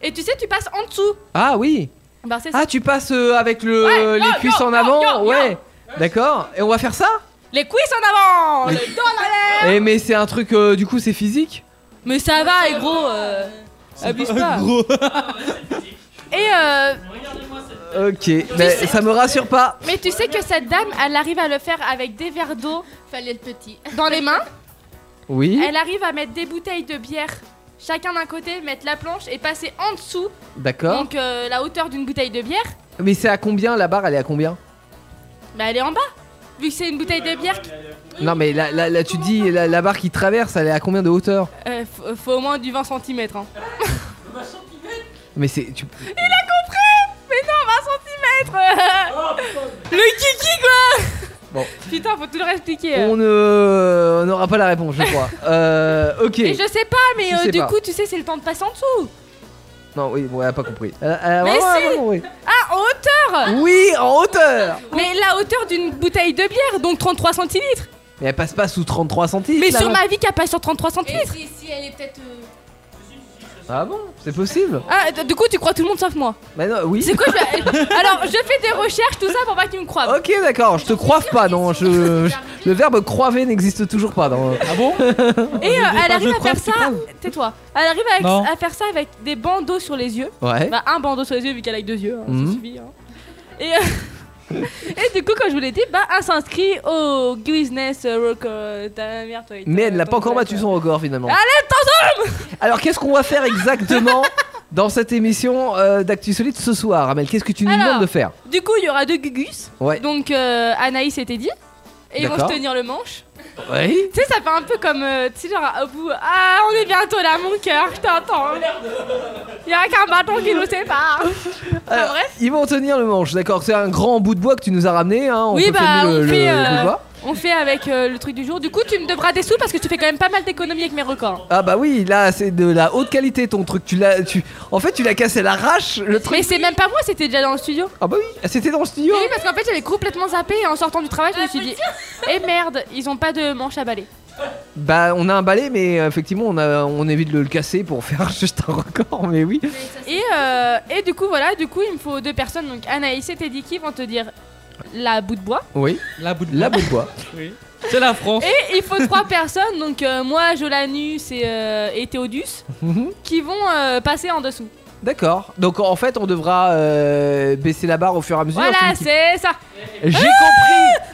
H: Et tu sais, tu passes en dessous.
D: Ah oui
H: Bah c'est ça.
D: Ah, tu passes euh, avec le,
H: Ouais,
D: les
H: yo,
D: cuisses
H: yo,
D: en
H: yo,
D: avant
H: yo, yo.
D: Ouais D'accord Et on va faire ça
H: Les cuisses en avant,
D: Mais-
H: le dos en arrière.
D: Eh, mais c'est un truc, euh, du coup, c'est physique
H: Mais ça va, et gros, euh, abuse pas.
D: Gros
H: Et euh,
D: Ok, mais ça me rassure pas.
H: mais tu sais que cette dame, elle arrive à le faire avec des verres d'eau. Fallait le petit. Dans les mains.
D: Oui,
H: Elle arrive à mettre des bouteilles de bière, chacun d'un côté, mettre la planche et passer en dessous.
D: d'accord.
H: Donc euh, la hauteur d'une bouteille de bière,
D: Mais c'est à combien la barre Elle est à combien
H: bah elle est en bas. Vu que c'est une bouteille de bière, qui-
D: Non, mais là, là, là, tu dis la, la barre qui traverse, elle est à combien de hauteur
H: euh, faut, faut au moins du 20 cm. Hein.
D: Mais c'est. tu-
H: Il a compris Mais non, 20 cm Le kiki quoi
D: Oh, Bon.
H: Putain, faut tout le reste expliquer. euh.
D: On ne- on n'aura pas la réponse, je crois. euh, ok.
H: Mais je sais pas, mais
D: Tu
H: euh,
D: sais
H: du
D: pas.
H: coup, tu sais, c'est le temps de passer en dessous.
D: Non, oui, bon, elle a pas compris. Elle a- elle a
H: Mais
D: vraiment-
H: si.
D: elle a pas compris.
H: Ah, en hauteur
D: Oui, en hauteur
H: Mais la hauteur d'une bouteille de bière, donc 33 centilitres.
D: Mais elle passe pas sous 33 centimes.
H: Mais
D: la
H: sur
D: barre.
H: ma vie, qu'elle passe sur 33 centilitres.
I: Si, si, elle est peut-être. euh,
D: Ah bon C'est possible
H: Ah, d- du coup, tu crois tout le monde sauf moi.
D: Mais non, oui.
H: C'est quoi je vais- Alors, je fais des recherches, tout ça, pour pas qu'ils me croient.
D: Ok, d'accord, je te croive pas, non. Je, je- le verbe croiver n'existe toujours pas. Dans... Ah bon
H: Et euh, elle
D: pas, je
H: arrive à
D: crois
H: faire
D: que
H: ça.
D: tu
H: Tais-toi. Elle arrive avec-
D: Non.
H: à faire ça avec des bandeaux sur les yeux.
D: Ouais.
H: Bah, un bandeau sur les yeux, vu qu'elle a que deux yeux. hein, ça
D: Mhm.
H: suffit, hein. Et. euh, Et du coup, quand je vous l'ai dit, bah, elle s'inscrit au Guinness Record. Ta mère, toi, et toi,
D: Mais elle n'a
H: ton
D: pas encore
H: blague,
D: battu son record finalement.
H: Allez, t'en
D: Alors qu'est-ce qu'on va faire exactement dans cette émission euh, d'Actu Solide ce soir, Amel Qu'est-ce que tu nous
H: Alors.
D: demandes de faire
H: euh, Du coup, il y aura deux gugus.
D: Ouais.
H: Donc euh, Anaïs et Teddy. Et ils vont se
D: D'accord.
H: tenir le manche.
D: Oui.
H: Tu sais, ça fait un peu comme. euh, tu sais, genre, au bout. Ah, on est bientôt là, mon cœur, je t'entends. Il y a qu'un bâton qui nous sépare. Enfin, Ah, bref.
D: Ils vont tenir le manche, d'accord C'est un grand bout de bois que tu nous as ramené. Hein. On
H: oui,
D: peut filmer
H: bah, on,
D: le, le-
H: fait,
D: le
H: euh,
D: bout de bois.
H: on fait avec euh, le truc du jour. Du coup, tu me devras des sous parce que tu fais quand même pas mal d'économies avec mes records.
D: Ah bah oui, là c'est de la haute qualité ton truc. Tu l'as, tu, en fait, tu l'as cassé à l'arrache le truc.
H: Mais c'est même pas moi, c'était déjà dans le studio.
D: Ah bah oui, c'était dans le studio.
H: Oui, parce qu'en fait, j'avais complètement zappé et en sortant du travail, je me suis dit,
D: Ah,
H: eh merde, ils ont pas de manche à balai.
D: Bah on a un balai, mais euh, effectivement on a, on évite de le casser pour faire juste un record. Mais oui.
H: Et, euh, et du coup, voilà, du coup, il me faut deux personnes, donc Anaïs et Teddy, qui vont te dire la bout de bois.
D: Oui.
J: La bout de
D: bois. La bout de bois.
J: C'est la France.
H: Et il faut trois personnes, donc euh, moi, Jolanus et, euh, et Théodus, qui vont euh, passer en dessous.
D: D'accord. Donc en fait, on devra euh, baisser la barre au fur et à mesure.
H: Voilà,
D: Celui qui-
H: c'est ça.
D: J'ai
H: compris.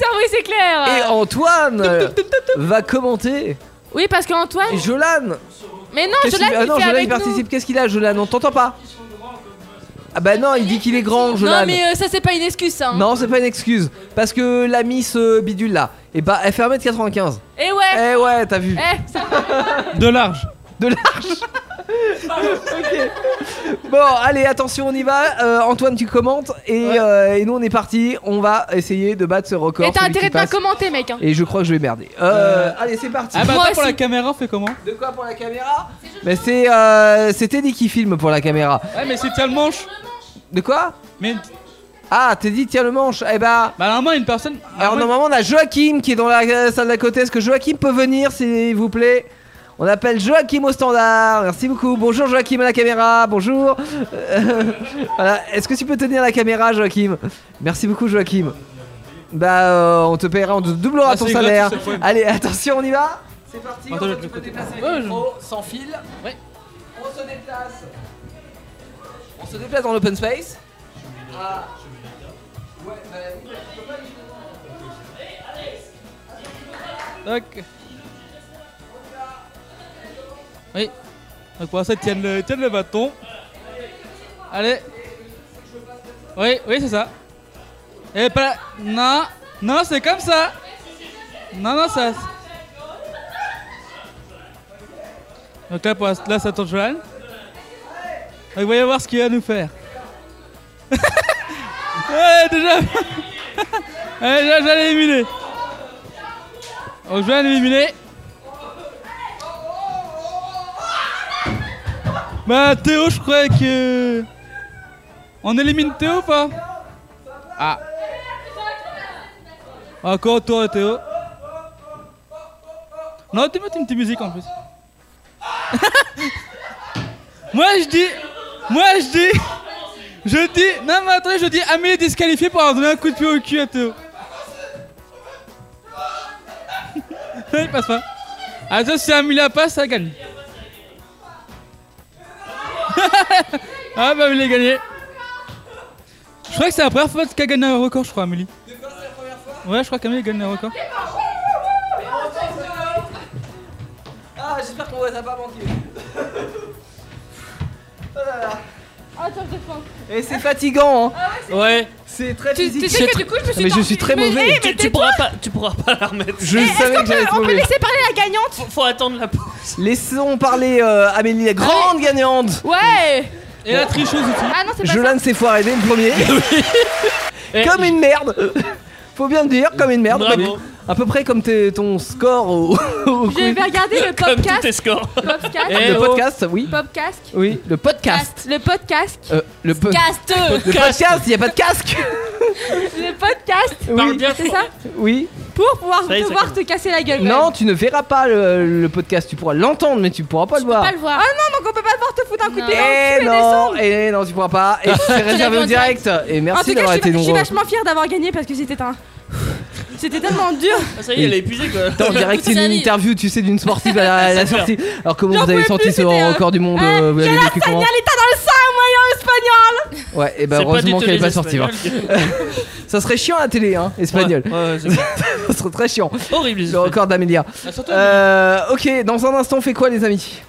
H: Ça oui, c'est clair.
D: Et Antoine euh, va commenter.
H: Oui, parce qu'Antoine.
D: Et Jolan
H: Mais non,
D: Qu'est-ce
H: Ah, Jolan,
D: qu'il- ah
H: il
D: non, Jolan,
H: fait
D: il
H: avec nous.
D: participe. Qu'est-ce qu'il a, Jolan On t'entend pas Ah bah non, il dit qu'il est grand, Jolan.
H: Non, mais euh, ça, c'est pas une excuse, ça. hein.
D: Non, c'est pas une excuse. Parce que la Miss euh, Bidule là, et bah elle fait 1m95.
H: Eh ouais.
D: Eh ouais, t'as vu.
H: Eh, ça-
D: De large. De large. Ok. Bon, allez, attention, on y va. Euh, Antoine, tu commentes et, euh, et nous on est parti. On va essayer de battre ce record.
H: Et t'as
D: celui qui
H: intérêt de pas
D: passe.
H: commenter, mec. hein.
D: Et je crois que je vais merder. Euh,
J: Euh,
D: Allez, c'est parti.
J: Ah bah attends, pour la caméra, on fait comment
D: De quoi pour la caméra Mais c'est euh, c'est Teddy qui filme pour la caméra.
J: Ouais, mais c'est tiens le manche.
D: De quoi
J: Mais
D: Ah, Teddy tiens le manche. Eh bah.
J: Bah normalement une personne.
D: Alors normalement on a Joachim qui est dans la euh, salle d'à côté. Est-ce que Joachim peut venir s'il vous plaît On appelle Joachim au standard. Merci beaucoup. Bonjour Joachim à la caméra. Bonjour. Euh, voilà. Est-ce que tu peux tenir la caméra Joachim Merci beaucoup Joachim. Bah euh, on te paiera, on te doublera
J: Ah,
D: ton
J: c'est gratuit,
D: salaire.
J: cette fois.
D: Allez attention on y va. C'est parti.
J: Attends, je vais te le
D: déplacer
J: Ouais, je-
D: sans fil. On se déplace. On se déplace dans l'open space. Ah. Ouais, bah, oui, bah, tu peux pas,
J: Tac. Oui. Donc pour ça, tienne le, tienne le bâton. Allez. Oui, oui, c'est ça. Et pas la- Non, non, c'est comme ça. Non, non, ça. Donc là, pour la- là ça tourne Johan. Donc voyons voir ce qu'il va nous faire. ouais, déjà. Allez, déjà, je vais l'éliminer. Donc je vais l'éliminer. Bah Théo, je crois que... On élimine Théo ou pas Ah. Encore toi Théo. Non, tu mets une petite musique en plus. Moi je dis... Moi je dis... Je dis... Non mais attendez, je dis Amélie est disqualifiée pour avoir donné un coup de pied au cul à Théo. Non, il passe pas. Attends, si Amélia passe, ça gagne. ah bah, il a gagné. Je crois que c'est la première fois qu'elle gagne un record, je crois, Amélie. Ouais, je crois qu'Amélie gagne un record.
D: Ah, j'espère qu'on va ça pas manqué. Et Eh, c'est fatigant, hein
G: Ouais.
D: C'est très
H: Tu- tu
D: physique.
H: sais que du coup,
D: Ah,
H: je me suis Mais je tordue. suis très
G: Mais-
D: mauvais.
G: eh,
D: Tu-
G: Mais,
D: tu
G: tu pourras pas, tu pourras pas la remettre.
D: Je Eh, est-ce savais qu'on que j'allais peut- être on peut mauvais. laisser
H: parler la gagnante.
G: Faut, faut attendre la pause.
D: Laissons parler euh, Amélie, la grande gagnante
H: Ouais.
J: Et la tricheuse aussi.
H: Ah non, c'est pas
D: Jolane s'est foiré dès le premier. comme une merde Faut bien le dire, comme une merde.
G: Eh, Bravo.
D: À peu près comme t'es- ton score au. au
H: Je vais
D: quiz.
H: regarder
G: Comme
H: le
G: tous
H: podcast.
G: tes scores.
H: Podcast.
D: Eh, Le oh. podcast, oui.
H: Podcast.
D: Oui, le podcast.
H: Le podcast.
D: Euh, le po-
H: Cast.
D: Le podcast, il y a pas de casque.
H: Le podcast.
D: Parle bien
H: C'est ça
D: Oui.
H: Pour pouvoir
D: Ça y est, ça
H: devoir
D: commence.
H: te casser la gueule.
D: Non, tu ne verras pas le, le podcast. Tu pourras l'entendre, mais tu pourras pas le voir.
H: pas le voir. Ah non, donc on peut pas devoir te foutre un coup de
D: Eh
H: pied dans le cul et
D: non,
H: descendre.
D: eh non, tu pourras pas. Et c'est réservé au direct. Et
H: en tout
D: merci
H: cas,
D: d'avoir
H: je suis-
D: été
H: je suis
D: nombreux.
H: vachement fière d'avoir gagné parce que c'était un. C'était tellement dur.
G: Ça y est, elle est épuisée quoi.
D: Attends, on dirait que c'est une interview, tu sais, d'une sportive à la, à la
G: C'est clair.
D: sortie. Alors comment
H: J'en
D: vous avez
H: pouvais
D: senti
H: plus,
D: ce
H: c'était, euh,
D: record du monde
H: eh,
D: euh, Vous l'avez vécu
H: Géla
D: comment
H: Sagna, elle est dans le sang, moyen espagnol
D: Ouais, et ben
G: C'est pas du
D: heureusement
G: tout
D: qu'elle est
G: les
D: pas sortie. hein.
G: Espagnols.
D: Ça serait chiant à la télé, hein, espagnol. Ça serait très chiant. Le record d'Amélia. Euh, ok, dans un instant, on fait quoi, les amis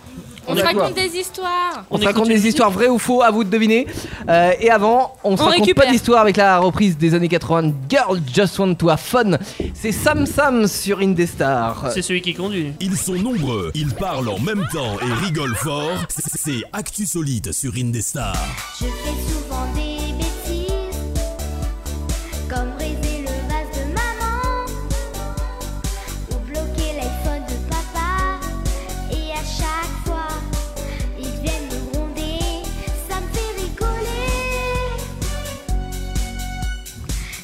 H: On
D: fait
H: se
D: quoi
H: raconte des histoires.
D: On, se raconte des histoires vraies ou faux, à vous de deviner. Euh, et avant, on se
H: On
D: raconte
H: récupère.
D: pas d'histoire avec la reprise des années 80 Girl Just Want to Have Fun. C'est Sam Sam sur Indestar.
G: C'est celui qui conduit.
A: Ils sont nombreux, ils parlent en même temps et rigolent fort. C'est Actu Solide sur Indestar.
I: Je fais souvent des bêtises, comme briser le vase de maman, ou bloquer l'iPhone de papa. Et à chaque fois, ils viennent me gronder, ça me fait rigoler.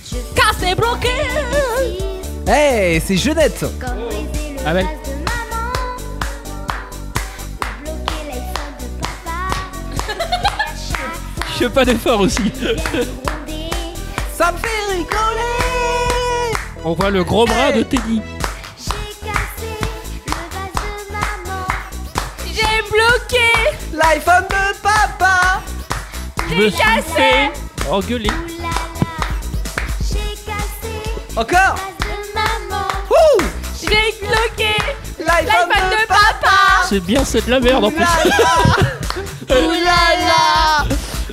I: Je fais
H: Car c'est bloqué
I: des bêtises,
D: Hey, c'est Jeunette
I: comme briser le
D: Ah ben.
I: vase de maman, ou bloquer l'iPhone de papa. Et à chaque
P: Je fais pas d'effort aussi.
D: Ça me fait rigoler
P: On voit le gros bras de Teddy.
I: J'ai cassé le vase de maman.
H: J'ai bloqué
D: l'iPhone de papa
J: Je me suis fait engueuler.
D: Encore
I: Maman,
D: Ouh
I: j'ai bloqué
D: l'iPhone
I: de papa.
J: C'est bien, c'est de la merde en plus.
D: Oulala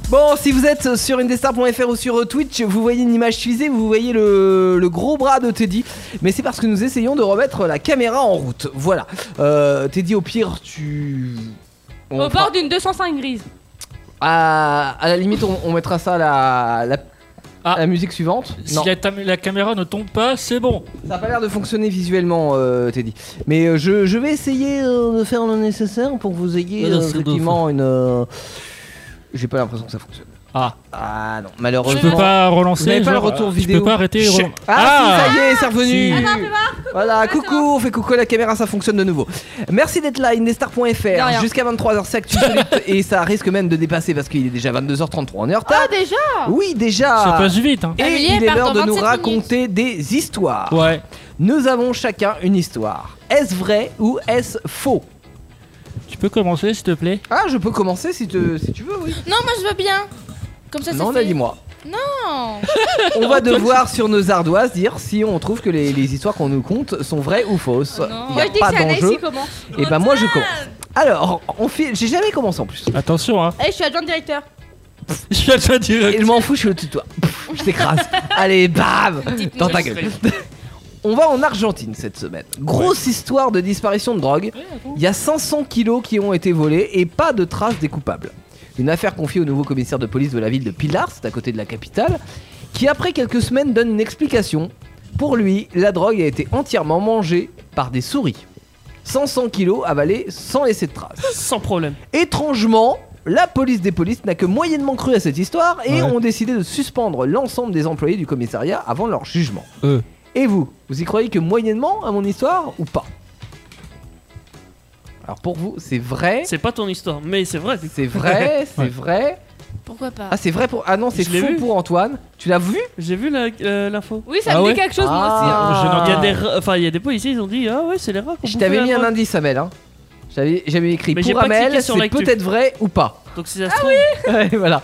D: Bon, si vous êtes sur indestar.fr ou sur euh, Twitch, vous voyez une image fusée, vous voyez le, le gros bras de Teddy. Mais c'est parce que nous essayons de remettre la caméra en route. Voilà. Euh, Teddy, au pire, tu. on
H: Au
D: fera-
H: bord d'une 205 grise.
D: à, à la limite, on, on mettra ça à la, la, la musique suivante.
J: Ah. Si la, tam- la caméra ne tombe pas, c'est bon.
D: Ça n'a pas l'air de fonctionner visuellement, euh, Teddy. Mais euh, je, je vais essayer euh, de faire le nécessaire pour que vous ayez
J: Voilà,
D: euh,
J: c'est
D: effectivement une. euh, J'ai pas l'impression que ça fonctionne.
J: Ah.
D: Ah non, malheureusement.
J: Je peux pas relancer,
D: Vous n'avez pas le
J: genre,
D: retour
J: euh, je
D: vidéo.
J: peux pas arrêter et
D: Chut.
J: relan-
D: Ah,
J: Ah.
D: si, ça y est, c'est revenu.
J: Si. Attends, fais
D: Voilà, coucou, on fait coucou à la caméra, ça fonctionne de nouveau. Merci d'être là, indestar.fr.
H: rien.
D: Jusqu'à 23h, c'est Actu Solite, et ça risque même de dépasser parce qu'il est déjà 22h33, on est en retard.
H: Ah, déjà
D: Oui, déjà
J: Ça passe vite, hein.
D: Et
J: Amélie,
D: il
J: elle
D: est
J: part
D: l'heure
J: dans
D: de nous
J: 27
D: raconter des histoires.
J: Ouais.
D: Nous avons chacun une histoire. Est-ce vrai ou est-ce faux
J: Tu peux commencer, s'il te plaît
D: Ah, je peux commencer si, te- si tu veux, oui.
I: Non, moi je veux bien. Comme ça, c'est
D: non,
I: fait.
D: dit moi
I: Non.
D: On va devoir sur nos ardoises dire si on trouve que les, les histoires qu'on nous conte sont vraies ou fausses. Il n'y
H: Bah,
D: a
I: Moi, je dis que
D: pas
I: c'est Anaïs
D: d'enjeu.
I: qui commence.
D: Et ben moi je commence. Alors, on fait. J'ai jamais commencé en plus.
J: Attention hein.
H: Eh, je suis adjoint directeur.
J: Je suis adjoint direct.
D: Je m'en fous, je suis au tutoir. Pff, Je t'écrase. Allez, bam
J: Petite
D: Dans ta
J: nourrice.
D: gueule. On va en Argentine cette semaine. Grosse histoire de disparition de drogue. Il y a 500 kilos qui ont été volés et pas de traces des coupables. Une affaire confiée au nouveau commissaire de police de la ville de Pilar, c'est à côté de la capitale, qui après quelques semaines donne une explication. Pour lui, la drogue a été entièrement mangée par des souris. 500 kilos avalés sans laisser de traces.
G: Sans problème.
D: Étrangement, la police des polices n'a que moyennement cru à cette histoire et
J: Ouais.
D: ont décidé de suspendre l'ensemble des employés du commissariat avant leur jugement.
J: Euh.
D: Et vous, vous y croyez que moyennement à mon histoire ou pas Alors pour vous, c'est vrai.
G: C'est pas ton histoire, mais c'est vrai.
D: C'est vrai, c'est vrai.
I: Pourquoi pas
D: Ah, c'est vrai pour. Ah non, c'est
G: Je l'ai
D: faux
G: vu.
D: pour Antoine. Tu l'as vu
G: J'ai vu la- euh, l'info.
I: Oui, ça me Ah dit ouais quelque chose, moi
D: Ah. aussi, hein.
G: Il y a des ra- Enfin, il y a des policiers, ils ont dit Ah ouais, c'est les rats. qu'on
D: Je
G: bouffait
D: t'avais
G: la
D: mis un
G: drogue.
D: indice, Amel. Hein. J'avais j'avais écrit
G: Mais j'ai
D: pour
G: pas cliqué
D: Amel,
G: sur
D: c'est
G: l'actu.
D: peut-être vrai ou pas.
G: Donc si
J: Ah
G: ça se trouve.
D: Ouais, voilà.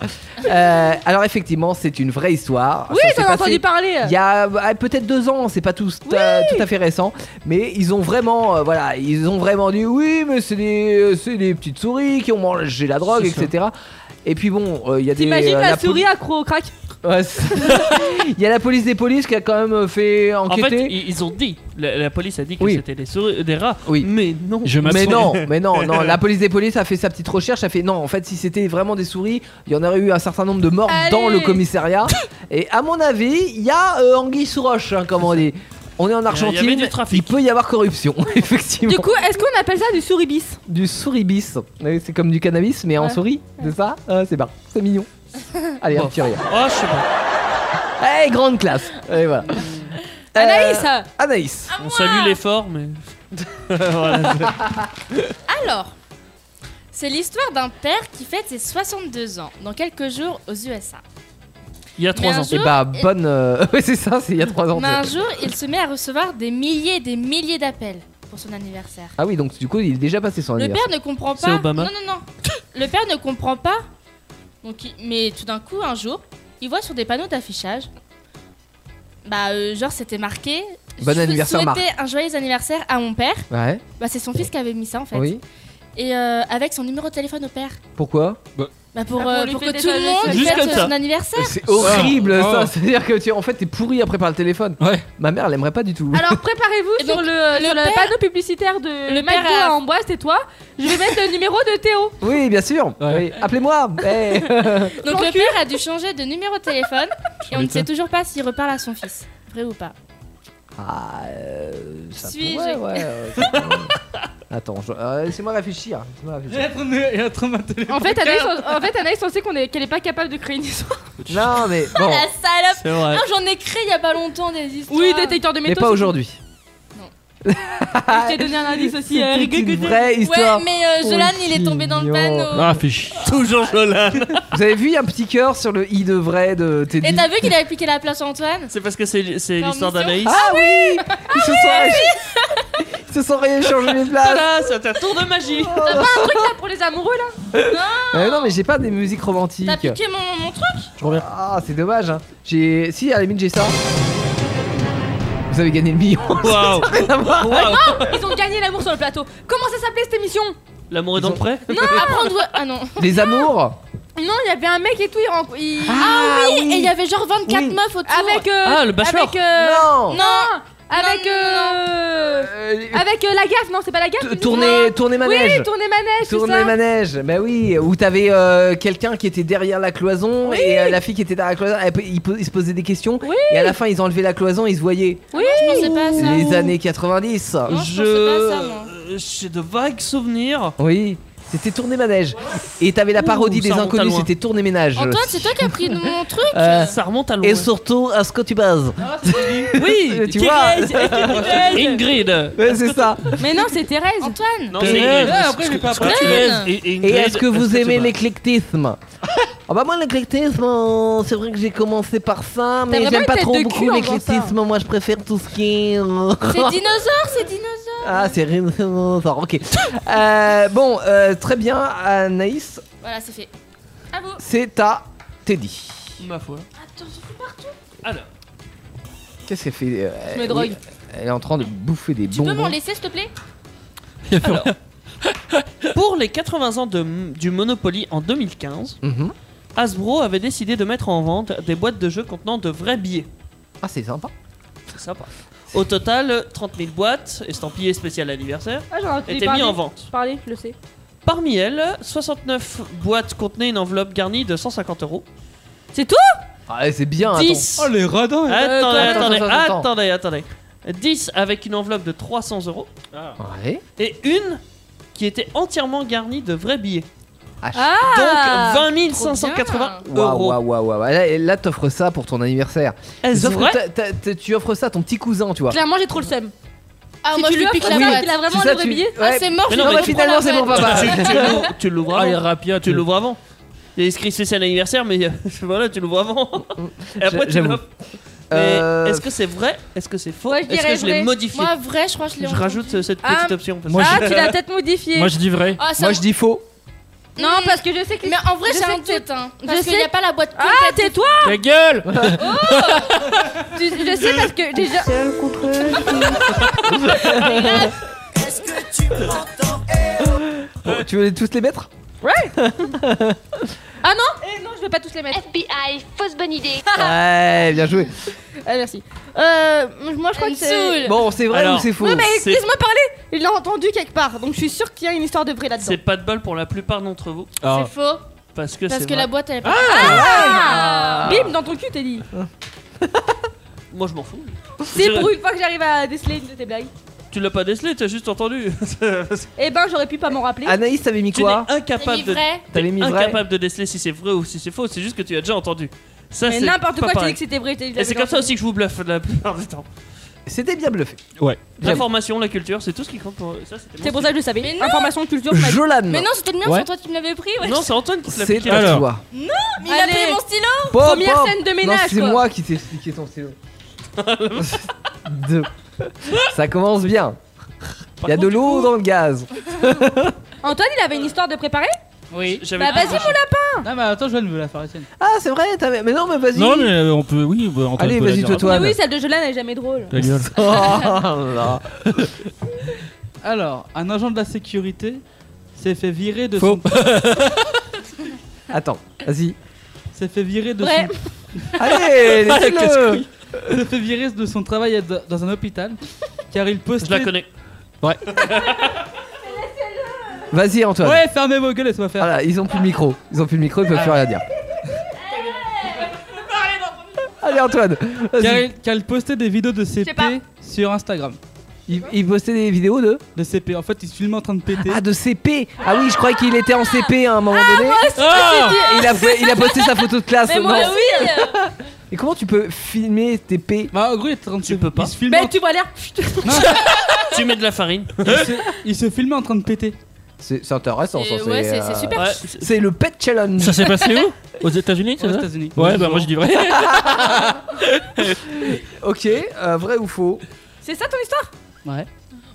D: Euh, alors effectivement, c'est une vraie histoire.
H: Oui,
D: s'est
H: j'en ai
D: passé
H: entendu parler.
D: Il y a euh, peut-être deux ans, c'est pas tout, c'est, euh, tout à fait récent, mais ils ont vraiment, euh, voilà, ils ont vraiment dit oui, mais c'est des, euh, c'est des petites souris qui ont mangé la drogue,
H: C'est ça.
D: etc. Et puis bon, euh, il y a des.
H: T'imagines
D: euh,
H: la,
D: poli-
H: souris accro au crack
D: Ouais, c'est- Il y a la police des polices qui a quand même euh, fait
G: En
D: enquêter.
G: fait, ils ils ont dit, la, la police a dit que
D: Oui.
G: c'était des, souris- euh, des rats.
D: Oui.
G: Mais non.
D: mais non, mais non, non. La police des polices a fait sa petite recherche. A fait non, en fait, si c'était vraiment des souris, il y en aurait eu un certain nombre de morts dans le commissariat. Et à mon avis, il y a euh, anguille sous roche, hein, comme on dit. On est en Argentine.
G: avait du
D: il peut y avoir corruption, effectivement.
H: Du coup, est-ce qu'on appelle ça du souribis
D: du souribis, Oui, c'est comme du cannabis, mais en
H: Ouais.
D: souris, c'est ça Ah, C'est bien, c'est mignon. Allez, un petit rire.
G: Oh, je sais pas.
D: Eh, grande classe. Et voilà.
I: Anaïs
D: Euh, Anaïs.
J: Ah,
G: On salue l'effort, mais. Voilà,
I: Alors, c'est l'histoire d'un père qui fête ses 62 ans dans quelques jours aux USA.
G: Il y a
I: trois Mais un ans. jour,
D: Et bah,
I: et-
D: bonne. euh, ouais, c'est ça, c'est il y a 3 ans.
I: Mais un jour, il se met à recevoir des milliers et des milliers d'appels pour son anniversaire.
D: Ah oui, donc du coup, il est déjà passé son
I: Le
D: anniversaire.
I: père ne comprend
D: C'est
I: pas.
D: Obama.
I: Non, non, non. Le père ne comprend pas. Donc, il- Mais tout d'un coup, un jour, il voit sur des panneaux d'affichage. Bah, euh, genre, c'était marqué.
D: Bon
I: je
D: anniversaire,
I: souhaitais
D: Marc.
I: un joyeux anniversaire à mon père.
D: Ouais.
I: Bah, c'est son fils qui avait mis ça en fait.
D: Oui.
I: Et euh, avec son numéro de téléphone au père.
D: Pourquoi
I: Bah, pour,
H: Ah, pour
I: euh,
H: lui
I: pour que
H: fêter
I: tout
H: sa-
I: le monde
D: Juste
I: fête
D: comme ça.
I: son anniversaire.
D: C'est horrible
J: Oh.
D: ça, c'est-à-dire que tu en fait t'es pourri après par le téléphone.
J: Ouais.
D: Ma mère l'aimerait pas du tout.
H: Alors préparez-vous sur le, euh, sur le
I: père-
H: panneau publicitaire de
I: Le
H: le
I: père
H: McDo
I: a-
H: à Amboise, et toi. Je vais mettre le numéro de Théo.
D: Oui, bien sûr. Oui, Appelez-moi. Eh.
I: Donc le père a dû changer de numéro de téléphone et on ne sait
D: m'étonnes.
I: toujours pas s'il reparle à son fils. Vrai ou pas
D: Ah, euh, ça
I: Suis-je-
D: pourrait, ouais, ouais, ça pourrait. Attends, je- euh, laissez-moi réfléchir. laissez-moi réfléchir.
E: Et attends, ma télé-
H: En fait, Anaïs, on, en fait, Anaïs, on sait qu'on est- qu'elle est pas capable de créer une histoire.
D: Non, mais
I: Ah
D: bon.
I: la salope
D: C'est vrai.
I: Non, J'en ai créé il y a pas longtemps des histoires.
H: Oui, détecteur de
D: Mais pas aujourd'hui. Ah,
H: Je t'ai donné un indice aussi. euh,
D: C'était une
H: rigolo.
D: vraie histoire. Oh, Ah,
I: Ouais, mais euh, Jolan, il est tombé dans le panneau.
G: Ah,
J: fais chier.
G: Toujours Jolan.
D: Vous avez vu il y a un petit cœur sur le i de vrai de Teddy
I: Et t'as vu qu'il a appliqué la place à Antoine
G: C'est parce que c'est c'est
I: Par
G: l'histoire
I: mission.
G: d'Anaïs.
D: Ah oui Ils se sont- se sont rééchangés les
I: Ah,
D: places.
G: Tada, c'est un tour de magie.
H: T'as pas un truc là pour les amoureux là Non
D: Euh, non, mais j'ai pas des musiques romantiques.
H: T'as piqué mon, mon truc
D: Je reviens. Ah, c'est dommage. Hein. J'ai. Si, à la limite, j'ai ça. Vous avez gagné le million. Ça
G: Waouh.
D: n'a rien à voir.
H: Non Ils ont gagné l'amour sur le plateau Comment ça s'appelait cette émission
G: L'amour est dans le prêt
H: Non Apprendre... Ah non
D: Les amours
H: Non, il y avait un mec et tout, il... ren- il-
I: Ah oui, et il y avait genre 24 meufs autour.
H: Avec... euh,
G: Ah, le bachelor.
H: Avec... euh,
D: Non.
H: Non Avec... euh, Avec euh, la gaffe, non, c'est pas la gaffe
D: Tourner, tourner manège.
H: Oui, tourner manège, c'est
D: Tourner
H: ça.
D: manège, bah oui, où t'avais euh, quelqu'un qui était derrière la cloison
H: Oui.
D: et euh, la fille qui était derrière la cloison, elle, pe- il, po- il se posait des questions et à la fin ils enlevaient la cloison, ils se voyaient.
H: Oui,
I: je pensais pas à ça.
D: Les années 90.
I: Non, je pensais pas à ça, moi.
G: Euh, J'ai de vagues souvenirs.
D: Oui, c'était tourner manège. Et t'avais la parodie
G: Ouh, ça
D: des
G: remonte à
D: inconnus,
G: loin.
D: c'était tourner ménage.
I: Antoine, c'est toi qui as pris de mon truc
D: Euh,
G: Ça remonte à loin.
D: et surtout, à ce que tu bases.
G: Oui,
D: tu vois
G: Ingrid.
D: Ouais, c'est ça.
H: Mais non, c'est Thérèse
I: Antoine
G: Non, c'est Ingrid.
J: Ah, après, j'ai pas
G: Scott
I: appris.
G: Ingrid et- et
D: Et
G: Ingrid,
D: est-ce que vous
G: tu
D: aimez
G: m'as-
D: l'éclectisme Ah bah moi l'éclectisme, euh, c'est vrai que j'ai commencé par ça, mais
H: vraiment
D: j'aime
H: une
D: pas
H: tête
D: trop
H: de cul
D: beaucoup
H: en faisant
D: l'éclectisme. Moi je préfère tout ce qui est. euh,
I: C'est dinosaure, c'est dinosaure.
D: Ah, c'est rhinocéros, ok. Euh, bon, euh, très bien, Anaïs,
I: Voilà, c'est fait.
H: À vous
D: c'est à Teddy.
G: Ma foi.
I: Attends, j'en fous partout.
G: Alors,
D: Qu'est-ce qu'elle fait euh,
H: Je me
D: oui,
H: drogue.
D: Elle est en train de bouffer des
I: Tu peux
D: bonbons.
I: m'en laisser, s'il te plaît
G: pour les 80 ans de- du Monopoly en 2015,
D: Mhm.
G: Hasbro avait décidé de mettre en vente des boîtes de jeux contenant de vrais billets.
D: Ah, c'est sympa.
G: C'est sympa. Au total, 30 000 boîtes, estampillées spécial anniversaire,
H: Ah, j'en ai entendu
G: étaient
H: parler.
G: mises en vente.
H: Parler, je le sais.
G: Parmi elles, 69 boîtes contenaient une enveloppe garnie de 150 euros.
H: C'est tout
D: Ah, c'est bien, attends. Euh,
G: 10
J: Oh, les radins. hein.
G: Attendez,
H: attends,
G: attendez,
D: attends, attends,
G: attendez, attendez. 10 avec une enveloppe de 300 euros
D: Ouais.
G: et une qui était entièrement garnie de vrais billets.
H: Ah
G: Donc 20
I: trop
G: 580
D: Waouh,
G: euros.
D: waouh, waouh, waouh. Là, là, t'offres ça pour ton anniversaire.
G: Elles offraient
D: T'as- t'as- t'as- Tu offres ça à ton petit cousin, tu vois.
H: Clairement, j'ai trop le seum.
I: Ah,
H: Si
I: moi
H: tu
I: je
H: lui
I: lui
H: piques
I: pique
H: la
I: la
H: main,
I: boîte.
H: il a vraiment
D: C'est
H: le
D: ça,
H: vrai
D: tu-
H: billet.
I: Ah,
D: ouais.
I: c'est mort,
G: Mais
I: je
G: non,
I: lui
D: Non,
G: mais
D: mais
I: reprends
D: finalement,
I: la
D: c'est pour
I: boîte.
D: papa.
G: tu, tu l'ou- tu l'ouvres
Q: Ah, les
G: avant.
Q: rapias,
G: Tu
Q: le
G: l'ouvres avant. Il y a écrit spécial anniversaire, mais euh, voilà, tu l'ouvres avant. Et après, tu
D: Mm, J'avoue.
G: l'offres. Mais
D: Euh,
G: est-ce que c'est vrai Est-ce que c'est faux
H: Moi, je
G: Est-ce que
H: dirais
G: je l'ai
H: vrai.
G: modifié
I: Moi, vrai, je crois que je l'ai
G: Je
I: entendu.
G: rajoute euh, cette
H: Ah,
G: petite option. parce que-
Q: Moi,
H: Ah, tu l'as peut-être modifié.
Q: Moi je dis vrai.
I: Ah, ça
D: Moi,
I: me-
D: je dis faux.
H: Non, parce que je sais que.
I: Mais en vrai,
H: je
I: j'ai
H: sais
I: un
H: que tu-
I: doute. hein,
H: je
I: Parce qu'il
H: sais-
I: n'y a pas la boîte complète.
H: Ah, tais-toi
Q: Ta gueule
H: Tu- Je sais parce que déjà.
D: Bon, tu veux tous les mettre
H: Ah non Eh non, je vais pas tous les mettre.
I: FBI, fausse bonne idée.
D: Ouais, bien joué.
H: Ah, merci. Euh, moi je crois
I: Eh. Elle
H: que
I: me
H: c'est.
I: saoule.
D: Bon, c'est vrai
G: Alors,
D: ou c'est faux
H: Oui, mais
G: C'est-
H: laisse-moi parler Il l'a entendu quelque part, donc je suis sûre qu'il y a une histoire de vrai là-dedans.
G: C'est pas de bol pour la plupart d'entre vous.
I: C'est faux.
G: Parce que
I: Parce
G: c'est
I: que
G: vrai.
I: la boîte, elle est pas.
H: Ah Bim, dans ton cul, t'as dit.
G: Moi, je m'en fous.
H: C'est
G: Je-
H: pour une fois que j'arrive à déceler une de tes blagues.
G: Tu l'as pas décelé, t'as juste entendu.
H: Eh ben, j'aurais pu pas m'en rappeler.
G: Ah,
D: Anaïs, t'avais mis
G: tu n'es
D: quoi
I: T'as mis
G: incapable de
I: vrai.
D: T'avais mis vrai
G: incapable de déceler si c'est vrai ou si c'est faux. C'est juste que tu as déjà entendu. Ça,
H: Mais
G: c'est
H: n'importe
G: pas
H: quoi, je t'ai dit
G: pareil.
H: que c'était vrai. je t'ai dit que
G: Et c'est
H: j'avais
G: comme ça
H: entendu.
G: aussi que je vous bluffe la plupart du temps.
D: C'était bien bluffé.
Q: Ouais.
D: J'avoue.
G: L'information, la culture, c'est tout ce qui compte pour. Ça, c'était
H: C'est
G: mon
H: pour ça que je le savais.
I: Mais non.
H: Information, culture, ma-
D: Jolan.
I: Mais non, c'était le mien,
Q: Ouais.
I: c'est toi qui me l'avais pris. Ouais.
G: style. Non, c'est Antoine qui te l'a
D: c'est
G: piqué.
Q: Alors.
D: à toi.
I: Mais il a
H: Allez.
I: pris mon stylo.
D: Pop,
H: Première
D: pop.
H: scène de
D: Non,
H: ménage,
D: c'est
H: quoi.
D: moi qui t'ai expliqué ton stylo. Deux. Ça commence bien. Il y a de l'eau dans le gaz.
H: Antoine, il avait une histoire de préparer
J: Oui.
G: J'avais
H: Bah, vas-y, mon lapin
J: Non, mais Ah, bah, attends, je vais me la faire, Étienne.
D: Ah, c'est vrai t'avais- Mais non, mais vas-y.
Q: Non mais euh, on peut. Oui, bah, Antoine
D: Allez,
Q: peut la
D: vas-y,
Q: dire
D: toi,
Q: après.
D: toi.
H: Mais oui, celle de Jolane, elle est jamais drôle.
Q: Ta gueule.
D: Oh, là.
J: Alors, un agent de la sécurité s'est fait virer de
Q: Faux.
J: son.
D: Attends, vas-y.
J: S'est fait virer de
H: Vrai.
J: son.
D: Allez, laissez-le.
J: s'est fait virer de son travail à- dans un hôpital car il
G: Je la
J: postait.
G: connais.
D: Vas-y, Antoine.
J: Ouais, fermez vos gueules, laisse-moi faire.
D: Voilà, ils ont plus le micro. Ils ont plus le micro, ils peuvent plus rien dire. Allez, Antoine. Ah, vas-y.
J: Car il, car il postait des vidéos de
H: sais
J: CP
H: pas.
J: sur Instagram.
D: Il, il postait des vidéos de
J: De CP, en fait, il se filmait en train de péter.
D: Ah, de CP. Ah oui, je croyais qu'il était en CP à un moment donné. il, a, fait- il a posté sa photo de classe.
H: Mais moi
I: Bah
D: non.
H: oui
D: Et comment tu peux filmer tes P
J: Bah, en gros, il était en train de
G: Tu
J: se-
G: peux pas.
J: Il se filmait,
H: Mais
J: en...
H: tu vois l'air.
J: Non,
G: Tu mets de la farine.
J: il, se... il se filmait en train de péter.
D: C'est c'est intéressant, ça.
I: Et ouais, c'est-
D: euh,
I: c'est super.
G: Ouais, c'est-
D: C'est le pet challenge.
Q: Ça s'est passé où Aux États-Unis,
J: Aux
Q: c'est ça
J: États-Unis.
Q: Ouais, bah moi je dis vrai.
D: Ok, euh, vrai ou faux
H: C'est ça ton histoire
J: Ouais.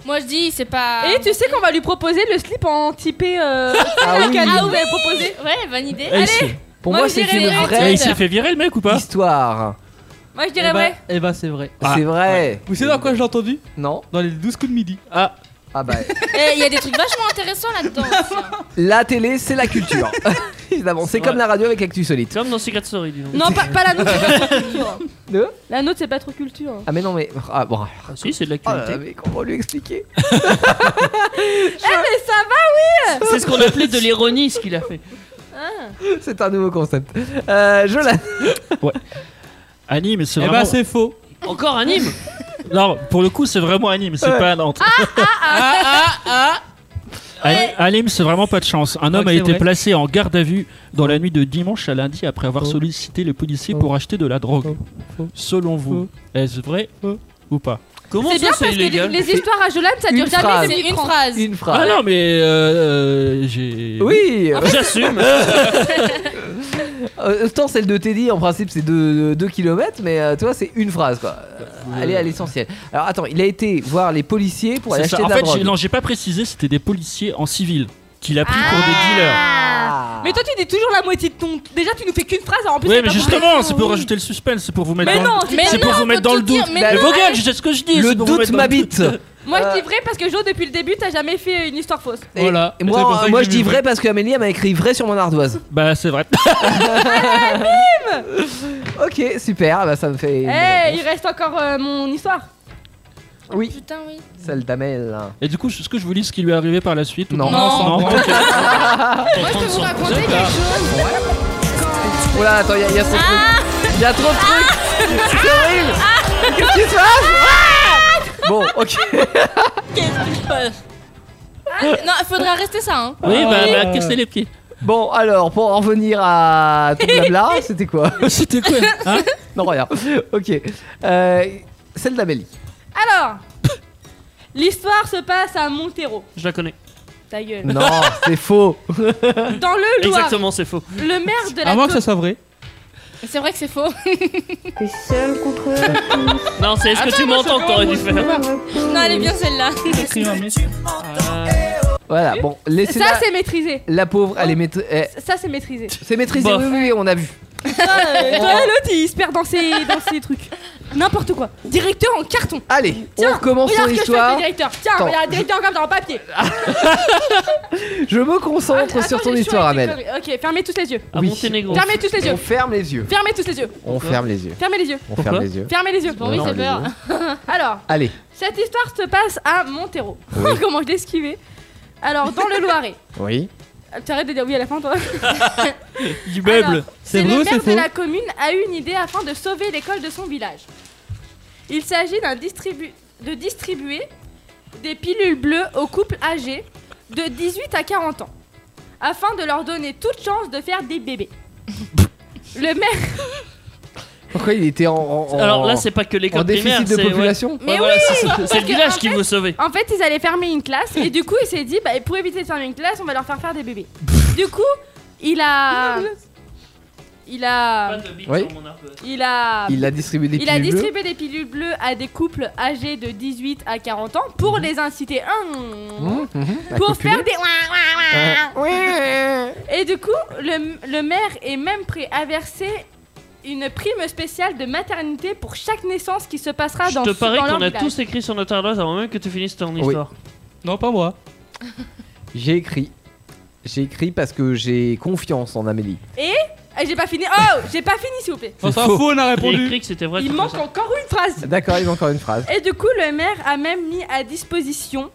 K: Moi je dis, c'est pas.
H: Et tu sais qu'on va lui proposer le slip en typé. Euh,
K: Ah
H: la
K: oui.
H: canne
K: Ah
H: que vous avez
K: oui.
H: proposé.
K: Ouais, bonne idée.
J: Eh, il s'est-
D: Pour
H: Moi,
D: moi,
H: je
D: c'est
H: dirais
D: une
H: vrai.
D: vraie.
H: Eh, il s'est fait
J: virer le mec ou pas
D: Histoire.
H: Moi je
K: ben.
H: dirais vrai.
J: ben,
E: Eh bah, c'est vrai.
J: Ah,
D: C'est vrai.
E: Vous savez dans quoi je l'ai entendu
D: Non.
E: Dans les 12 coups de midi.
J: Ah.
D: Ah bah.
K: Eh, Il y a des trucs vachement intéressants là-dedans. aussi, hein.
D: La télé, c'est la culture. Évidemment, c'est comme la radio avec Actu Solite.
G: Comme dans Secret Story, dis donc.
H: Non, pas, pas la nôtre, c'est pas trop culture.
D: De
H: La nôtre, c'est pas trop culture.
D: Ah mais non mais ah bon.
G: si c'est de
J: euh,
D: l'actualité. mais comment lui expliquer
H: Eh, mais ça va, oui
G: C'est ce qu'on appelait de l'ironie, ce qu'il a fait.
D: C'est un nouveau concept. Euh, Jolan.
J: Ouais. Anime, c'est
G: Eh
J: vraiment.
G: ben,
E: c'est faux.
G: Encore un hymne
J: Non, pour le coup, c'est vraiment anime, c'est
G: Ouais.
J: pas à Nantes.
G: Ah, ah, ah
J: Anime, c'est vraiment pas de chance. Un homme
G: que
J: a
G: c'est
J: été
G: vrai.
J: placé en garde à vue dans la nuit de dimanche à lundi après avoir
G: Faux.
J: sollicité les policiers pour acheter de la drogue. Selon vous, est-ce vrai ou pas
G: Comment
H: C'est bien parce que les, les histoires à Jolane, ça dure
J: Une
H: jamais
J: phrase.
H: deux
J: C'est
H: minutes
J: une
H: trente.
K: phrase.
D: Une
J: Ah non, mais euh, euh, j'ai.
D: Oui.
J: J'assume.
D: Euh, Autant celle de Teddy, en principe, c'est 2 km, mais euh, toi, c'est une phrase, quoi. Euh, Aller à l'essentiel. Alors, attends, il a été voir les policiers pour aller
J: C'est ça.
D: acheter
J: En
D: de la
J: fait,
D: drogue.
J: j'ai- non, j'ai pas précisé, c'était des policiers en civil qu'il a pris pour
G: Ah.
J: des dealers.
D: Ah.
H: Mais toi, tu dis toujours la moitié de ton. Déjà, tu nous fais qu'une phrase, alors en plus.
J: ouais,
H: c'est
J: mais
H: pas
J: justement,
H: vrai.
J: c'est pour rajouter le suspense, c'est pour vous mettre
H: Mais
J: dans
H: non,
J: le
H: mais
J: C'est pour
H: non,
J: vous mettre
H: faut
J: dans le
H: tout dire,
J: doute.
H: mais
G: Eh
H: non,
J: vos gars,
H: allez.
J: je sais ce que je dis.
D: Le
J: c'est pour vous
D: doute
J: mettre dans le
D: m'habite.
J: doute.
H: Moi, je dis vrai parce que Jo, depuis le début, t'as jamais fait une histoire fausse.
D: Et- et moi, moi, je dis vrai parce que Amélie elle m'a écrit vrai sur mon ardoise.
J: Bah, c'est vrai.
D: ok, super, bah, ça me fait.
H: Eh,
D: une bonne
H: il reste encore euh, mon histoire.
D: Oui.
K: Putain, oui.
D: réponse. Celle d'Amel.
J: Et du coup, est-ce que je vous lis ce qui lui est arrivé par la suite ou
D: Non.
J: pas
D: Non.
J: Non,
K: Moi
J: ok.
K: je peux vous raconter quelque
J: D'accord.
K: chose.
D: Oh là, attends, il y, a- il y a trop de
H: Ah
D: trucs. Il y a trop de trucs. C'est horrible. Qu'est-ce qui se passe
H: Ah
D: Bon, ok.
K: Qu'est-ce qui se passe Non, faudra rester ça, hein.
J: Oui, bah, bah,
E: Oh.
J: cassez les pieds.
D: Bon, alors, pour en revenir à ton blabla, c'était quoi
J: C'était quoi
E: Hein
D: Non, rien. Ok. Euh, celle d'Amélie.
H: Alors, l'histoire se passe à Montero.
G: Je la connais.
H: Ta gueule.
D: Non, c'est faux.
H: Dans le Loir,
G: Exactement, c'est faux.
H: le maire de la.
E: À moins
H: commune
E: que ça soit vrai.
K: C'est vrai que c'est faux.
H: seul contre.
G: Non, c'est est-ce que
K: Attends,
G: tu
K: moi, je
G: m'entends que
K: vois,
G: t'aurais
K: moi,
G: dû
K: je
G: faire
K: Non, elle est bien celle-là.
D: Voilà, bon, laissez-la.
H: Ça, c'est Oh. maîtrisé.
D: La pauvre, elle est maîtrisée.
H: Ça, c'est maîtrisé.
D: C'est maîtrisé, oui, oui, oui, on a vu.
H: Toi, euh, toi, l'autre, il se perd dans ses, dans ses trucs. N'importe quoi. Directeur en carton.
D: Allez, on recommence son
H: regarde ce que je fais avec
D: histoire.
H: le directeur. Tiens,
D: Attends,
H: regarde, directeur en carton en papier.
D: Je me concentre sur ton histoire, Amel.
H: Ok, fermez tous les yeux.
D: Oui. Monténégro.
H: Fermez tous les yeux.
D: On ferme les yeux.
H: Fermez tous les yeux.
D: On ferme les yeux.
H: Fermez les yeux.
D: On ferme les yeux.
H: Fermez les yeux.
D: Bon, oui, Non, j'ai les peur.
H: Alors,
D: Allez.
H: cette histoire se passe à Montero.
D: Oui.
H: Comment je l'ai esquivé Alors, dans le Loiret.
D: Oui.
H: Ah, Tu arrêtes de dire oui à la fin, toi.
J: Du meuble.
H: C'est le maire de la commune a eu une idée afin de sauver l'école de son village. Il s'agit d'un distribu- de distribuer des pilules bleues aux couples âgés de 18 à 40 ans afin de leur donner toute chance de faire des bébés. le maire
D: Pourquoi il était en. en- en-
G: Alors là, c'est pas que l'école
D: en déficit
G: primaire,
D: de
G: c'est- ouais.
D: population
G: Ouais,
H: Mais
G: voilà,
H: oui
G: c'est- c'est-
H: Parce
G: C'est le
H: que,
G: village
H: en
G: qui
H: fait-
G: veut sauver.
H: En fait, ils allaient fermer une classe et du coup, il s'est dit, bah, pour éviter de fermer une classe, on va leur faire faire des bébés. du coup, il a. Il a.
D: Oui.
H: Il a.
D: Il a distribué des
H: Ah. Il a
D: pilules
H: distribué des pilules bleues à des couples âgés de 18 à 40 ans pour
G: Mhm.
H: les inciter hum,
D: Mmh, mmh, à
H: pour
D: copuler.
H: faire des
G: Ah.
H: et du coup le, le maire est même prêt à verser une prime spéciale de maternité pour chaque naissance qui se passera
G: Je
H: dans
G: te
H: ce-
G: parie
H: dans leur
G: qu'on a
H: village.
G: tous écrit sur notre ardoise avant même que tu finisses ton
D: Oui.
G: histoire.
E: Non, pas moi.
D: J'ai écrit. J'ai écrit parce que j'ai confiance en Amélie.
H: Et et j'ai pas fini. Oh, j'ai pas fini, s'il vous plaît.
D: C'est faux.
E: on a
D: répondu.
G: J'ai écrit que c'était vrai.
H: Il
G: c'est
H: manque
G: pour ça.
H: encore une phrase.
D: D'accord, il y a encore une phrase.
H: Et du coup, le maire a même mis à disposition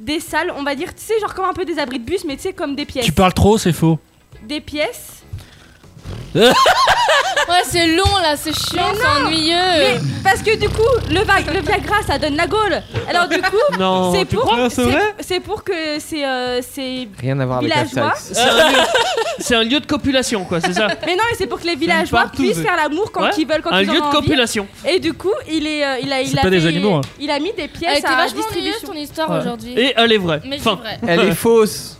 H: des salles, on va dire, tu sais, genre comme un peu des abris de bus, mais tu sais, comme des pièces.
J: Tu parles trop, c'est faux.
H: Des pièces.
K: Ouais, c'est long là, c'est chiant,
H: Mais
K: c'est
H: non
K: ennuyeux.
H: Mais parce que du coup, le, va- le Viagra, ça donne la gaule. Alors du coup,
G: Non,
H: c'est
G: tu
H: pour,
G: crois, c'est vrai
H: c'est- c'est pour que c'est euh, c'est
D: Rien à voir avec la
H: villageois.
D: salse.
G: C'est un lieu- C'est un lieu de copulation, quoi, c'est ça
H: Mais non, mais c'est pour que les villageois
G: partouze.
H: puissent faire l'amour quand
G: Ouais,
H: ils veulent, quand
G: un
H: ils en
G: lieu de
H: ont envie.
G: copulation.
H: Et du coup, il est, euh, il a, il
G: C'est
H: a
G: pas des
H: fait-
G: animaux, hein.
H: Il a mis des
K: Elle
H: pièces
K: était
H: à
K: vachement
H: distribution.
K: ennuyeuse, ton histoire,
G: Ouais.
K: aujourd'hui.
G: Et elle est vraie.
K: Mais c'est
G: Enfin.
K: vrai.
D: Elle est fausse.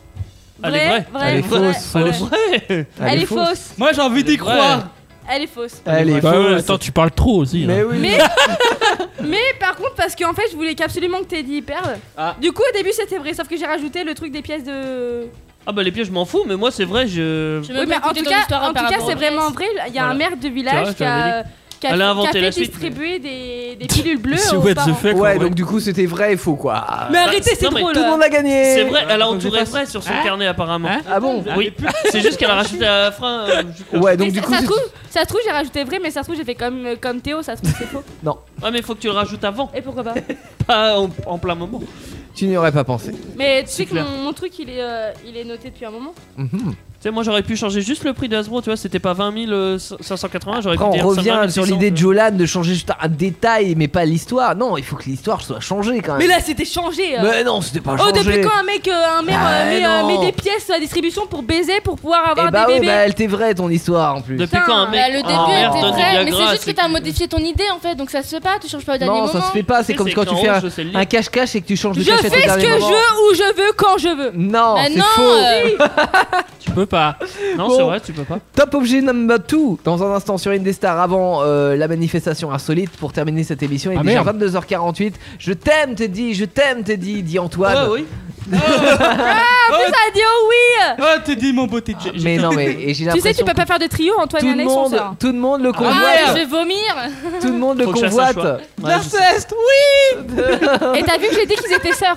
G: Elle est vraie.
D: Elle est fausse.
J: Bah,
G: Elle est vraie.
H: Elle est fausse.
E: Moi j'ai envie d'y
G: vraie.
E: croire.
H: Elle est fausse.
D: Elle est
J: Bah
D: fausse.
J: ouais, Attends, tu parles trop aussi. hein.
D: Mais
J: là.
D: oui.
H: Mais, mais par contre, parce qu'en fait, je voulais absolument que Teddy y perde. Du coup, au début, c'était vrai, sauf que j'ai rajouté le truc des pièces de.
G: Ah bah les pièges, je m'en fous, mais moi c'est vrai, je.
H: Oui, mais en tout cas, en tout cas, c'est vraiment vrai. Il y a
G: Voilà.
H: un maire de
G: C'est
H: village
G: vrai, je
H: qui a,
G: t'avais dit.
H: qui a-
G: Elle a
H: qui a
G: inventé
H: fait
G: la suite,
H: distribuer des, des pilules bleues.
D: C'est
H: aux
D: what the
H: parents.
D: fuck, Ouais, donc du coup, c'était vrai et faux, quoi.
H: Mais arrêtez, c'est
G: Non, mais
H: drôle.
G: tout le monde
D: a gagné.
G: C'est vrai, elle a
D: Faut que je
G: entouré
D: fasse-
G: vrai sur son
D: Hein
G: carnet apparemment.
D: Ah bon
G: Oui, c'est juste qu'elle a racheté la frein. euh, je-
D: Ouais, donc du
H: Mais ça,
D: coup,
H: ça se
D: c'est-
H: trouve, ça se trouve, j'ai rajouté vrai, mais ça se trouve, j'ai fait comme, comme Théo, ça se trouve, c'est faux.
D: Non,
G: Ah mais faut que tu le rajoutes avant.
H: Et pourquoi pas
G: Pas en, en plein moment.
D: tu n'y aurais pas pensé.
H: Mais tu sais que
G: clair.
H: mon, mon truc, il est, euh, il est noté depuis un moment.
D: Mmh.
G: Tu sais, moi j'aurais pu changer juste le prix de Hasbro, tu vois, c'était pas euh, 20 580, j'aurais pu
D: Après, on
G: dire 50
D: revient
G: 600.
D: sur l'idée de Jolan de changer juste un détail, mais pas l'histoire. Non, il faut que l'histoire soit changée quand même.
H: Mais là, c'était changé. euh.
D: Mais non, c'était pas
H: Oh,
D: changé.
H: depuis quand un mec, euh, un maire,
D: Ah,
H: euh, met, euh,
D: non.
H: met des pièces à distribution pour baiser, pour pouvoir avoir
D: Eh bah
H: des
D: ouais,
H: bébés
D: bah elle t'est vraie ton histoire en plus.
G: Depuis
H: Putain, quand un
K: Bah, le début était vrai, mais c'est juste que t'as modifié ton idée en fait, donc ça se fait pas, tu changes pas au dernier
D: Non,
K: moment.
D: ça se fait pas, c'est comme quand tu fais un- un cache-cache et que tu changes de
K: Je
D: cachette au
K: fais ce
D: dernier
K: que
D: moment.
H: veux où je veux quand je veux.
D: Non,
K: Bah
D: c'est
K: non,
D: faux.
K: euh,
J: Tu peux pas.
G: Non,
D: Bon.
G: c'est vrai, tu peux pas.
D: Top objet number 2 dans un instant sur Indestar avant euh, la manifestation insolite pour terminer cette émission. Il est
J: Ah,
D: déjà
J: merde.
D: 22h48. Je t'aime, Teddy, je t'aime, Teddy, dit Antoine.
G: Ouais, oui.
H: Ah, en plus, elle a dit oh oui
E: Ah, t'es dit mon beauté. J'ai-
D: Mais
E: j'ai-
D: non, mais et j'ai
H: Tu sais, tu
D: l'impression
H: peux pas faire de trio, Antoine
D: tout
H: et
D: le
H: Anaïs sont
D: monde,
H: sœurs.
D: tout le monde le
H: Ah,
D: convoite.
H: je vais vomir
D: Tout le monde le
G: Faut que je fasse un
D: convoite.
G: choix. Ouais, je sais.
H: oui Et t'as vu que j'ai dit qu'ils étaient sœurs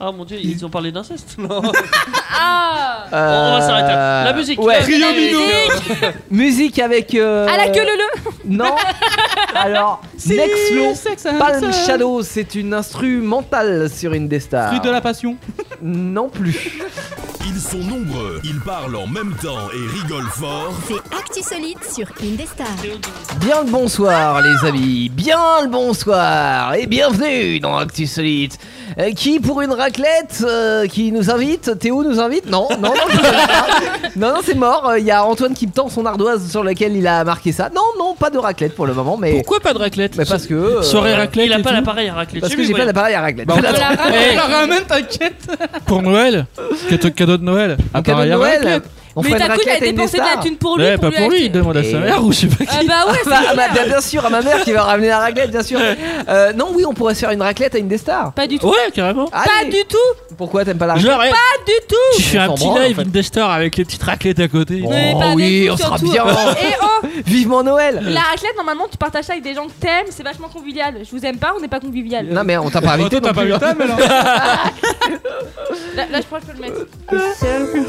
G: Ah mon dieu, ils ont parlé d'inceste. Non.
H: Ah
D: Euh,
G: On va s'arrêter là. La musique.
D: ouais.
G: La musique.
D: Musique avec. euh,
H: À la queue le le
D: Non. Alors,
E: Si,
D: Nexlo,
E: sexe, hein,
D: Palm
E: sexe.
D: Shadow, c'est une instrumentale sur Indestar.
E: Fruit de la passion.
D: Non plus.
A: Ils sont nombreux, ils parlent en même temps et rigolent fort.
B: C'est ActuSolite sur Indestar.
D: Bien le bonsoir, les amis. Bien le bonsoir et bienvenue dans Actu Solite. Euh, qui pour une raclette euh, qui nous invite Théo nous invite Non, non, non, je vous invite pas. non, non, c'est mort. Euh, Il y a Antoine qui me tend son ardoise sur laquelle il a marqué ça. Non, non, pas de raclette pour le moment, mais
J: Pourquoi pas de raclette
D: mais parce que euh,
J: Soirée raclette.
G: Il a
J: et
G: pas
J: tout.
G: l'appareil à raclette.
D: parce
G: chez
D: que
G: lui,
D: j'ai pas
G: ouais.
D: d'appareil à raclette.
J: Bah, on peut la
E: On
J: Hey,
E: la ramène, t'inquiète.
J: pour Noël Cadeau cadeau de Noël
D: Un cadeau
J: Appareil
D: de
J: à
D: Noël.
J: raclette.
D: On
H: Mais
D: fera
H: t'as
D: une
H: cru qu'elle
D: raclette à
H: dépensait de la
D: Indestar.
H: thune pour lui
J: Ouais,
H: pour
J: pas
H: lui
J: pour lui, il
H: acheter.
J: demande à
D: Et-
J: sa mère ou je sais pas qui.
H: Ah bah ouais,
D: Bah, ah
H: c'est
D: bah,
H: clair.
D: bien, bien sûr, à ma mère qui va ramener la raclette, bien sûr. Euh, non, oui, on pourrait se faire une raclette à Indestar.
H: Pas du tout
J: Ouais, carrément.
H: Pas
D: Allez.
H: du tout
D: Pourquoi t'aimes Ah, pas la
J: Genre, hey,
H: Pas du tout
J: tu fais un
D: s'en
J: petit
D: branle, en
J: live
D: fait.
J: Indestar avec les petites raclettes à côté.
D: Oh
H: Mais pas
D: oui,
H: du tout,
D: on sera
H: surtout.
D: bien.
H: Et oh,
D: Vivement Noël
H: la raclette, normalement, tu partages ça avec des gens que t'aimes, c'est vachement convivial. Je vous aime pas, on n'est pas convivial.
D: Non, mais on t'a pas invité.
E: Oh, T'as
D: non
E: pas
D: plus. hein.
E: vu le thème alors
H: Là, là, je crois que je peux le mettre.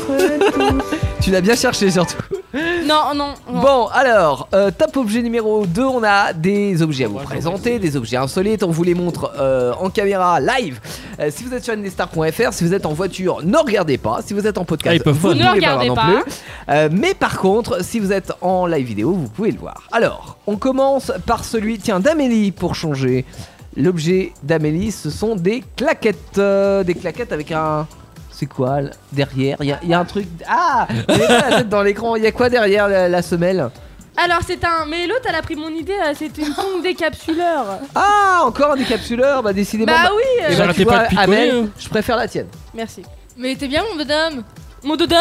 D: Tu l'as bien cherché surtout.
H: Non, non, non.
D: Bon, alors, euh, top objet numéro 2, on a des objets à vous présenter, des objets insolites, on vous les montre euh, en caméra live. Euh, si vous êtes sur indestar.fr, si vous êtes en voiture, ne regardez pas. Si vous êtes en
J: Ah,
D: podcast,
J: ils peuvent
D: vous
J: pas.
H: Ne
D: ne pouvez
H: regardez
D: pas voir non plus. Euh, mais par contre, si vous êtes en live vidéo, vous pouvez le voir. Alors, on commence par celui, tiens, d'Amélie pour changer. L'objet d'Amélie, ce sont des claquettes. euh, des claquettes avec un... C'est quoi là, derrière Il y, a- il y a un truc... Ah Il y a quoi, la tête dans l'écran Il y a quoi derrière la- la semelle
H: Alors, c'est un. Mais l'autre, elle a pris mon idée, euh, c'est une pompe décapsuleur.
D: Ah, encore un décapsuleur, bah décidément.
H: Bah
D: bah-
H: oui euh,
D: Eh
J: Ils
D: bah,
J: arrêtaient
D: tu
J: pas
D: vois,
J: de picoler, hein.
D: Amel,
J: eux.
D: je préfère la tienne.
H: Merci.
K: Mais t'es bien mon bonhomme
H: Mon dodo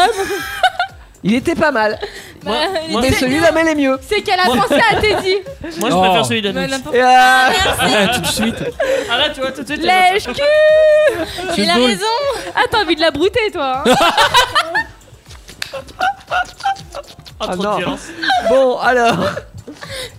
D: Il était pas mal,
K: Bah, il
G: moi,
K: était
D: mais celui d'Amel est mieux.
H: c'est qu'elle a pensé à Teddy.
G: Moi je
J: Oh.
G: préfère celui
K: Mais
G: d'Anne.
K: n'importe-
D: Et, euh,
J: Ah, tout de suite.
G: Ah là, tu vois tout de suite. elle
H: Lèche cul
K: Il a
J: drôle.
K: raison
H: Ah, t'as envie de la brouter, toi hein
G: va- Ah,
D: Ah,
G: trop
D: non.
G: de violence.
D: bon, alors,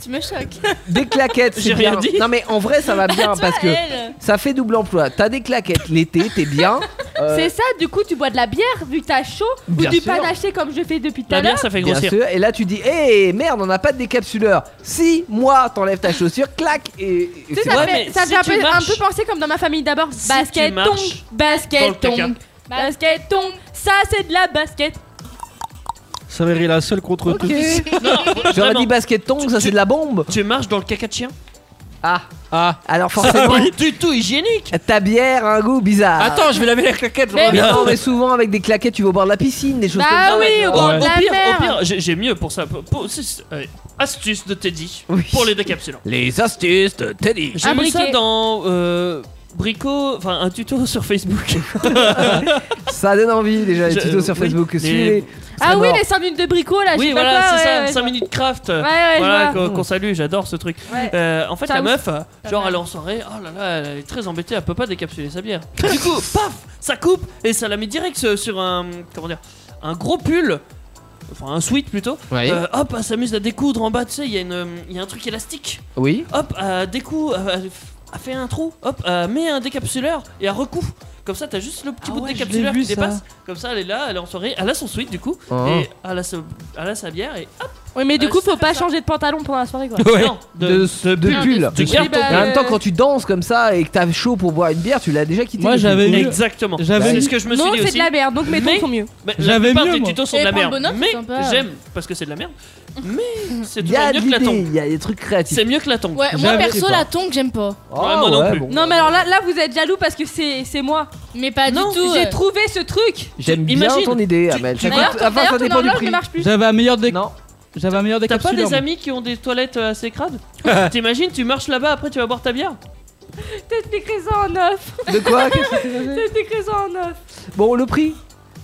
K: Tu me choques.
D: des claquettes, c'est
G: J'ai rien
D: bien.
G: dit.
D: Non, mais en vrai, ça va bien parce que
K: Elle.
D: ça fait double emploi. T'as des claquettes l'été, t'es bien. Euh,
H: C'est ça, du coup, tu bois de la bière vu que t'as chaud ou
D: Bien
H: du
D: sûr.
H: panaché comme je fais depuis tout à
G: La
H: l'heure.
G: bière, ça fait
D: Bien
G: grossir.
D: sûr, et là tu dis, hé merde, on n'a pas de décapsuleur. Si moi t'enlèves ta chaussure, clac, et. et
H: Tu sais,
D: c'est
H: ça
G: Ouais,
H: fait,
G: mais
H: ça
G: si
H: fait un,
G: tu
H: peu, un
G: marches-
H: peu penser comme dans ma famille d'abord. basket
G: tu
H: tombe,
G: marches
H: basket
G: dans le caca.
H: tombe, basket tombe. Ça, c'est de la basket.
J: Ça verrait la seule contre
D: Ok.
J: tous.
G: Non, non,
D: J'aurais
G: vraiment.
D: dit basket tong, ça c'est de la bombe.
G: Tu marches dans le caca de chien
D: Ah,
J: Ah.
D: alors
G: C'est
D: forcément,
G: pas du tout hygiénique
D: ta bière a un goût bizarre.
J: Attends, je vais laver la claquette. je
H: Mais-
J: reviens.
D: Non, mais souvent avec des claquettes, tu vas au bord de la piscine, des choses comme
H: Bah
D: ça.
H: oui, au
G: Au,
H: bord de
G: au
H: la
G: pire,
H: mer.
G: au pire, j'ai j'ai mieux pour ça. Pour- pour- c'est- euh, astuce de Teddy
D: Oui.
G: pour les décapsulants.
D: Les astuces de Teddy.
G: J'ai
H: Un
G: mis ça
H: briquet.
G: dans euh, Brico, enfin un tuto sur
H: Ah,
G: Facebook.
D: Ça donne envie déjà, les
G: Je-
D: tutos sur
G: oui,
D: Facebook.
G: les-
D: Suivez.
H: Ah
D: C'est
H: oui,
D: mort.
H: les 5 minutes de bricot là, je
G: oui,
H: sais pas
G: voilà,
H: quoi,
G: c'est
H: ouais,
G: ça,
H: ouais, je
G: 5
H: vois.
G: minutes craft.
H: Ouais, ouais,
G: voilà,
H: je vois.
G: qu'on qu'on salue, j'adore ce truc.
H: Ouais.
G: Euh, en fait,
H: Ciao.
G: la meuf,
H: Pas
G: genre,
H: mal.
G: elle est en soirée, oh là là, elle est très embêtée, elle peut pas décapsuler sa bière. Du coup, paf, ça coupe et ça la met direct sur- sur un. Comment dire Un gros pull. Enfin, un sweat plutôt.
D: Ouais.
G: Euh, hop, elle s'amuse à découdre en bas, tu sais, il y, a une, euh, il y a un truc élastique.
D: Oui.
G: Hop, euh, à décou, à, à- à fait un trou, hop, à met un décapsuleur et à recoue. Comme ça, t'as juste le petit bout de
E: Ah ouais, je l'ai
G: décapsuleur
E: vu,
G: qui
E: ça.
G: dépasse. Comme ça, elle est là, elle est en soirée, elle a son sweat du coup,
E: Oh.
G: et elle a, sa, elle a sa bière et hop.
H: Oui, mais du
G: elle
H: coup,
G: se
H: faut
G: fait
H: pas
G: ça.
H: changer de pantalon pendant la soirée quoi.
G: Ouais.
H: Non.
D: de,
J: Euh,
G: de-
D: de
G: de
D: pull.
G: pull. Tu gardes ton
D: Mais en
G: pull.
D: même temps, quand tu danses comme ça et que t'as chaud pour boire une bière, tu l'as déjà quitté.
E: Moi,
D: le
E: j'avais
D: pull.
E: eu-
G: Exactement.
E: J'avais
G: C'est
E: eu-
G: ce que je me suis
H: Non,
G: dit
H: c'est
G: aussi.
H: de la merde, donc mes
G: Mais-
H: tons sont mieux.
G: Mais
E: J'avais
G: la plupart
E: mieux,
G: des
E: moi.
G: tutos sont
H: Et
G: de la
H: prends le
G: merde.
H: bonheur, c'est euh,
G: mais
H: sympa.
G: j'aime parce que c'est de la merde. Mais c'est
D: Il y a
G: toujours
D: de
G: mieux que la
D: l'idée,
G: tombe.
D: il y a des trucs créatifs. Oh,
G: C'est mieux que la tombe.
K: Ouais, moi perso, la tongue, j'aime pas.
G: moi non
D: ouais,
G: plus.
D: bon.
H: Non, mais alors là, là, vous êtes jaloux parce que c'est c'est moi.
K: Mais pas
H: Non,
K: du tout.
H: J'ai
K: euh.
H: trouvé ce truc.
D: J'aime bien
G: Imagine,
D: ton idée, Amel. Ça
H: D'ailleurs,
D: coûte-
H: ton-
D: Enfin, ça
H: d'ailleurs, ton
D: dépend du
H: horloge
D: prix.
H: ne marche plus.
E: J'avais un meilleur des.
D: Non.
E: J'avais un meilleur des
G: T'as pas des
E: capsuleurs,
G: amis qui ont des toilettes euh, assez crades T'imagines, tu marches là-bas, après tu vas boire ta bière
H: Je t'expliquerai ça en off.
D: De quoi Qu'est-ce que c'est
H: Je
D: passé
H: t'expliquerai ça en off.
D: Bon, le prix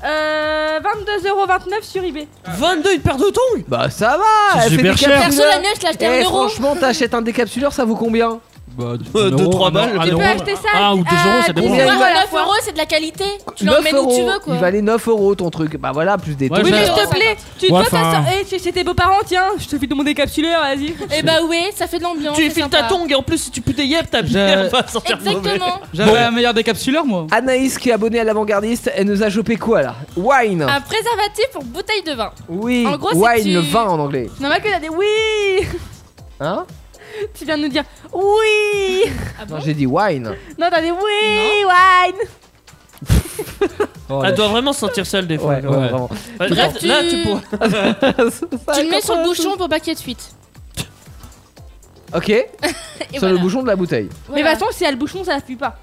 H: Euh, 22,29€ sur eBay.
G: 22 une paire de tongs
D: Bah ça va
J: C'est
D: elle fait
J: super
D: des
J: cher.
K: Perso,
D: capsuleurs.
K: la mienne, je l'achetais à
D: Eh,
K: 1 euro.
D: Franchement, t'achètes un décapsuleur, ça vaut combien
J: Bah,
G: Euh, deux, trois balles.
H: Tu peux acheter ça
J: Ah, ou 2 euros, ça
H: à
J: dépend.
D: dix
K: Ouais,
D: euros.
J: Ouais,
D: Il va la
K: 9
H: fois.
K: euros, c'est de la qualité. Tu
D: 9
K: l'emmènes où tu
D: euros.
K: veux, quoi.
D: Il valait 9 euros ton truc. Bah voilà, plus des
J: Ouais,
D: taux.
H: Oui,
J: j'ai-
H: s'il te plaît, tu
J: Ouais,
H: dois
J: enfin-
H: t'asseoir. Eh, chez chez tes beaux-parents, tiens, je te fais de mon décapsuleur, vas-y.
K: Et bah ouais, ça fait de l'ambiance.
G: Tu
K: c'est
G: files
K: sympa.
G: ta tongue et en plus, si tu putes des yeux, ta
E: J'ai-
G: bière va sortir mauvais.
K: Exactement.
E: J'avais un meilleur des capsuleurs, moi.
D: Anaïs qui est abonnée à l'avant-gardiste, elle nous a chopé quoi là Wine
K: Un préservatif pour bouteille de vin.
D: Oui,
K: Ah, en gros, c'est
D: wine,
K: tu-
D: le vin en anglais.
H: Normal que t'as des oui
D: Hein
H: Tu viens de nous dire oui
K: Ah
D: Non, j'ai dit wine.
H: Non, t'as des oui, wine
D: Oh,
G: Elle
D: la-
G: doit vraiment se sentir seule des fois.
D: Ouais, ouais,
G: quoi.
D: vraiment.
G: Enfin,
K: Bref,
G: là, là,
K: tu-
G: tu pourras.
K: Tu le mets sur le bouchon pour pas qu'il y ait de fuite.
D: Ok,
K: Et
D: sur
K: voilà.
D: le bouchon de la bouteille.
K: Voilà.
H: Mais de toute façon, si elle le bouchon, ça la fuit pas.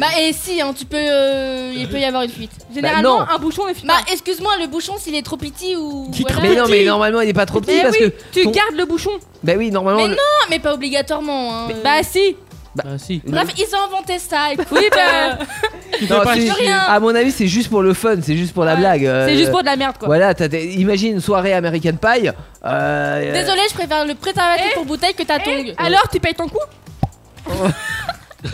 K: Bah et si, hein, tu peux, euh, il peut y avoir une fuite.
H: Généralement,
D: non.
H: un bouchon ne fuit
K: Bah
H: pas.
K: excuse-moi, le bouchon s'il est trop petit ou
G: Qui
K: voilà.
D: Mais non, mais normalement il est pas trop petit
H: Eh
D: parce
H: oui,
D: que.
H: tu
D: ton-
H: gardes le bouchon.
D: Bah oui, normalement.
K: Mais
D: le-
K: Non, mais pas obligatoirement. hein.
I: Euh.
H: Bah si
G: Ah, si.
K: Bref, ils ont inventé ça. écoute.
H: Oui, bah,
D: Non,
E: pas
D: c'est-
K: chier. Rien.
D: À mon avis, c'est juste pour le fun, c'est juste pour la
K: Ouais.
D: blague. euh,
H: c'est juste pour de la merde, quoi.
D: Voilà, t'as des- imagine une soirée American Pie. euh, euh,
K: Désolé, je préfère le préservatif
H: Eh,
K: pour bouteille que ta tongue.
H: Alors, tu payes ton coup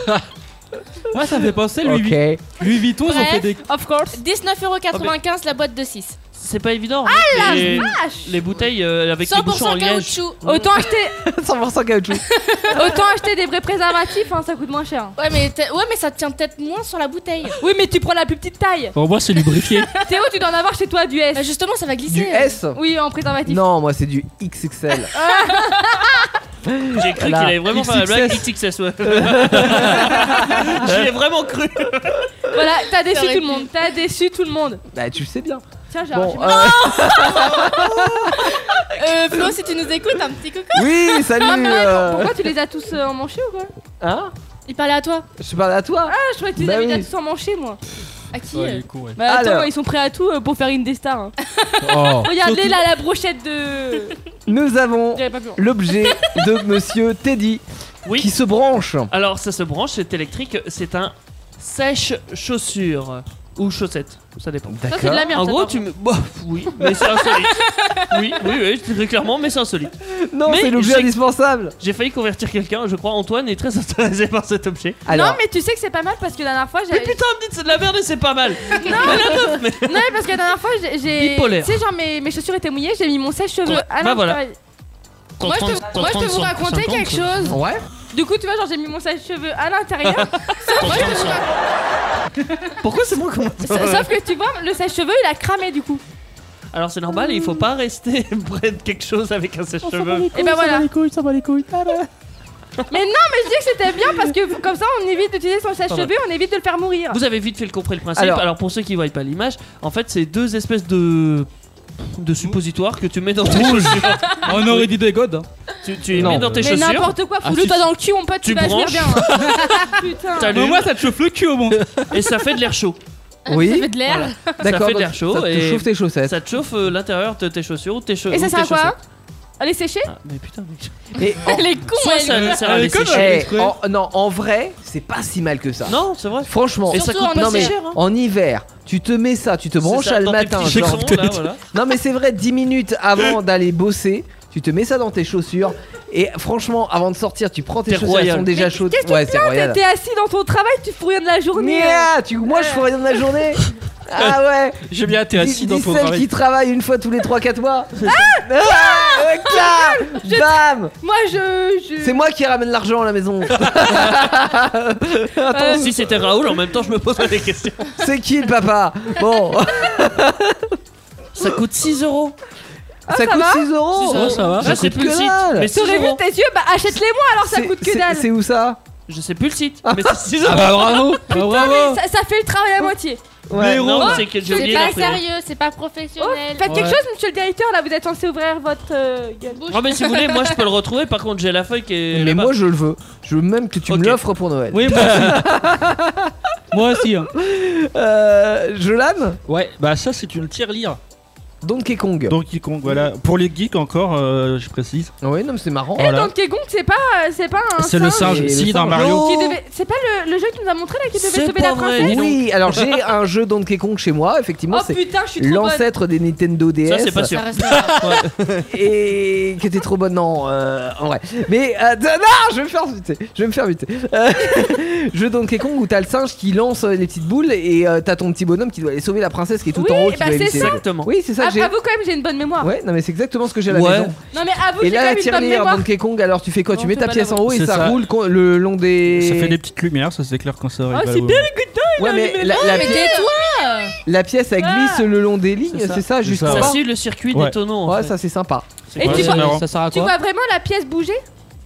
E: Moi, ça me fait penser, Louis,
D: euh, Ok.
E: Vu- Louis Vuitton, ils ont
K: Bref.
E: fait des.
H: Of course
K: 19,95€ la boîte de 6.
G: C'est pas évident. en fait. les, les bouteilles euh, avec les bouchons en
K: 100%
G: liège.
K: caoutchouc. Oh.
H: Autant acheter,
D: 100% caoutchouc.
H: autant acheter des vrais préservatifs, hein, ça coûte moins cher.
K: Ouais mais, t'as- ouais, mais ça tient peut-être moins sur la bouteille.
H: Oui, mais tu prends la plus petite taille.
J: Pour moi, c'est lubrifié.
H: Théo, tu dois en avoir chez toi du
K: Bah,
H: S.
K: justement, ça va glisser.
D: Du S
H: Oui, en préservatif.
D: Non, moi c'est du XXL.
K: Ah.
G: J'ai cru qu'il
D: Voilà.
G: allait vraiment faire la blague XXS, ouais. Je l'ai vraiment cru.
H: Voilà, t'as déçu
K: T'aurais
H: tout le
K: pu.
H: monde. T'as déçu tout le monde.
D: bah tu le sais bien.
H: Tiens, j'ai
D: Bon,
H: arraché ma-
D: euh,
K: Euh, Flo, si tu nous écoutes, un petit coucou.
D: oui,
G: Ah,
D: salut. euh,
H: Ah, Pourquoi tu les as tous euh, emmanchés ou quoi
D: Hein
K: Il parlait à toi.
D: Je parle à toi.
H: Ah, je croyais que tu les
D: Bah
H: avais
D: oui.
H: déjà tous emmanchés, moi.
K: À qui
J: Ouais,
K: euh
J: du coup, ouais.
H: Bah attends,
D: Alors.
H: ils sont prêts à tout euh, pour faire une des stars. hein.
J: Oh.
H: Regardez là la brochette de.
D: Nous avons
H: J'avais pas vu.
D: l'objet de monsieur Teddy
G: Oui.
D: qui se branche.
G: Alors ça se branche, c'est électrique, c'est un sèche-chaussure ou chaussette, ça dépend.
H: Ça, c'est de
D: D'accord.
H: la merde.
G: en
H: ça,
G: gros,
H: par
G: tu me. Bah, oui, mais c'est insolite. oui, oui, oui, je te dis clairement, mais c'est insolite.
D: Non,
G: Mais
D: c'est l'objet
G: j'ai-
D: indispensable.
G: J'ai failli convertir quelqu'un, je crois Antoine est très intéressé par cet objet.
D: Alors,
H: Non, mais tu sais que c'est pas mal parce que la dernière fois
G: Mais
H: j'ai.
G: putain, me dites c'est de la merde et c'est pas mal.
H: non, mais parce que la dernière fois j'ai- j'ai. Tu
G: Bipolaire.
H: sais, genre mes, mes chaussures étaient mouillées, j'ai mis mon sèche-cheveux
G: Ouais,
H: à
G: bah voilà.
H: l'intérieur.
F: T'en
K: Moi, je
F: prends-
K: peux,
F: t'en
K: moi, je
F: prends
K: peux vous
F: sur-
K: raconter
F: 50,
K: quelque chose.
D: ouais.
H: Du coup, tu vois, genre j'ai mis mon sèche-cheveux à l'intérieur.
F: t'en prends sur-
G: Pourquoi c'est moi comment
H: sauf que tu vois, le sèche-cheveux il a cramé du coup.
G: Alors c'est normal, il faut pas rester près de quelque chose avec un sèche-cheveux.
H: Et ben voilà.
G: Ah, bah.
H: Mais non, mais je dis que c'était bien parce que comme ça on évite d'utiliser son sèche-cheveux, on évite de le faire mourir.
G: Vous avez vite fait le compris le principe.
D: Alors-
G: Alors, pour ceux qui voient pas l'image, en fait, c'est deux espèces de de suppositoires que tu mets dans tes chaussures.
E: On aurait dit des godes. hein.
G: tu tu les
D: Non.
G: mets dans tes
H: Mais
G: chaussures.
H: n'importe quoi,
G: Ah,
H: fous-le
G: si,
H: toi
G: si.
H: dans le cul, mon pote,
G: Tu
H: tu, vas venir
G: branches.
H: bien. hein. Putain.
G: T'allumes,
E: Mais moi, ça te chauffe le cul au moins.
G: et ça fait de l'air chaud.
K: Ça
D: oui,
K: fait de l'air.
G: Voilà.
D: d'accord.
G: fait de l'air
D: donc
G: chaud
D: Ça te
G: et-
D: chauffe tes chaussettes.
G: Ça te chauffe euh, l'intérieur de tes chaussures ou tes chaussures.
H: Et ça sert à quoi Elle est séchée
G: Mais putain, mec.
D: Mais en-
H: Elle est con,
G: Oh, Soit ça ne sert à rien sécher.
D: Eh, en- Non, en vrai, c'est pas si mal que ça.
G: Non, c'est vrai.
D: Franchement,
G: Et ça Surtout coûte en pas
D: non,
G: si
D: mais
G: cher, hein.
D: En hiver, tu te mets ça, tu te
G: C'est
D: branches
G: ça,
D: à le
G: dans tes
D: matin.
G: petits
D: genre-
G: chaussons, là, voilà.
D: Non, mais c'est vrai, 10 minutes avant d'aller bosser. Tu te mets ça dans tes chaussures et franchement, avant de sortir, tu prends tes
G: T'es
D: chaussures, elles
G: royal.
D: sont déjà chaudes.
H: Qu'est-ce que
D: Ouais,
H: tu
D: c'est
H: plains
D: royal.
H: T'es assis dans ton travail, tu fous rien de la journée. hein.
D: Nia, tu- moi je fous rien de la journée. Ah ouais.
G: J'aime bien, t'es
D: Dis-
G: assis dans
D: dis
G: ton
D: celle
G: travail.
D: qui travaille une fois tous les 3-4 mois. Ah, ouais, clac, Bam
H: Moi je. je...
D: C'est moi qui ramène l'argent à la maison. Attends,
G: Si c'était Raoul, en même temps, je me poserais des questions.
D: c'est qui le papa Bon.
H: Ah,
G: Ça coûte 6 euros.
D: ça,
H: ça
D: coûte
H: va
D: 6 euros.
G: Ouais, ça va. Ça, c'est
D: coûte
G: plus
D: que
G: le site.
D: dalle.
G: Mais
H: T'aurais vu tes yeux, bah achète-les moi alors ça
D: C'est-
H: coûte que
D: c'est-
H: dalle.
D: C'est où ça
G: Je sais plus le site. Mais c'est 6 euros.
E: Ah bah bravo
H: Ah,
E: Bravo
H: mais ça, ça fait le travail à moitié.
G: Mais
E: Ouais.
G: non,
E: Oh,
G: c'est que j'ai
K: C'est
G: oublié
K: pas
G: la prière.
K: sérieux, c'est pas professionnel.
H: Faites quelque
G: Ouais.
H: chose, monsieur le directeur, là vous êtes censé ouvrir votre euh, gueule.
G: Non, mais si vous voulez, moi je peux le retrouver. Par contre, j'ai la feuille qui est.
D: Mais
G: là-bas.
D: moi je le veux. Je veux même que tu me l'offres pour Noël.
E: Oui, moi aussi. moi aussi. hein.
D: Euh, Jolan
F: Ouais, bah ça c'est une tirelire.
D: Donkey Kong.
F: Donkey Kong, voilà. Pour les geeks encore, euh, je précise.
D: Oui, non, mais c'est marrant.
H: Eh, Donkey Kong, c'est pas, euh, c'est pas un.
F: C'est le singe,
D: Et
F: si,
D: le
F: dans
D: singe.
F: Mario.
H: Qui devait- C'est pas le, le jeu que tu nous as montré là qui devait
G: Oh, C'est
H: sauver la
G: pas vrai,
H: princesse
G: dis donc.
D: Oui, alors j'ai un jeu Donkey Kong chez moi, effectivement,
H: Oh
D: c'est
H: putain, je suis trop bonne.
D: l'ancêtre des Nintendo DS.
G: Ça, c'est pas sûr.
K: Ça reste grave.
D: et qui était trop bonne non euh, en vrai mais euh, non je vais me faire buter je vais me faire buter Euh, jeu Donkey Kong où t'as le singe qui lance euh, les petites boules et euh, t'as ton petit bonhomme qui doit aller sauver la princesse qui est tout
H: Oui,
D: en haut
H: bah
D: qui doit
H: c'est
D: éviter-
H: ça.
G: Exactement.
D: oui c'est ça
H: Ah,
D: que j'ai
H: Avoue quand même, j'ai une bonne mémoire.
D: ouais non mais c'est exactement ce que j'ai à la
G: Ouais.
D: maison
H: Non mais
D: et
H: avoue, Oh, j'ai
D: là
H: quand
D: la
H: même une bonne
D: tirelire
H: mémoire.
D: Donkey Kong alors tu fais quoi tu
H: Non,
D: mets
H: c'est
D: ta
H: pas
D: pièce en
H: la
D: haut et
F: bonne.
D: ça,
F: C'est ça.
D: roule con- le long des
F: Ça fait des petites lumières, ça s'éclaire quand ça
E: Ah,
H: Oh,
F: arrive.
H: c'est bien
D: ouais mais la, la
K: Mais
D: pi-
K: tais-toi
D: la pièce elle
H: Ah.
D: glisse le long des lignes
G: C'est ça.
D: c'est ça
F: C'est
D: jusqu'en
F: ça.
G: Ça
D: bas
G: suit le circuit
F: Ouais.
G: détonnant. en
D: ouais
G: fait.
D: ça c'est sympa
G: C'est
H: Et
G: quoi,
H: tu
G: ça,
H: vois-
G: marrant
E: Ça sert à
H: Tu
E: quoi
H: vois vraiment la pièce bouger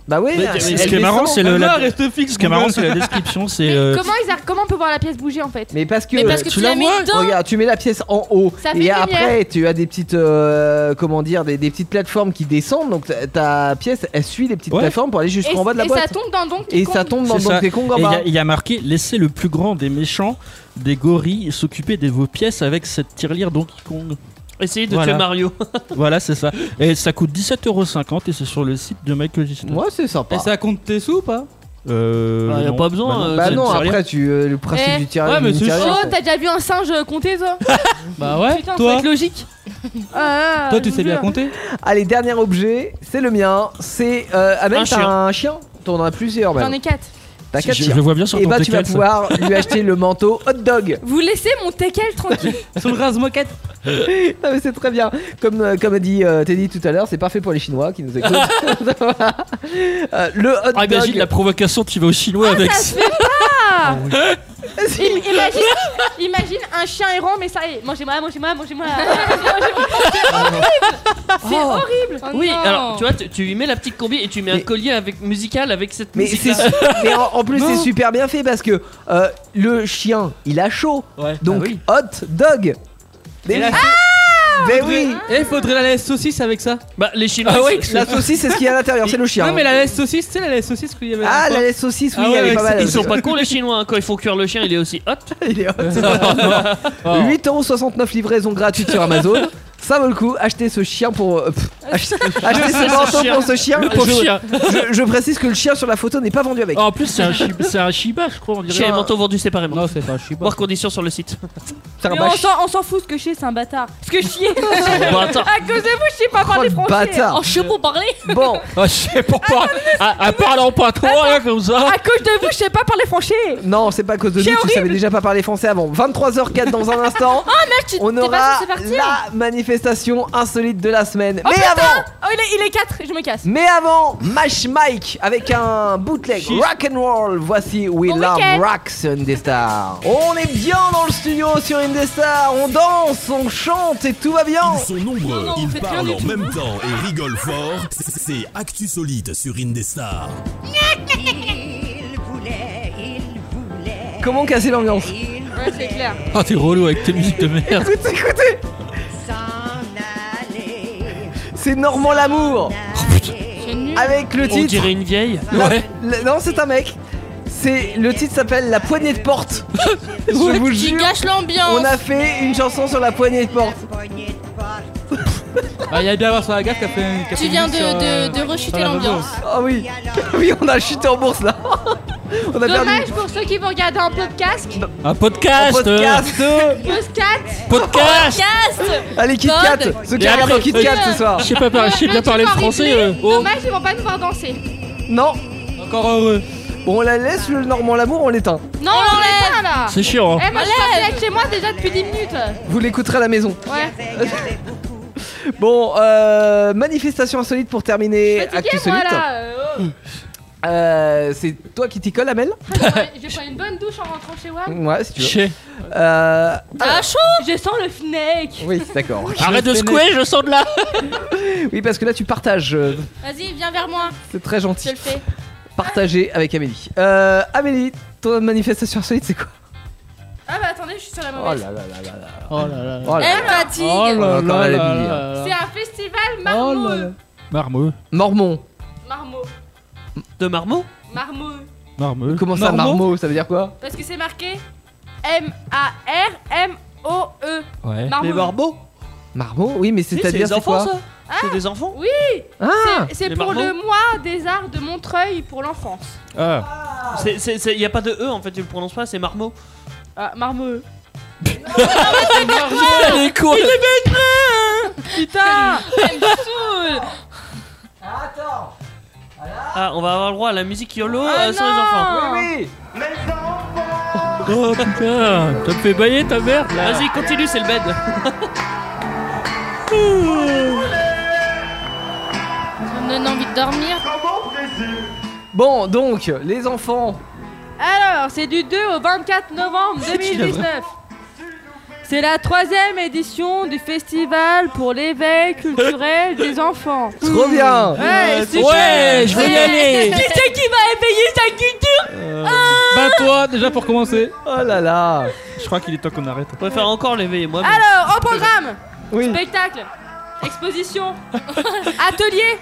D: bah oui
G: Mais
D: elle-
G: ce
D: elle
F: Ce qui est marrant,
D: descend.
F: c'est le.
E: Ah,
F: La...
E: reste fixe
F: Ce qui est marrant, c'est la description. C'est. euh,
H: Comment ils a- Comment on peut voir la pièce bouger en fait
D: Mais parce que,
K: Mais parce que tu
D: la
K: l'as mis
D: vois,
K: dedans.
D: Regarde, tu mets la pièce en haut
H: Ça fait
D: et
H: une
D: après tu as des petites euh, comment dire des, des petites plateformes qui descendent donc ta, ta pièce elle suit les petites
F: Ouais.
D: plateformes pour aller
H: Et,
D: jusqu'en bas de la
H: et
D: boîte
H: ça tombe dans donc
D: et ça tombe dans
F: C'est ça.
D: Donkey Kong en
F: Et il y
D: bas.
F: a- il y, a marqué Laissez le plus grand des méchants des gorilles s'occuper de vos pièces avec cette tirelire Donkey Kong.
G: Essayez de
F: Voilà.
G: tuer Mario.
F: voilà, c'est ça. Et ça coûte 17,50€ et c'est sur le site de Michael Jackson.
D: Moi c'est sympa.
E: Et ça compte tes sous ou pas
F: Euh.
G: Ah, y a
F: non.
G: pas besoin,
F: Bah non.
G: euh,
D: bah
G: c'est
D: non
G: une tirelire.
D: après tu euh, le principe
H: Eh,
D: du tir
E: ouais, mais
D: du
E: c'est
D: tirage,
H: Oh
D: quoi.
H: t'as déjà vu un singe euh, compter toi
D: hein.
E: Bah ouais,
H: Putain faut
E: toi
H: être logique Ah,
E: Toi,
H: je
E: tu
H: vous
E: sais bien
H: jure.
E: compter
D: Allez dernier objet c'est le mien c'est euh, ah, même
G: Un
D: t'as
G: chien.
D: un chien t'en as plusieurs
H: J'en
D: même.
H: ai 4
D: T'as quatre
F: Je, je le
D: chiens.
F: vois bien sur
D: Et
F: ton
D: bah tu vas
F: teckel, ça.
D: pouvoir lui acheter le manteau hot dog.
H: Vous laissez mon teckel tranquille
E: Sous le rase moquette
D: Non mais c'est très bien. Comme, euh, comme a dit euh, Teddy tout à l'heure, c'est parfait pour les Chinois qui nous écoutent. Euh, le hot
F: Ah,
D: dog.
F: imagine la provocation, tu vas au chinois
D: Ah,
F: avec ça.
H: Ah, Im- imagine, imagine un chien errant mais ça y est Mangez-moi, mangez-moi, mangez-moi mangez-moi. C'est horrible
K: Oh
G: Oui,
K: non.
G: alors tu vois, tu, tu lui mets la petite combi et tu mets un
D: Mais-
G: collier avec musical avec cette
D: Mais,
G: musique.
D: c'est su- mais en, en plus c'est super bien fait parce que euh, le chien il a chaud.
G: Ouais.
D: Donc
G: Bah oui.
D: hot dog. Mais,
E: Et la-
D: mais oui.
E: Et faudrait la laisse saucisse avec ça
G: Bah les Chinois.
D: La saucisse c'est ce qu'il y a à l'intérieur, c'est le chien.
E: Non mais la laisse saucisse, tu sais la laisse saucisse qu'il y avait
D: Ah
E: dans
D: la laisse saucisse oui
E: Ah ouais,
D: elle est
E: ouais,
D: pas mal.
G: ils sont pas cons les Chinois. hein. Quand il faut cuire le chien, il est aussi hot.
D: Il est hot. 8,69€ livraison gratuite sur Amazon. Ça vaut le coup, achetez ce chien pour. euh, pff,
H: Ah,
D: achetez achetez ce
G: Ce
D: manteau
G: chien.
D: pour ce chien.
F: Le pauvre
D: Je-
F: chien.
D: je, je précise que le chien sur la photo n'est pas vendu avec.
H: Oh.
F: Ah, en plus, c'est un, shib- c'est un Shiba, je crois. On dirait
G: Chez les
F: un-
G: manteaux vendus séparément.
E: Non c'est pas, je suis pas.
G: Voir conditions sur le site.
D: C'est un
H: Mais on
D: bâche-
H: s'en- on s'en fout ce que je sais, c'est un bâtard. Ce que je chier
G: Bon, attends.
H: À cause de vous, je sais pas
D: Oh,
H: parler
D: le
H: français.
D: bâtard.
K: En cheveux pour parler
D: Bon,
F: Ah, je sais pas pourquoi. À, à part en pas trop, là, comme ça.
H: À cause de vous, je sais pas parler français.
D: non, c'est pas à cause de nous,
H: C'est
D: tu savais déjà pas parler français avant. 23h04 dans un instant,
K: Mec, tu
D: on
K: t'es pas
D: aura
K: censé partir
D: la manifestation insolite de la semaine.
H: Oh,
D: mais
H: putain
D: avant,
H: Oh, il est, il est 4, je me casse.
D: mais avant, Mash Mike avec un bootleg rock and roll. Voici We
H: Bon
D: Love
H: week-end.
D: Rock sur Indestar. On est bien dans le studio sur Indestar, on danse, on chante et tout va bien.
A: Ils sont nombreux,
K: non,
A: ils
K: faites rien
A: parlent
K: du
A: en
K: tout.
A: même temps et rigolent fort. C'est Actu Solide sur Indestar.
R: Il voulait, il voulait.
D: Comment casser l'ambiance
H: Ouais, c'est clair.
F: Ah, t'es relou avec tes musiques de merde.
D: Écoutez, écoutez,
R: S'en aller.
D: c'est Normand Lamour
K: C'est nul.
D: avec le
G: On
D: titre.
G: dirait une vieille.
D: La-
F: Ouais.
D: la- non, c'est un mec. C'est le titre s'appelle La poignée de porte. Je vous
K: Qui
D: jure,
K: gâche l'ambiance
D: on a fait une chanson sur la poignée de porte.
E: Bah, il y a bien Vincent Lagarde qui a fait une. qui a fait
K: Tu
E: une
K: viens
E: mix
K: de-
E: sur,
K: de-
E: euh,
K: de rechuter
E: sur la
K: l'ambiance.
E: Volvo.
D: Ah oui Oui, on a chuté en bourse là On a
H: Dommage
D: perdu
H: pour ceux qui vont regarder en podcast.
J: euh, Un podcast
D: Un podcast
F: euh,
H: Podcast.
J: Podcast
D: Allez, Kit Kat Ceux qui
J: Et
D: regardent
J: après,
D: en Kit Kat ce soir
J: Je sais pas parler, je sais bien parler le français. euh.
H: Dommage, ils vont pas nous voir danser.
D: Non
E: Encore heureux
D: Bon, on la laisse, le Normand Lamour, on l'éteint.
H: Non, on l'enlève là.
D: C'est chiant, hein.
H: Eh, moi, je suis partie avec chez moi déjà depuis 10 minutes.
D: Vous l'écouterez à la maison.
H: Ouais.
D: Bon, euh, manifestation insolite pour terminer Actu
H: Fatiguée, moi
D: Solite.
H: là. euh, oh.
D: Euh, c'est toi qui t'y colle, Amel
H: Je vais prendre une bonne douche en rentrant chez moi.
D: Ouais, si tu veux.
J: Chez.
D: Euh,
H: Ah chaud Je sens le Fnec.
D: oui, d'accord.
J: Arrête de secouer, je sors de là
D: Oui, parce que là, tu partages. euh,
K: Vas-y, viens vers moi.
D: C'est très gentil.
K: Je le fais.
D: Partager avec Amélie. Euh, Amélie, ton manifestation insolite, c'est quoi
H: Ah bah attendez, je suis sur la
D: Oh là
H: mauvaise. Eh,
D: là là là là.
J: Oh là là.
D: Oh là là.
H: Elle fatigue.
J: Oh là
D: Encore
J: là
D: elle est
J: là
D: mimi,
J: là là.
H: C'est un
D: Oh
H: festival marmot.
J: Marmeux.
D: Mormon.
H: Marmot.
G: De marmot
H: Marmot.
J: Marmeux.
D: Comment ça,
J: Marmot
D: marmot Ça veut dire quoi
H: Parce que c'est marqué M-A-R-M-O-E.
D: Ouais.
H: E. Marmot.
G: Les marmots
D: Marmot Oui, mais
G: c'est
D: c'est-à-dire
G: des
D: c'est
G: enfants
D: quoi
G: ça C'est des enfants
H: Oui
D: Ah
H: C'est
G: Les
H: pour
G: marmots
H: le mois des arts de Montreuil pour l'enfance.
G: Ah Il n'y a pas de E en fait, tu le prononces pas, c'est marmot.
H: Ah, marmot.
G: Elle est con
H: Putain Elle me saoule
G: Ah, on va avoir le droit à la musique YOLO
H: Ah
G: euh, sans
H: non
G: les enfants.
D: Oui,
J: Oh putain, t'as me fait bailler ta merde là
G: Vas-y, continue, c'est le bed.
K: Ça me donne envie de dormir.
D: Bon, donc, les enfants.
H: Alors, c'est du 2 au 24 novembre 2019. C'est la troisième édition du festival pour l'éveil culturel des enfants.
D: Trop bien
H: Ouais, c'est
J: Ouais, je vais y aller
H: Qui c'est qui va éveiller sa culture
J: Ben,
E: Bah, toi, déjà pour commencer.
D: Oh là là
J: Je crois qu'il est temps qu'on arrête.
G: Je préfère encore l'éveiller moi. mais-
H: Alors, au programme
D: Oui.
H: Spectacle, exposition, atelier,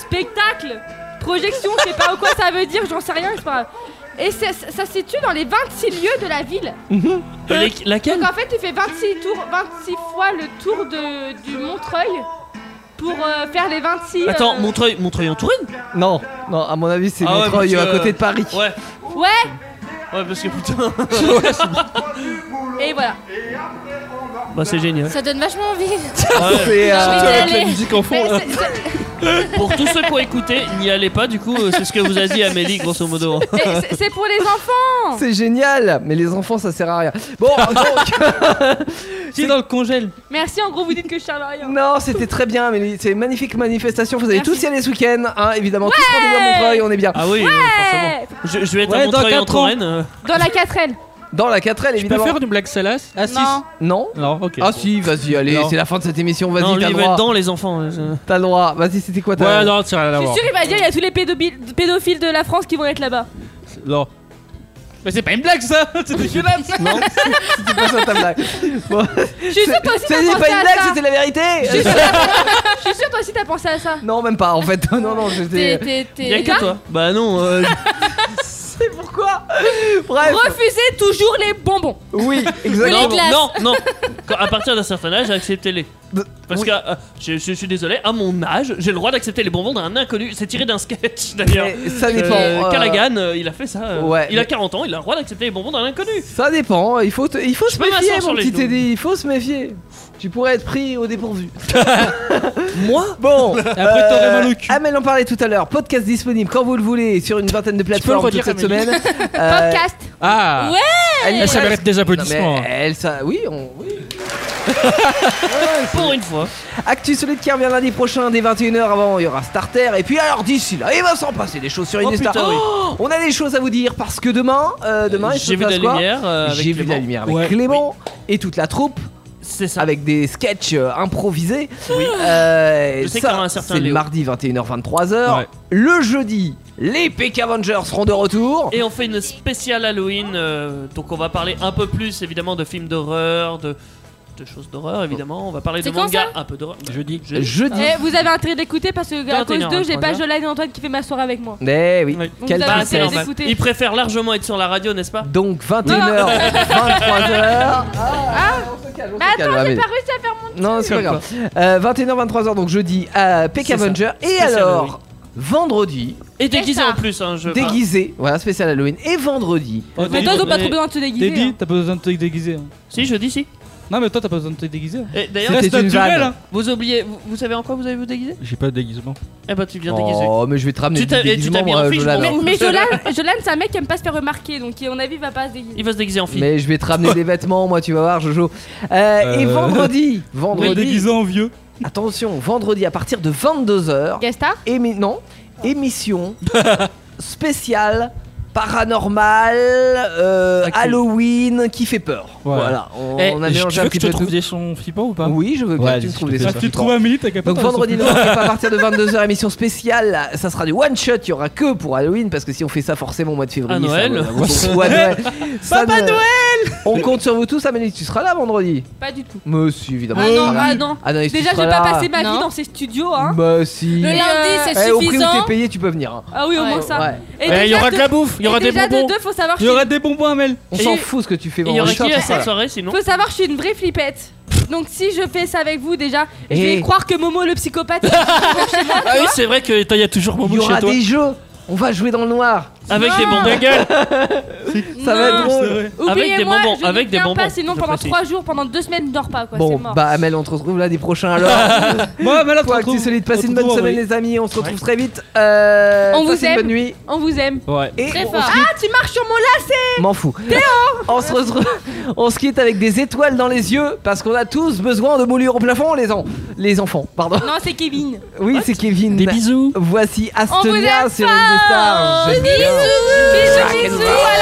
H: spectacle, projection, je sais pas quoi ça veut dire, j'en sais rien, c'est pas grave. Et ça, ça se situe dans les 26 lieux de la ville.
G: Euh, les- Laquelle
H: Donc en fait, tu fais 26 tours, 26 fois le tour de, du Montreuil pour euh, faire les 26. euh,
G: Attends, Montreuil, Montreuil en Touraine
D: Non, non, à mon avis, c'est
G: Ah ouais,
D: Montreuil
G: parce
D: à
G: que-
D: côté de Paris.
G: Ouais,
H: Ouais.
G: ouais, parce que putain.
H: Et voilà.
G: bah, c'est génial.
K: Ça donne vachement envie.
D: C'est, euh,
K: envie d'y aller.
J: en fond
H: Mais
J: là.
H: c'est- c'est-
G: Pour tous ceux qui ont écouté, n'y allez pas, du coup, euh, c'est ce que vous a dit Amélie, grosso modo. hein.
H: et c'est- c'est pour les enfants.
D: C'est génial Mais les enfants, ça sert à rien. Bon, donc,
E: C'est dans le congèle.
H: Merci. En gros, vous dites que je parle rien.
D: non, c'était très bien, mais c'est une magnifique manifestation. Vous allez
H: Merci.
D: tous y aller ce week-end, hein, évidemment. Tous prendre à Montreuil, on est bien.
G: Ah oui, euh, forcément.
H: Eh,
G: Je, je vais être
E: Ouais,
G: à
E: dans
G: Montreuil en
E: quatre ans.
G: Touraine. euh.
H: Dans la 4L.
D: Dans la 4L,
J: Je peux
D: évidemment.
J: faire une blague salace
E: Ah, si.
H: Non.
D: Non
J: Non, ok.
D: Ah si, vas-y, allez,
J: Non.
D: c'est la fin de cette émission, vas-y,
G: Non, lui,
D: t'as
G: il
D: le
G: va être
D: droit.
G: dans les enfants. euh, ça-
D: T'as le droit. Vas-y, c'était quoi ta...
J: Ouais, non, c'est rien à
H: Je
J: voir.
H: suis sûr, il va dire il y a tous les pédobiles- pédophiles de la France qui vont être là-bas.
J: Non.
E: Mais c'est pas une blague, ça C'est dégueulasse
D: Non, c'était pas ça ta blague. Bon.
H: Je suis sûr, toi aussi,
D: C'était
H: t'as
D: pas
H: pensé
D: une
H: à
D: blague,
H: ça.
D: c'était la vérité. Euh,
H: Je suis sûr, toi aussi, t'as pensé à ça.
D: Non, même pas en fait. Non, non,
K: T'es-
D: j'étais.
K: t'es-
G: Il y a
K: t'es-
G: que toi. Bah non, euh,
D: C'est pourquoi Bref,
H: Refusez toujours les bonbons.
D: oui,
G: non,
K: les
D: exactement.
K: glaces.
G: non, non. Quand- à partir d'un certain âge, acceptez-les.
D: De-
G: Parce
D: Oui.
G: que euh, je, je suis désolé, à mon âge, j'ai le droit d'accepter les bonbons d'un inconnu. C'est tiré d'un sketch d'ailleurs.
D: Mais ça dépend. euh,
G: Callaghan, euh, il a fait ça. euh,
D: ouais,
G: il a
D: mais-
G: 40 ans, il a le droit d'accepter les bonbons d'un inconnu.
D: Ça dépend, il faut, te- il faut se
G: peux
D: méfier,
G: m'asseoir
D: mon
G: sur les
D: petit
G: genoux.
D: Teddy. Il faut se méfier. Tu pourrais être pris au dépourvu.
G: Moi
D: Bon, euh,
E: après, t'aurais mal au cul.
D: Amel en parlait tout à l'heure. Podcast disponible quand vous le voulez sur une vingtaine de plateformes
J: redire,
D: toute cette
J: Amélie
D: semaine. Euh,
H: Podcast.
J: Ah
K: Ouais.
D: elle
J: Eh, Ça mérite des
D: Non, mais euh,
J: applaudissements. hein.
D: elle, ça, oui, on, oui.
G: Pour une fois.
D: Actu solide qui revient lundi prochain dès 21h. Avant, il y aura Starter. Et puis, alors d'ici là, il va s'en passer des choses sur
G: Oh,
D: Indestar.
G: putain, oui.
D: Oh, on a des choses à vous dire parce que demain, euh, demain, il se
G: J'ai vu de
D: passe
G: la
D: quoi
G: lumière. euh, avec
D: J'ai vu de la
G: Clément.
D: lumière avec
J: Ouais.
D: Clément et toute la troupe
G: C'est ça.
D: avec des sketchs euh, improvisés. Euh,
G: Je
D: ça,
G: sais qu'il y aura un certain
D: c'est le
G: Léo.
D: mardi 21h-23h.
J: Ouais.
D: Le jeudi, les Peck Avengers seront de retour.
G: Et on fait une spéciale Halloween. euh, donc on va parler un peu plus évidemment de films d'horreur, de de choses d'horreur, évidemment. On va parler de
H: C'est quand
G: manga,
H: ça
G: un peu d'horreur.
F: Jeudi.
D: Jeudi.
H: Eh, vous avez intérêt d'écouter parce que
G: 21
H: à cause d'eux, j'ai pas
G: 21.
H: Jolane et Antoine qui fait ma soirée avec moi.
D: Mais Eh oui,
H: Eh Vous
D: quelle
H: avez
G: Bah,
D: tristesse.
G: c'est normal. Il préfère largement être sur la radio, n'est-ce pas
D: Donc 21h,
G: 23h.
H: Ah, Mais
D: calme, ah,
H: attends, j'ai
D: mais-
H: pas réussi à faire mon truc.
D: Non, c'est pas grave. Euh, 21h, 23h, donc jeudi à Peck
G: C'est ça.
D: Avenger. Et
G: Spécial
D: alors,
G: Halloween.
D: vendredi.
G: Et déguisé en plus, hein, je.
D: Déguisé, voilà, spécial Halloween. Et vendredi.
E: Mais toi, t'as pas trop besoin de te déguiser. Teddy,
H: hein.
D: hein.
E: t'as pas besoin de te déguiser. hein.
G: Si, je dis si.
E: Non, mais toi, t'as pas besoin de te déguiser.
G: Et
E: Reste
G: d'ailleurs,
E: naturel, hein.
G: Vous oubliez, vous, vous savez en quoi vous avez vous déguisé
F: J'ai pas de déguisement.
G: Eh bah, tu viens déguisé.
D: Oh, mais je vais te ramener
G: Tu
D: des
G: t'habilles- tu
D: déguisements,
G: t'habilles en
D: euh,
G: fille, je
D: Jolan.
G: m'en
H: Mais, mais Jolane, Jolane, c'est un mec qui aime pas se faire remarquer, donc à mon avis, il va pas se déguiser.
G: Il va se déguiser en fille.
D: Mais je vais te ramener des vêtements, moi, tu vas voir, Jojo. Euh, Et
E: Euh,
D: vendredi,
E: oui,
D: vendredi.
E: déguisé en vieux.
D: Attention, vendredi à partir de 22h.
H: Guest star
D: Non, émission spéciale paranormale euh, Halloween qui fait peur. Voilà, on,
F: Eh,
D: on a
F: je-
D: mélangé
F: tu
D: un
F: veux que
D: petit
F: je te
D: peu
F: trouve
D: tout.
F: des sons flippants ou pas
D: Oui, je veux bien
F: Ouais,
D: que tu
F: vas-y,
D: me trouves
F: je
D: des
F: te
D: sons
F: fais ça.
E: Ah, Tu trouves un minute, t'as qu'à pas
D: Donc
E: t'en
D: vendredi
E: sortir.
D: noir, à partir de 22h, émission spéciale, ça sera du one shot, il y aura que pour Halloween parce que si on fait ça forcément au mois de
F: Ah,
D: février,
G: À Noël.
D: ça, ou à Noël. Ça
G: Papa
D: ne- On compte sur vous tous, Amélie, tu seras là vendredi
H: Pas du tout.
D: Mais si, évidemment.
H: Ah
D: tu
H: non,
D: seras là.
H: ah non.
D: Ah non, et tu
H: Déjà, je
D: seras
H: vais pas
D: là.
H: passer ma vie
K: Non.
H: dans ces studios, hein.
D: Bah si.
H: Le lundi, c'est
D: Eh, Au prix où
H: suffisant.
D: t'es payé, tu peux venir. hein.
H: Ah oui, au
K: Ouais.
H: moins ça.
D: Ouais.
H: Et
F: Eh,
H: déjà,
F: il y aura de la bouffe, il y aura
H: et
F: des
H: déjà, de
F: bonbons.
H: deux, faut savoir,
E: Il
H: je
E: y
H: suis-
E: aurait des bonbons à Mel.
D: On
G: Et-
D: s'en fout ce que tu fais
G: Il y
D: vendredi.
G: aurait qui à
D: tu seras
G: cette
D: là.
G: soirée sinon
H: faut savoir, je suis une vraie flippette. Donc si je fais ça avec vous déjà, je
D: Eh.
H: vais croire que Momo le psychopathe.
F: Ah oui, c'est vrai que attends, il y a toujours
D: Il y
F: Momo chez
D: aura
F: toi.
D: des jeux. On va jouer dans le noir.
G: Avec des bonbons.
F: Ta gueule
D: Ça va être
H: Non.
D: drôle.
G: Avec des
H: Oubliez-moi,
G: bonbons,
H: je
G: avec
H: n'y
G: des
H: viens
G: bonbons.
H: pas, sinon
G: je
H: pendant
G: précise.
H: 3 jours, pendant 2 semaines, je dors pas quoi.
D: Bon,
H: c'est mort.
D: bah Amel, on te retrouve lundi prochain alors.
E: Moi, Mel, on te
D: Toi, Actu
E: retrouve-
D: Solide,
E: on
D: passez
E: te
D: une bonne
E: retrouve,
D: semaine,
E: oui.
D: les amis. On se retrouve très vite. Euh,
H: On vous
D: passez une
H: aime.
D: bonne nuit.
G: bah.
H: On vous aime.
F: Ouais.
D: Et
K: Très
D: on
K: fort.
D: se quitte-
H: Ah, tu marches sur mon lacet
D: M'en fous. on, se retrouve- on se quitte avec des étoiles dans les yeux parce qu'on a tous besoin de moulures au plafond, les, en- les enfants. Pardon.
H: Non, c'est Kevin.
D: Oui, c'est Kevin.
F: Des bisous
D: Voici
H: On vous
D: Astonia
H: aime
D: sur une des stars.
H: fort.
D: J'aime bien.
H: Bisous, bisous, bisous.